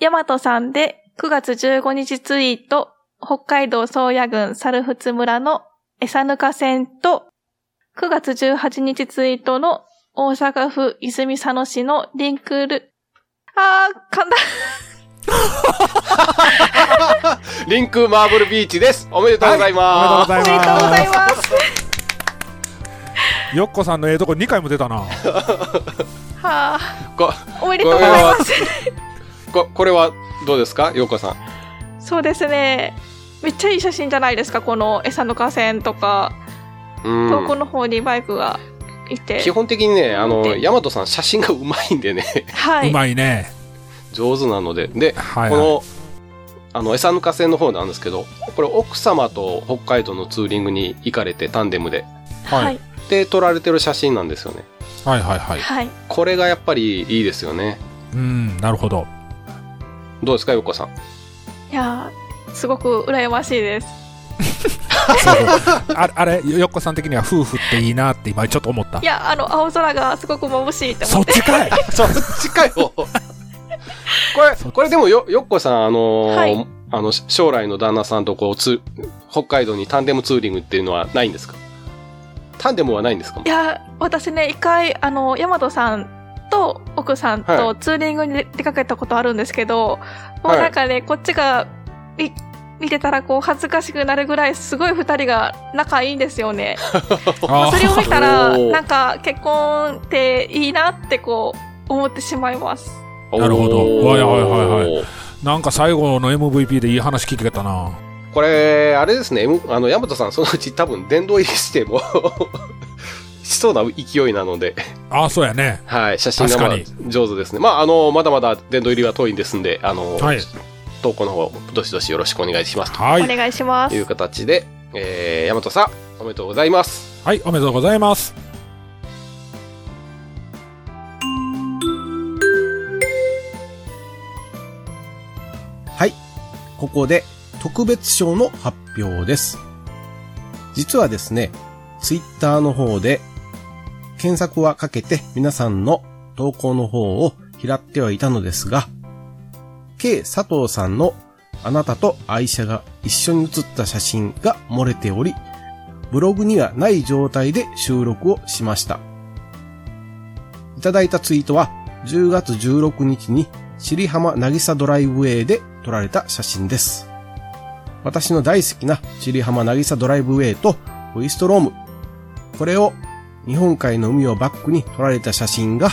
Speaker 2: ヤマトさんで9月15日ツイート、北海道宗谷郡猿払村の餌ぬか線と、9月18日ツイートの大阪府泉佐野市のリンクル、あー、噛んだ。
Speaker 1: リンクマーブルビーチです。おめでとうございます。
Speaker 3: は
Speaker 2: おめでとうございます。
Speaker 3: すよっこさんのええとこ2回も出たな
Speaker 2: はあ、
Speaker 1: こ
Speaker 2: おめでとうございます。
Speaker 1: ここれはどうですかようこさん。
Speaker 2: そうですね。めっちゃいい写真じゃないですか、この餌の河川とか、
Speaker 1: うん
Speaker 2: 遠くの方にバイクが。いて
Speaker 1: 基本的にね、あの、
Speaker 2: で
Speaker 1: ヤマトさん写真がうまいんでね、
Speaker 2: は
Speaker 3: う
Speaker 2: い
Speaker 3: まいね。
Speaker 1: 上手なので。で、
Speaker 3: は
Speaker 1: こ
Speaker 3: い、はい。
Speaker 1: の、あの、餌ぬか船の方なんですけど、これ奥様と北海道のツーリングに行かれて、タンデムで。
Speaker 3: はい
Speaker 2: はい
Speaker 1: で、撮られてる写真なんですよね。
Speaker 3: はいはいはい。
Speaker 2: はい
Speaker 1: これがやっぱりいいですよね。
Speaker 3: うん、なるほど。
Speaker 1: どうですか、よっこさん。
Speaker 2: いやーすごく羨ましいです
Speaker 3: そうあれ、あれ、よっこさん的には夫婦っていいなって今ちょっと思った
Speaker 2: い。やあの青空がすごく眩しいって思
Speaker 3: そっちかい
Speaker 1: そっちかよ。これ、これでもよ、よっこさん、あのー
Speaker 2: はい
Speaker 1: あの、し将来の旦那さんとこう、つ、北海道にタンデムツーリングっていうのはないんですかタンデムはないんですか
Speaker 2: いや私ね一回あの大和さんと奥さん
Speaker 1: は
Speaker 2: とツーリングに出出かけたことあるんですけど、もうなんかねこっちがい見てたらこう恥ずかしくなるぐらいすごい二人が仲いいんですよね。まあそれを見たら
Speaker 1: おー
Speaker 2: なんか結婚っていいなってこう思ってしまいます。
Speaker 3: なるほど
Speaker 1: おー
Speaker 3: はいはいはいなんか最後の MVP でいい話聞けたな。
Speaker 1: これ、あれですね、M- あの、ヤマトさん、そのうち 多分、殿堂入りしても、 しそうな勢いなので、
Speaker 3: ああ、そうやね。
Speaker 1: はい、写真がまだ
Speaker 3: 確
Speaker 1: 上手ですね。まあ、あの、まだまだ殿堂入りは遠いんですんで、あの、
Speaker 3: はい
Speaker 1: 投稿の方、どしどしよろしくお願いします。
Speaker 3: は
Speaker 2: お
Speaker 3: い。
Speaker 2: 願いしま
Speaker 1: という
Speaker 2: す。
Speaker 1: 形で、えー、大和さん、おめでとうございます。
Speaker 3: はい、おめでとうございます。
Speaker 5: はい。ここで特別賞の発表です。実はですね、ツイッターの方で検索はかけて皆さんの投稿の方を拾ってはいたのですが、K 佐藤さんのあなたと愛車が一緒に写った写真が漏れており、ブログにはない状態で収録をしました。いただいたツイートは10月16日に尻浜渚ドライブウェイで撮られた写真です。私の大好きな尻浜渚ドライブウェイとウイストローム。これを日本海の海をバックに撮られた写真が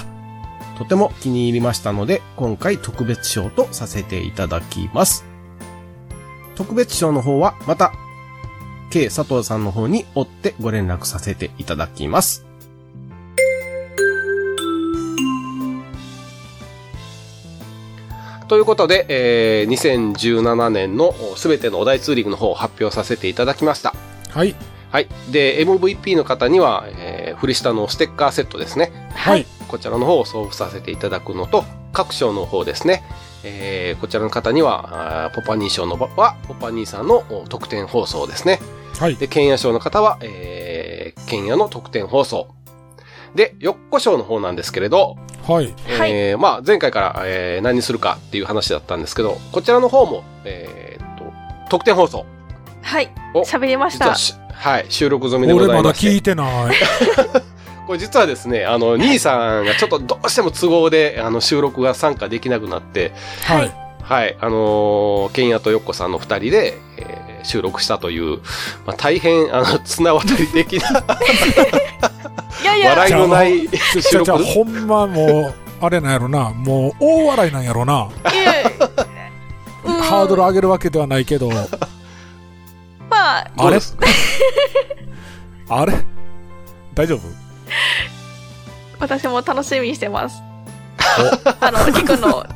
Speaker 5: とても気に入りましたので今回特別賞とさせていただきます。特別賞の方はまた K 佐藤さんの方に追ってご連絡させていただきます。
Speaker 1: ということで、えー、2017年のすべてのお題ツーリングの方を発表させていただきました。
Speaker 3: はい。
Speaker 1: はい。で、MVP の方には、えー、フリスタのステッカーセットですね。
Speaker 3: はい。
Speaker 1: こちらの方を送付させていただくのと、各賞の方ですね。えー、こちらの方には、あーポパニー賞の方は、ポパニーさんのお特典放送ですね。
Speaker 3: はい。
Speaker 1: で、剣野賞の方は、えー、剣野の特典放送。で、よっこ賞の方なんですけれど、
Speaker 3: はい。
Speaker 2: はい
Speaker 1: えーまあ、前回から、えー何にするかっていう話だったんですけど、こちらの方も、えーっと、特典放送。
Speaker 2: はい
Speaker 1: お
Speaker 2: 喋りまし
Speaker 1: 実は
Speaker 2: た。
Speaker 1: しはい、収録済みでご
Speaker 3: 俺
Speaker 1: ざ
Speaker 3: ま
Speaker 1: い
Speaker 3: だ
Speaker 1: まし
Speaker 3: 聞
Speaker 1: て
Speaker 3: い てない。
Speaker 1: これ実はですね、あの、兄さんがちょっとどうしても都合で、あの、収録が参加できなくなって、
Speaker 3: はい。
Speaker 1: はい、あのー、ケンヤとヨッコさんの二人で、えー収録したという、まあ、大変、あの、綱渡り的ない
Speaker 2: やいや
Speaker 1: 笑いのない
Speaker 3: じ
Speaker 1: 収
Speaker 3: ゃあ、じゃあ
Speaker 1: 録
Speaker 3: ほんまもう、あれなんやろな。もう、大笑いなんやろな。
Speaker 2: いやいやうん
Speaker 3: ハードル上げるわけではないけ ど、
Speaker 2: まあ
Speaker 1: どうです
Speaker 3: あれ大丈夫
Speaker 2: 私も楽しみにしてます。あの、聞くの、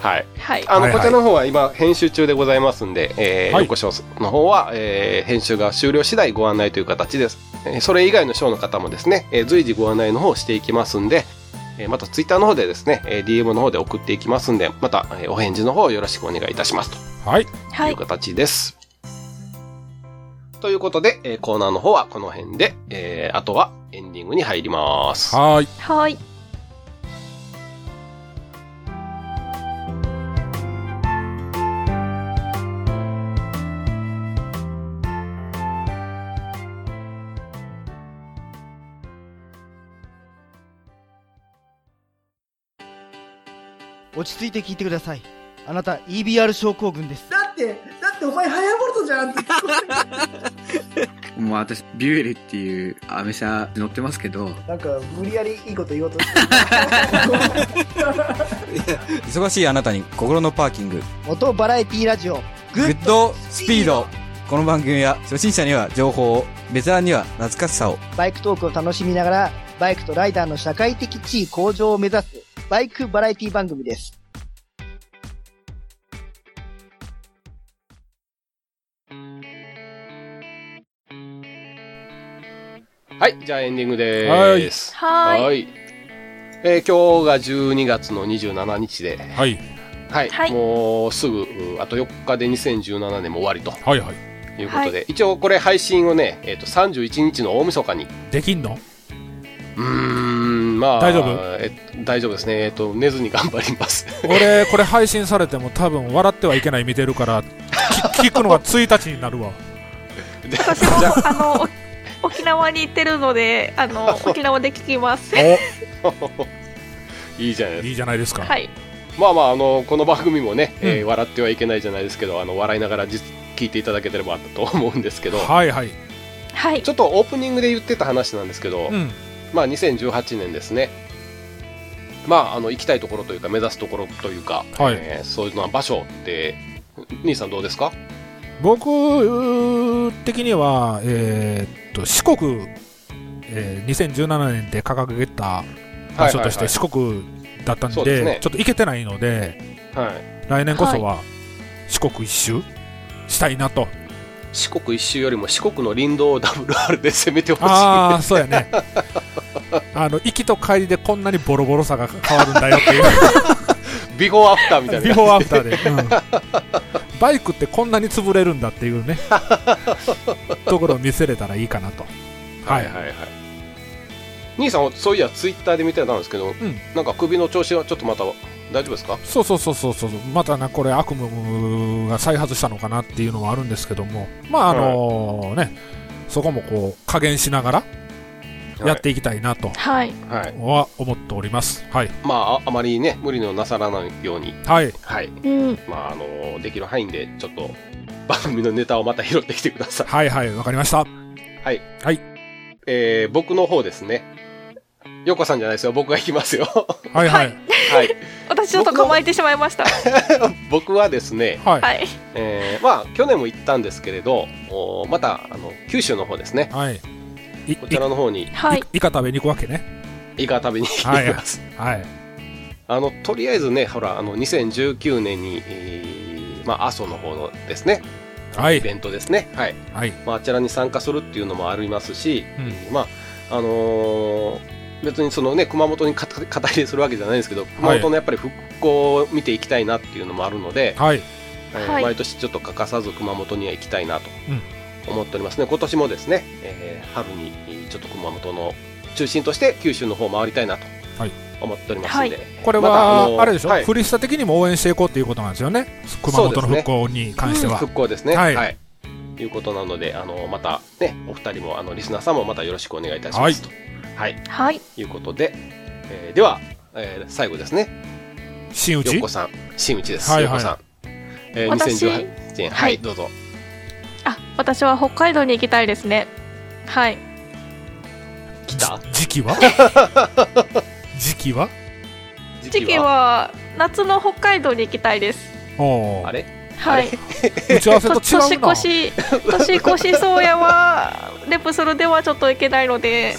Speaker 1: はい。
Speaker 2: はい。
Speaker 1: あの、
Speaker 3: はいはい
Speaker 1: こちらの方は今、編集中でございますんで、えー
Speaker 3: はい
Speaker 1: 横章の方は、えー編集が終了次第ご案内という形です。えーそれ以外の章の方もですね、えー随時ご案内の方をしていきますんで、えーまたツイッターの方でですね、えー DM の方で送っていきますんで、また、えーお返事の方よろしくお願いいたしますと。
Speaker 3: はい。
Speaker 2: はいいう
Speaker 1: 形です。ということで、えーコーナーの方はこの辺で、えーあとはエンディングに入ります。
Speaker 3: はい。
Speaker 2: はい。
Speaker 6: 落ち着いて聞いてくださいあなた EBR 症候群です
Speaker 7: だって、だってお前ハイアボルトじゃんって。
Speaker 8: もう私、ビュエルっていうアメ車乗ってますけど、
Speaker 7: なんか、無理やりいいこと言おうとして。
Speaker 9: 忙しいあなたに心のパーキング
Speaker 6: 元バラエティラジオグ
Speaker 9: グ
Speaker 6: ッ
Speaker 9: ッドスピードこの番組は初心者には情報を、ベテランには懐かしさを。
Speaker 7: バイクトークを楽しみながら、バイクとライダーの社会的地位向上を目指す、バイクバラエティ番組です。
Speaker 1: はい、じゃあエンディングです。
Speaker 2: はーい
Speaker 1: えー今日が12月の27日で、
Speaker 3: はい、
Speaker 1: はい、
Speaker 2: はい
Speaker 1: もうすぐ、うんあと4日で2017年も終わりと
Speaker 3: はい、はい。
Speaker 1: いうことで、一応これ配信をね、えっ、と、31日の大晦日に、
Speaker 3: できん
Speaker 1: う
Speaker 3: の
Speaker 1: ーん、まあ、
Speaker 3: 大丈夫
Speaker 1: え大丈夫ですね。えっ、と、寝ずに頑張ります。
Speaker 3: 俺、これ配信されても多分笑ってはいけない見てるから、き聞くのが1日になるわ。
Speaker 1: で
Speaker 2: 私もあのお沖縄に行ってるのであの沖縄で聞きます
Speaker 1: いいじゃないです
Speaker 3: いいじゃないですか。
Speaker 2: はい
Speaker 1: か。まあまあ、あの、この番組もね、えー
Speaker 3: うん
Speaker 1: 笑ってはいけないじゃないですけど、あの、笑いながら実聞いていただければと思うんですけど、
Speaker 3: はい、はい。
Speaker 2: はい
Speaker 1: ちょっとオープニングで言ってた話なんですけど、
Speaker 3: うん。
Speaker 1: まあ、2018年ですね。まあ、あの、行きたいところというか、目指すところというか、
Speaker 3: はい
Speaker 1: えーそういうのは場所って、兄さんどうですか
Speaker 3: 僕うー的には、えーっと四国、えー2017年で掲げた場所として四国だったんで,、
Speaker 1: そうですね
Speaker 3: ちょっと行けてないので
Speaker 1: はいはいはいはい
Speaker 3: 来年こそは四国一周したい なと、
Speaker 1: 四国一周よりも四国の林道を WR で攻めてほしい。
Speaker 3: ああそうやねあの行きと帰りでこんなにボロボロさが変わるんだよっていう
Speaker 1: ビフォーアフ ターみたいな。
Speaker 3: ビフォーアフターで、うんバイクってこんなに潰れるんだっていう ねところを見せれたらいいかなと
Speaker 1: はいはいはい。兄さん、そういや、ツイッターで見てたんですけど、
Speaker 3: ん
Speaker 1: なんか首の調子はちょっとまた大丈夫ですか
Speaker 3: そうそうそうそうそうまたなこれ悪夢が再発したのかなっていうのはあるんですけどもまああのね、そこもこう加減しながらやっていきたいなと
Speaker 2: はい
Speaker 1: はい。
Speaker 3: は思っておりますはい
Speaker 1: まあ、ああまりね、無理のなさらないように、
Speaker 3: はい
Speaker 1: はい。
Speaker 2: うん
Speaker 1: まあ、あの、できる範囲で、ちょっと、番組のネタをまた拾ってきてください。
Speaker 3: はいはいわかりました
Speaker 1: はい。
Speaker 3: はい。
Speaker 1: えー、僕の方ですね。ヨコさんじゃないですよ。僕が行きますよ。は
Speaker 3: はいは
Speaker 2: はいい
Speaker 1: い。
Speaker 2: 私ちょっと構えてしまいました
Speaker 1: 僕はですね、
Speaker 3: はいはい、
Speaker 2: はい
Speaker 1: えー、まあ、去年も行ったんですけれど、おまた、あの、九州の方ですね。
Speaker 3: はい、いい
Speaker 1: こちらの方に
Speaker 2: はい
Speaker 3: いイカ食べに行くわけね
Speaker 1: イカ食べに行ってきます。
Speaker 3: はい
Speaker 1: あの、とりあえずね、ほら、あの、2019年に、えーまあ、阿蘇の方のですね、
Speaker 3: は
Speaker 1: イベ
Speaker 3: い
Speaker 1: ントですね。はい。
Speaker 3: はい
Speaker 1: まあ、あちらに参加するっていうのもありますし、
Speaker 3: うん
Speaker 1: まああのー別にそのね熊本にかた肩入れするわけじゃないんですけど熊本のやっぱり復興を見ていきたいなっていうのもあるので、
Speaker 3: はい
Speaker 1: えー
Speaker 2: はい
Speaker 1: 毎年ちょっと欠かさず熊本には行きたいなと
Speaker 3: う
Speaker 1: 思っておりますね、今年もですね、えー春にえーちょっと熊本の中心として九州の方回りたいなと
Speaker 3: はい
Speaker 1: 思っておりますので、
Speaker 3: これ
Speaker 1: また
Speaker 3: は、
Speaker 1: のー
Speaker 3: あれでしょ、
Speaker 1: はい
Speaker 3: フリスタ的にも応援していこうっていうことなんですよね熊本の復興に関しては、
Speaker 1: 復興ですね
Speaker 3: はい
Speaker 1: はいいうことなので、あのーまたね、お二人も、あの、リスナーさんもまたよろしくお願いいたしますと。はい
Speaker 2: はい
Speaker 1: ということで、えーでは、えー最後ですね、
Speaker 3: 新
Speaker 1: よっ
Speaker 3: 内
Speaker 1: こさん、新内です。
Speaker 3: はい
Speaker 1: よっ
Speaker 3: はい
Speaker 1: こさん。えー、
Speaker 2: 私
Speaker 1: 2018年、は、
Speaker 2: はいい
Speaker 1: どうぞ。
Speaker 2: あ私は北海道に行きたいですねはい
Speaker 1: 来た
Speaker 3: じ時期 は時期は
Speaker 2: 時期は夏の北海道に行きたいです
Speaker 3: おー
Speaker 1: あれ
Speaker 2: は
Speaker 1: あ
Speaker 2: い
Speaker 3: 打ち合わせと
Speaker 2: と年
Speaker 3: 違うな
Speaker 2: 越し年越し宗谷はレプソルではちょっと行けないので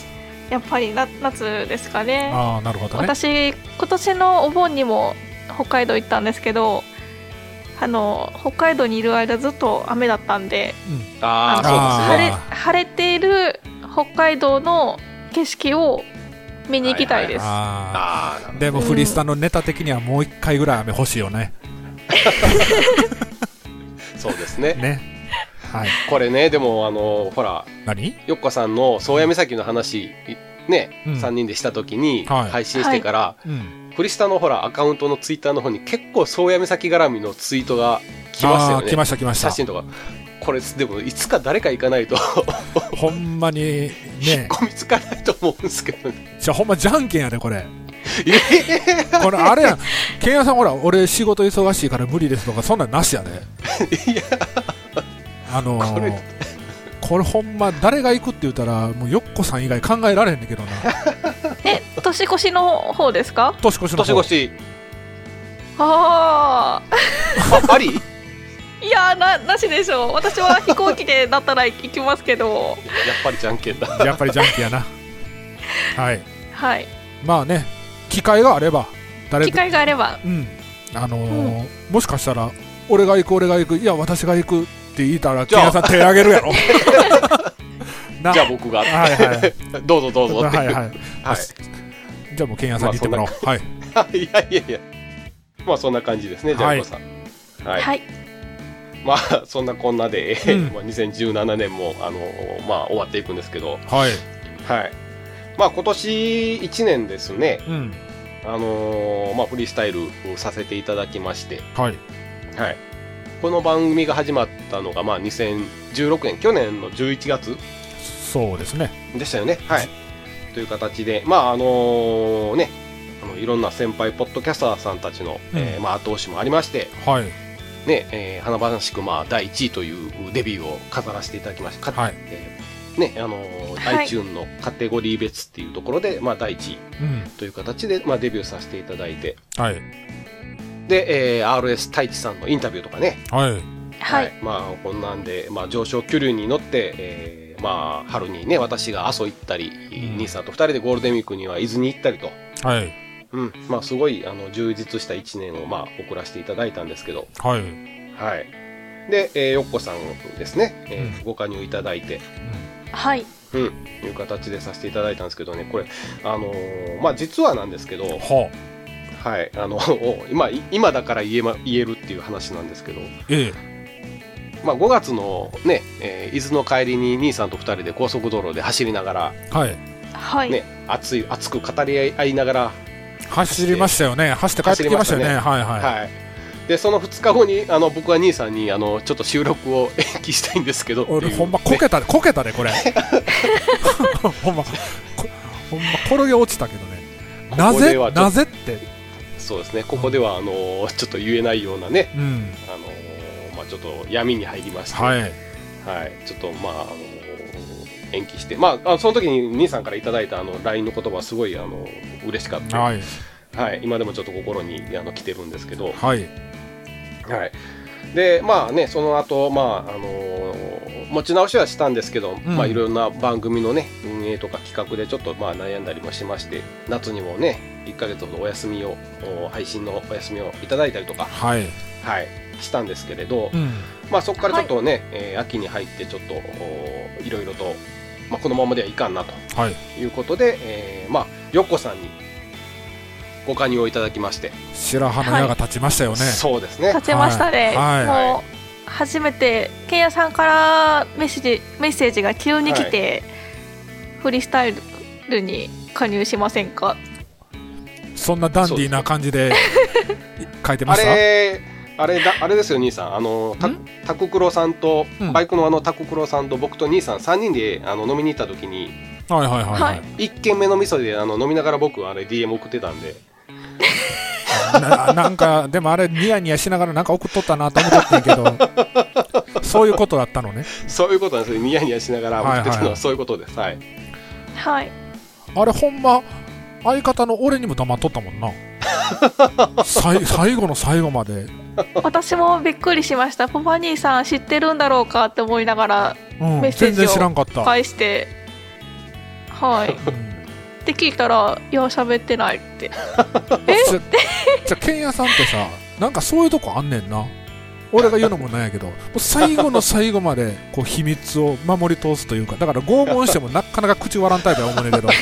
Speaker 2: やっぱりな夏ですかね
Speaker 3: ああなるほどね
Speaker 2: 私今年のお盆にも北海道行ったんですけどあの北海道にいる間ずっと雨だったんで
Speaker 1: ああ、
Speaker 2: の
Speaker 1: そう
Speaker 3: あ
Speaker 1: で
Speaker 2: 晴れ晴れている北海道の景色を見に行きたいです、
Speaker 3: あ
Speaker 1: あー
Speaker 3: ーでもフリスタのネタ的にはもう一回ぐらい雨欲しいよね
Speaker 1: そうですね。
Speaker 3: ねはい
Speaker 1: これね、でも、あの、ほら、
Speaker 3: 何
Speaker 1: よっこさんの宗谷岬の話、ね、
Speaker 3: うん
Speaker 1: 3人でした時に、
Speaker 3: はい
Speaker 1: 配信してから、
Speaker 3: うん
Speaker 1: クリスタのほら、アカウントのツイッターの方に結構宗谷岬絡みのツイートが来ましたよ
Speaker 3: あ
Speaker 1: ね。
Speaker 3: ー来ました来ました
Speaker 1: 写真とか。これ、でも、いつか誰か行かないと、
Speaker 3: ほんまに
Speaker 1: 引っ
Speaker 3: ね
Speaker 1: 込みつかないと思うんですけどね。
Speaker 3: じゃあほんまじゃんけんやでこれこれあれや んケンヤさんほら俺仕事忙しいから無理ですとかそんなんなしやであのー
Speaker 1: これ
Speaker 3: これほんま誰が行くって言ったらもうよっこさん以外考えられへんねんけどな
Speaker 2: え年越しの方ですか
Speaker 3: 年越しの
Speaker 1: 年
Speaker 3: 方
Speaker 1: 越し、
Speaker 2: あ あ
Speaker 1: あ、あり
Speaker 2: いやーななしでしょう私は飛行機でだったら行きますけど
Speaker 1: やっぱりじゃんけんだ。
Speaker 3: やっぱりジャンキー やな。はい。
Speaker 2: はい
Speaker 3: まあね、機会があれば、誰
Speaker 2: 機
Speaker 3: で
Speaker 2: 会があれば
Speaker 3: うん。あのーもしかしたら、俺が行く、俺が行く、いや、私が行くって言ったら、
Speaker 1: じ
Speaker 3: ケ
Speaker 1: ゃ
Speaker 3: ン
Speaker 1: あ
Speaker 3: ヤさん手あげ るやろ。な
Speaker 1: じゃあ僕が、
Speaker 3: はいはい。
Speaker 1: どう ぞどうぞって。
Speaker 3: はいいう
Speaker 1: は
Speaker 3: はいい。じゃあもうケンヤさんに行ってもらおう。はい。
Speaker 1: い、 やいやいや。まあそんな感じですね、ジャンコさん。はい。
Speaker 2: はい
Speaker 1: まあそんなこんなで、え
Speaker 3: う ん
Speaker 1: まあ2017年も、あのまあ終わっていくんですけど、
Speaker 3: はい。
Speaker 1: はい。まあ今年1年ですね、
Speaker 3: うん。
Speaker 1: あのーまあフリースタイルをさせていただきまして、
Speaker 3: はい。
Speaker 1: はい。この番組が始まったのが、まあ2016年、去年の11月
Speaker 3: そうですね。
Speaker 1: でしたよね。はい。という形で、まあ、あのね、あのいろんな先輩ポッドキャスターさんたちの、
Speaker 3: うん
Speaker 1: えーまあ、後押しもありまして、
Speaker 3: はい。
Speaker 1: ね、えー華々しく、まあ、第1位というデビューを飾らせていただきました。か
Speaker 3: はい。
Speaker 1: えーね、あのー
Speaker 2: はい
Speaker 1: iTune のカテゴリー別っていうところで、まあ、第1位
Speaker 3: うん。
Speaker 1: という形で、まあ、デビューさせていただいて、
Speaker 3: はい。
Speaker 1: で、えー RS 太一さんのインタビューとかね、
Speaker 3: はい。
Speaker 2: はい、
Speaker 1: まあこんなんで、まあ、上昇気流に乗って、えーまあ春にね私が阿蘇行ったり、
Speaker 3: ん
Speaker 1: 兄さんと2人でゴールデンウィークには伊豆に行ったりと、
Speaker 3: はい。
Speaker 1: うんまあ、すごいあの充実した1年を、まあ、送らせていただいたんですけど
Speaker 3: はい。
Speaker 1: はいで、えーよっこさんですね、えー
Speaker 3: う
Speaker 1: ご加入いただいて
Speaker 2: はい
Speaker 1: うんいう形でさせていただいたんですけどねこれあのーまあ実はなんですけど
Speaker 3: はあ。
Speaker 1: はいあの 今今だから言え,、ま、言えるっていう話なんですけど
Speaker 3: ええ。
Speaker 1: まあ、5月のね、えー伊豆の帰りに兄さんと2人で高速道路で走りながら、
Speaker 3: はい。
Speaker 2: はい、
Speaker 1: ね、熱い熱く語り合いながら、
Speaker 3: 走りましたよね。走って帰ってきましたよね。
Speaker 1: 走り
Speaker 3: はいは
Speaker 1: はいでその2日後にあの僕は兄さんにあのちょっと収録を 延期したいんですけど
Speaker 3: い。俺、
Speaker 1: っていう
Speaker 3: ほんまこけたで、こけたで、こ れ。ほんま、こほんま転げ落ちたけどね。な
Speaker 1: ここ
Speaker 3: ぜ
Speaker 1: ではちょっと
Speaker 3: なぜって。
Speaker 1: そうですねここではあのーちょっと言えないようなね、
Speaker 3: うん。
Speaker 1: あのーまあ、ちょっと闇に入りまして、
Speaker 3: はい。
Speaker 1: はいちょっとまあ、あのー延期して、まあ、あのその時に兄さんからいただいたあの LINE の言葉はすごいあの嬉しかった、
Speaker 3: はい。
Speaker 1: はい、今でもちょっと心にあの来てるんですけど、
Speaker 3: はい。
Speaker 1: はい、でまあねその後、まああのー持ち直しはしたんですけど、
Speaker 3: ん
Speaker 1: まあ、いろんな番組のね運営とか企画でちょっとまあ悩んだりもしまして夏にもね1ヶ月ほどお休みをお配信のお休みをいただいたりとか、
Speaker 3: はい。
Speaker 1: はい、したんですけれど、
Speaker 3: うん。
Speaker 1: まあ、そこからちょっとね、えー秋に入ってちょっとおいろいろと、まあ、このままではいかんなと
Speaker 3: はい。
Speaker 1: いうことで、えーまあ、よっこさんにご加入をいただきまして、
Speaker 3: 白羽の矢が立ちましたよね。
Speaker 1: そうですね
Speaker 2: 立てましたね、
Speaker 3: はい
Speaker 1: はい
Speaker 2: もう初めてけんやさんからメッセージメッセージが急に来て、フリースタイルに加入しませんか
Speaker 3: そんなダンディーな感じで書いてま
Speaker 1: あ
Speaker 3: した
Speaker 1: れあれだあれですよ兄さんあのたタククロさんと、
Speaker 3: うん
Speaker 1: バイクのあのタククロさんと僕と兄さん3人であの飲みに行った時に
Speaker 3: はいはいはい、は
Speaker 2: はいい、
Speaker 1: 1軒目の味噌であの飲みながら僕あれ DM 送ってたんで
Speaker 3: な なんかでもあれニヤニヤしながらなんか送っとったなと思ってんけど そういうことだったのね
Speaker 1: そういうことなんですよニヤニヤしながら送ってた
Speaker 3: はい
Speaker 1: の
Speaker 3: は
Speaker 1: はいそういうことですはい、
Speaker 2: はい
Speaker 3: あれほんま相方の俺にも黙っとったもんな さい最後の最後まで
Speaker 2: 私もびっくりしましたポパ兄さん知ってるんだろうかって思いながら
Speaker 3: うん
Speaker 2: メッセー
Speaker 3: 全
Speaker 2: ジを
Speaker 3: 然知らんかった、
Speaker 2: 返してはい
Speaker 3: う
Speaker 2: っ
Speaker 3: ん
Speaker 2: て聞いたら「いや喋ってない」って
Speaker 3: じゃじゃあケンヤさんってさなんかそういうとこあんねんな俺が言うのもなんやけどもう最後の最後までこう秘密を守り通すというかだから拷問してもなかなか口割らんタイプや思うねんけど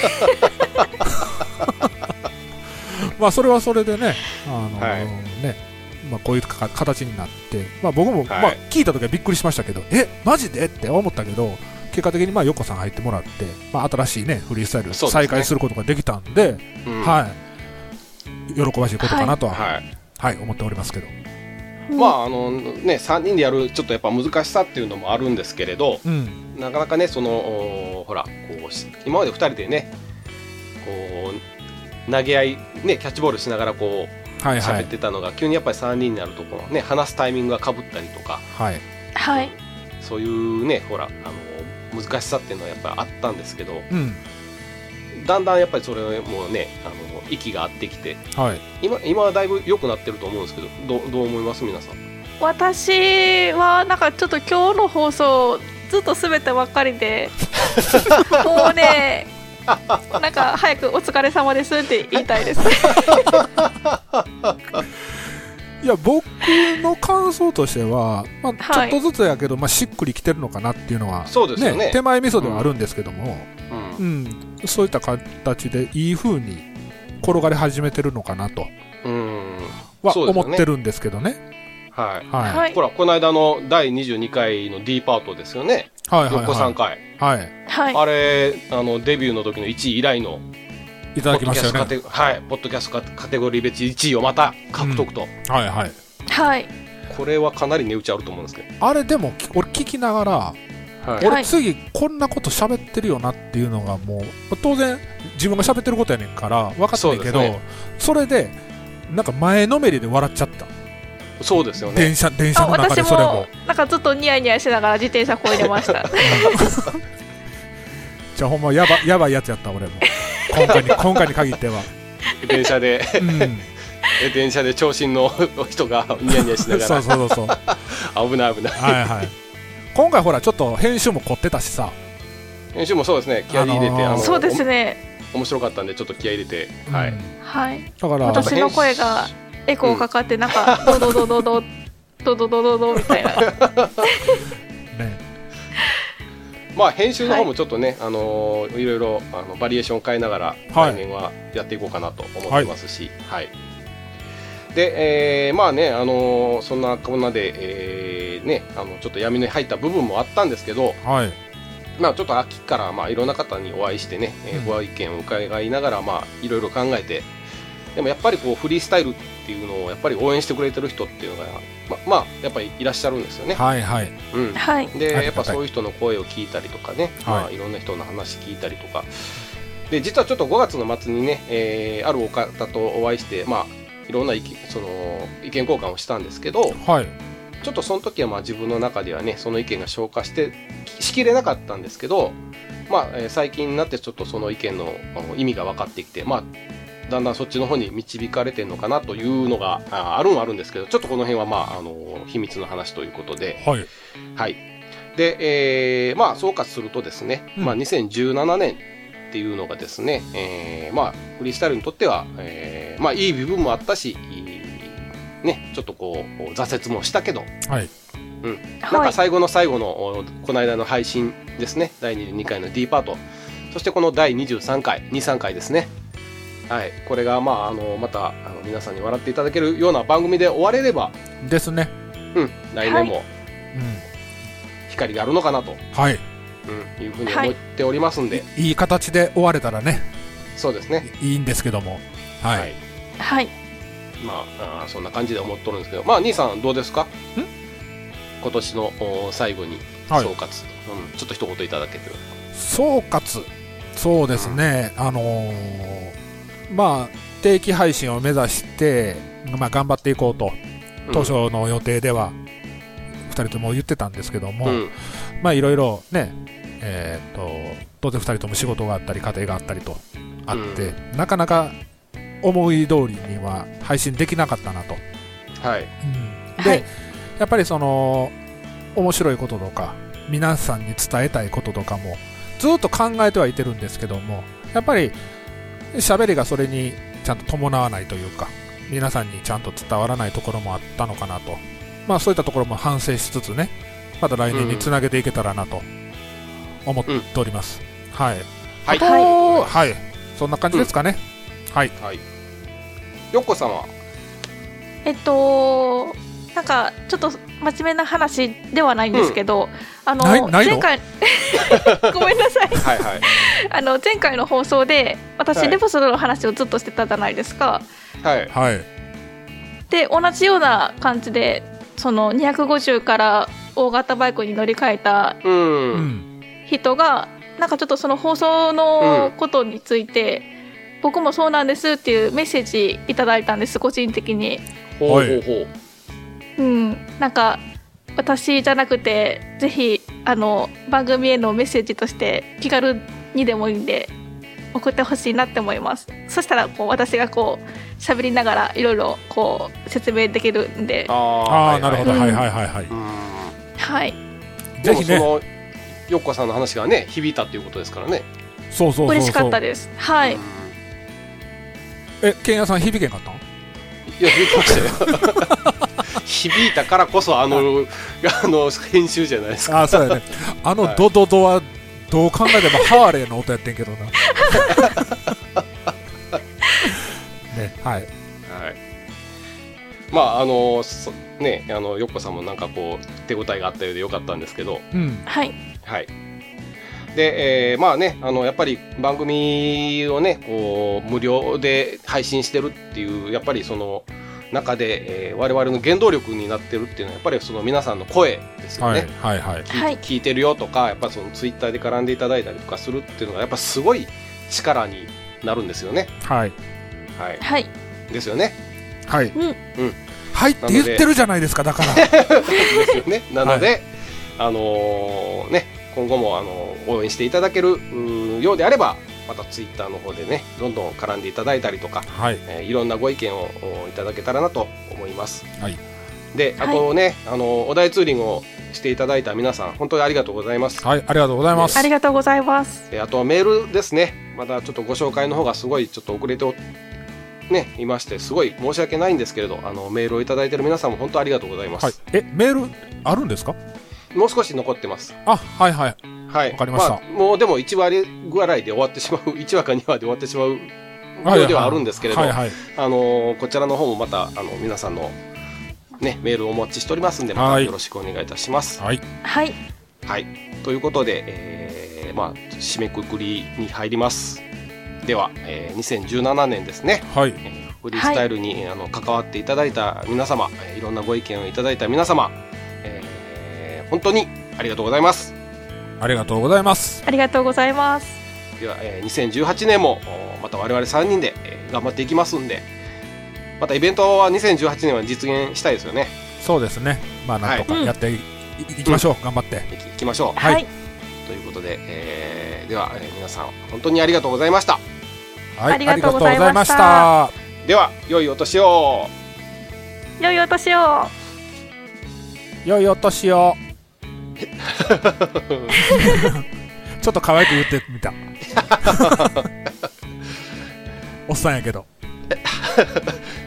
Speaker 3: まあそれはそれでねあの
Speaker 1: はい
Speaker 3: ね、まあ、こういうか形になって、まあ、僕も、
Speaker 1: はい
Speaker 3: まあ、聞いた時はびっくりしましたけどえマジでって思ったけど結果的にまあ横さん入ってもらって、まあ、新しいねフリースタイル
Speaker 1: そうですね
Speaker 3: 再開することができたんで
Speaker 1: うん
Speaker 3: はい、喜ばしいことかなとは、はい
Speaker 1: はい
Speaker 3: 思っておりますけど、
Speaker 1: まああのね3人でやるちょっとやっぱ難しさっていうのもあるんですけれど
Speaker 3: うん、
Speaker 1: なかなかねそのおほらこうし今まで2人でねこう投げ合いねキャッチボールしながらこう
Speaker 3: はいは
Speaker 1: 喋っ
Speaker 3: い、
Speaker 1: てたのが、急にやっぱり3人になるとこのね話すタイミングがかぶったりとか
Speaker 3: はい、
Speaker 2: はい
Speaker 1: そういうねほらあの難しさっていうのはやっぱりあったんですけど
Speaker 3: うん、
Speaker 1: だんだんやっぱりそれもねあの息が合ってきて
Speaker 3: はい、
Speaker 1: 今今はだいぶ良くなってると思うんですけどどうどう思います皆さん
Speaker 2: 私はなんかちょっと今日の放送ずっとすべてばっかりでもうねなんか早く「お疲れ様です」って言いたいですね
Speaker 3: いや僕の感想としては、まあ、ちょ
Speaker 2: は
Speaker 3: っ
Speaker 2: い
Speaker 3: とずつやけど、まあ、しっくりきてるのかなっていうのは
Speaker 1: そうですよね
Speaker 3: 手前味噌ではあるんですけども、
Speaker 1: うん
Speaker 3: うんそういった形でいい風に転がり始めてるのかなと
Speaker 1: うん
Speaker 3: は
Speaker 1: そうです
Speaker 3: 思
Speaker 1: よね
Speaker 3: ってるんですけどね。
Speaker 1: はい
Speaker 3: はい
Speaker 2: はい
Speaker 1: ほらこの間の第22回の D パートですよね
Speaker 3: はいはい
Speaker 1: 横
Speaker 3: は
Speaker 1: 3
Speaker 3: い。
Speaker 1: 回
Speaker 3: はい。
Speaker 2: はい
Speaker 1: あれあのデビューの時の1位以来の
Speaker 3: いた
Speaker 1: ポッド
Speaker 3: だきま
Speaker 1: キャ
Speaker 3: し
Speaker 1: スト
Speaker 3: たよ
Speaker 1: カテ
Speaker 3: ね。
Speaker 1: はいポッドキャストカテゴリー別1位をまた獲得と
Speaker 3: はいはい。
Speaker 2: はい
Speaker 1: これはかなり値打ちあると思うんですけ
Speaker 3: あれでも、き俺聞きながら、
Speaker 1: どはい
Speaker 2: は
Speaker 3: 俺
Speaker 2: い
Speaker 3: 次こんなこと喋ってるよなっていうのがもう、まあ当然自分が喋ってることやねんから分かってんねんけど、
Speaker 1: そう
Speaker 3: そ,、
Speaker 1: ですね
Speaker 3: れで、なんか前のめりで笑っちゃった。
Speaker 1: そうですよね
Speaker 3: 電車、電
Speaker 2: あ
Speaker 3: 車の中
Speaker 2: 私
Speaker 3: でそれも
Speaker 2: も。なんかずっとニヤニヤしながら自転車こいでました
Speaker 3: じゃあほんまやばやばいやつやった俺も。今 回に、今回に限っては。
Speaker 1: 電車で
Speaker 3: うん。
Speaker 1: え電車で長身の 人がニヤニヤしなが
Speaker 3: そうそうそうそう。
Speaker 1: ら危ない危ない
Speaker 3: はいはい。今回ほら、ちょっと編集も凝ってたしさ。
Speaker 1: 編集もそうですね気合い入れて、
Speaker 3: あのー
Speaker 1: あの
Speaker 2: そうですね
Speaker 1: お面白かったんでちょっと気合い入れて、は
Speaker 3: う
Speaker 1: い
Speaker 3: ん
Speaker 2: はい
Speaker 3: だから、
Speaker 2: 私の声がエコーかかってなんかドドドドドドドドドドみたいな
Speaker 3: ね、
Speaker 1: まあ編集の方もちょっとね、い、あのーいろいろあのバリエーション変えながら
Speaker 3: はい
Speaker 1: 来年はやっていこうかなと思ってますし、はいで、えーまあね、あのーそんなこんなで、えーね、あのちょっと闇に入った部分もあったんですけど、
Speaker 3: はい。
Speaker 1: まあ、ちょっと秋から、まあ、いろんな方にお会いしてね、えー
Speaker 3: うん
Speaker 1: ご意見を伺いながら、まあ、いろいろ考えてでもやっぱりこうフリースタイルっていうのをやっぱり応援してくれてる人っていうのが、ままあ、やっぱりいらっしゃるんですよね。
Speaker 3: はいはい。
Speaker 1: うん、
Speaker 2: はい
Speaker 1: で
Speaker 3: ありがたい
Speaker 1: やっぱそういう人の声を聞いたりとかね、
Speaker 3: はい
Speaker 1: いまあ、いろんな人の話聞いたりとかで実はちょっと5月の末にね、えーあるお方とお会いして、まあ、いろんな意見その意見交換をしたんですけど
Speaker 3: はい。
Speaker 1: ちょっとその時はまあ自分の中ではねその意見が消化してきしきれなかったんですけど、まあえー最近になってちょっとその意見のあの意味が分かってきて、まあ、だんだんそっちの方に導かれてるのかなというのがああるんはあるんですけどちょっとこの辺はまああの秘密の話ということで。
Speaker 3: はい。
Speaker 1: はい。で、えーまあ、総括するとですね、
Speaker 3: うん
Speaker 1: まあ、2017年っていうのがですね、えーまあ、フリースタイルにとっては、えーまあ、いい部分もあったし、いいね、ちょっとこう、挫折もしたけど、
Speaker 3: はい。
Speaker 1: なん
Speaker 2: は
Speaker 1: か
Speaker 2: い
Speaker 1: 最後の最後の、おこの間の配信ですね、第22回の D パート、そしてこの第23回、2、3回ですね。はい、これが、まあ、あの、また、あの皆さんに笑っていただけるような番組で終われれば、
Speaker 3: ですね。
Speaker 1: うん、来年も
Speaker 3: うん。
Speaker 1: 光があるのかなと、
Speaker 3: はい。
Speaker 1: うん、いうふうに思っておりますんで、
Speaker 3: いい形で終われたらね、
Speaker 1: そうですね。
Speaker 3: いいんですけども。はい。
Speaker 1: はい
Speaker 2: はい
Speaker 1: まあ、あーそんな感じで思っとるんですけど、まあ、兄さんどうですか今年のお最後に総
Speaker 3: はい
Speaker 1: 括、うん、ちょっと一言いただけてる。
Speaker 3: 総括そうですね、あのーまあ定期配信を目指して、まあ、頑張っていこうと
Speaker 1: うん
Speaker 3: 当初の予定では2人とも言ってたんですけども、
Speaker 1: うん、
Speaker 3: まあいろいろねえーっと当然2人とも仕事があったり家庭があったりとあって、なかなか思い通りには配信できなかったなと、
Speaker 1: はい。
Speaker 3: うんで、
Speaker 2: はい
Speaker 3: やっぱりその面白いこととか皆さんに伝えたいこととかもずっと考えてはいてるんですけどもやっぱり喋りがそれにちゃんと伴わないというか皆さんにちゃんと伝わらないところもあったのかなとまあそういったところも反省しつつねまた来年につなげていけたらなと思っております、はい
Speaker 1: はい。
Speaker 3: あとはいそんな感じですかね、はい
Speaker 1: はい。よっこさんは、
Speaker 2: えっとなんかちょっと真面目な話ではないんですけど、あの
Speaker 3: ないないの
Speaker 2: 前回 ごめんなさい
Speaker 1: はいはい。
Speaker 2: あの前回の放送で私、
Speaker 1: はい
Speaker 2: レボスの話をずっとしてたじゃないですか
Speaker 1: はい。
Speaker 3: はい
Speaker 2: で同じような感じでその250から大型バイクに乗り換えた
Speaker 1: うん。
Speaker 3: うん
Speaker 2: 人がなんかちょっとその放送のことについて、僕もそうなんですっていうメッセージいただいたんです個人的に
Speaker 1: ほうほうほう。
Speaker 2: うん、なんか私じゃなくてぜひあの番組へのメッセージとして気軽にでもいいんで送ってほしいなって思いますそしたらこう私がこう喋りながらいろいろこう説明できるんで
Speaker 3: あ
Speaker 1: あ
Speaker 3: あ、なるほど。はいはいはいはい。
Speaker 2: はい
Speaker 1: ぜ
Speaker 3: ぜ
Speaker 1: ひ
Speaker 3: ひ
Speaker 1: ね
Speaker 3: ね、
Speaker 1: そのよっこさんの話がね響いたっていうことですからね
Speaker 3: そうそうそうそう。
Speaker 2: 嬉しかったですはい
Speaker 3: え、ケンヤさん響けんかったん
Speaker 1: いや響きましたよ 響いたからこそあのあの編集じゃないですか
Speaker 3: あーそう やね。あのドドドは、どう考えてもハーレーの音やってんけど な。ね、はい。
Speaker 1: はいまああのそねあのよっこさんもなんかこう手応えがあったようでよかったんですけど
Speaker 3: うん。
Speaker 2: はい
Speaker 1: はい。で、えーまあね、あの、やっぱり番組をね、こう、無料で配信してるっていう、やっぱりその中で、えー我々の原動力になってるっていうのは、やっぱりその皆さんの声ですよ
Speaker 3: は
Speaker 1: ね。
Speaker 3: いはいはい。
Speaker 1: 聞い
Speaker 2: はい
Speaker 1: 聞いてるよとか、やっぱそのツイッターで絡んでいただいたりとかするっていうのが、やっぱすごい力になるんですよね。
Speaker 3: はい。
Speaker 1: はい。
Speaker 2: はい
Speaker 1: ですよね。
Speaker 3: はい。
Speaker 2: うん
Speaker 3: はいって言ってるじゃないですか、だから。
Speaker 1: ですよね。なので、あのーね、今後も、あのー応援していただけるうーようであれば、またツイッターの方でね、どんどん絡んでいただいたりとか、
Speaker 3: はい。
Speaker 1: えーいろんなご意見をおいただけたらなと思います。
Speaker 3: はい
Speaker 1: で、あとね、あのーお題ツーリングをしていただいた皆さん、本当にありがとうございます。
Speaker 3: はい、ありがとうございます。
Speaker 2: ありがとうございます
Speaker 1: えーあとメールですね、またちょっとご紹介の方がすごいちょっと遅れておね、いまして、すごい申し訳ないんですけれど、あのメールをいただいている皆さんも本当ありがとうございます。
Speaker 3: はい。え、メールあるんですか
Speaker 1: もう少し残ってます。
Speaker 3: あ、はいはい。
Speaker 1: はい、
Speaker 3: わかりました
Speaker 1: あもうでも1割ぐらいで終わってしまう、1話か2話で 終わってしまう
Speaker 3: はい
Speaker 1: 量ではあるんですけれど、
Speaker 3: はいはい。
Speaker 1: あのーこちらの方もまた、あの、皆さんの、ね、メールをお待ちしておりますんで、また
Speaker 3: はい
Speaker 1: よろしくお願いいたします。
Speaker 3: はい。
Speaker 2: はい
Speaker 1: はい。ということで、えーまあ、締めくくりに入ります。では、えー2017年ですね、
Speaker 3: はい。
Speaker 1: フリースタイルに、あの関わっていただいた皆様、えーいろんなご意見をいただいた皆様、えー本当にありがとうございます。
Speaker 3: ありがとうございます。
Speaker 2: ありがとうございます
Speaker 1: では、えー2018年もおまた我々3人で、えー頑張っていきますんでまたイベントは2018年は実現したいですよね
Speaker 3: そうですね。まあ、なんとかやってい,、いきましょう。頑張って。
Speaker 1: いきいきましょう、
Speaker 3: はい
Speaker 2: はい
Speaker 1: ということで、えーでは、えー皆さん本当にありがとうございました
Speaker 3: はい。
Speaker 2: ありがとうございました
Speaker 3: ありがとうございまし
Speaker 1: では良いお年を
Speaker 2: 良いお年を
Speaker 3: た。良いお年を。ちょっと可愛く言ってみた。おっさんやけど。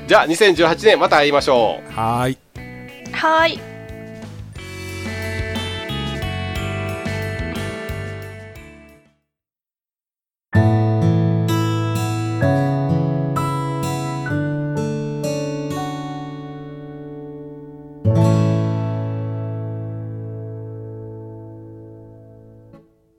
Speaker 1: じゃあ2018年また会いましょう
Speaker 3: はーい。
Speaker 2: はい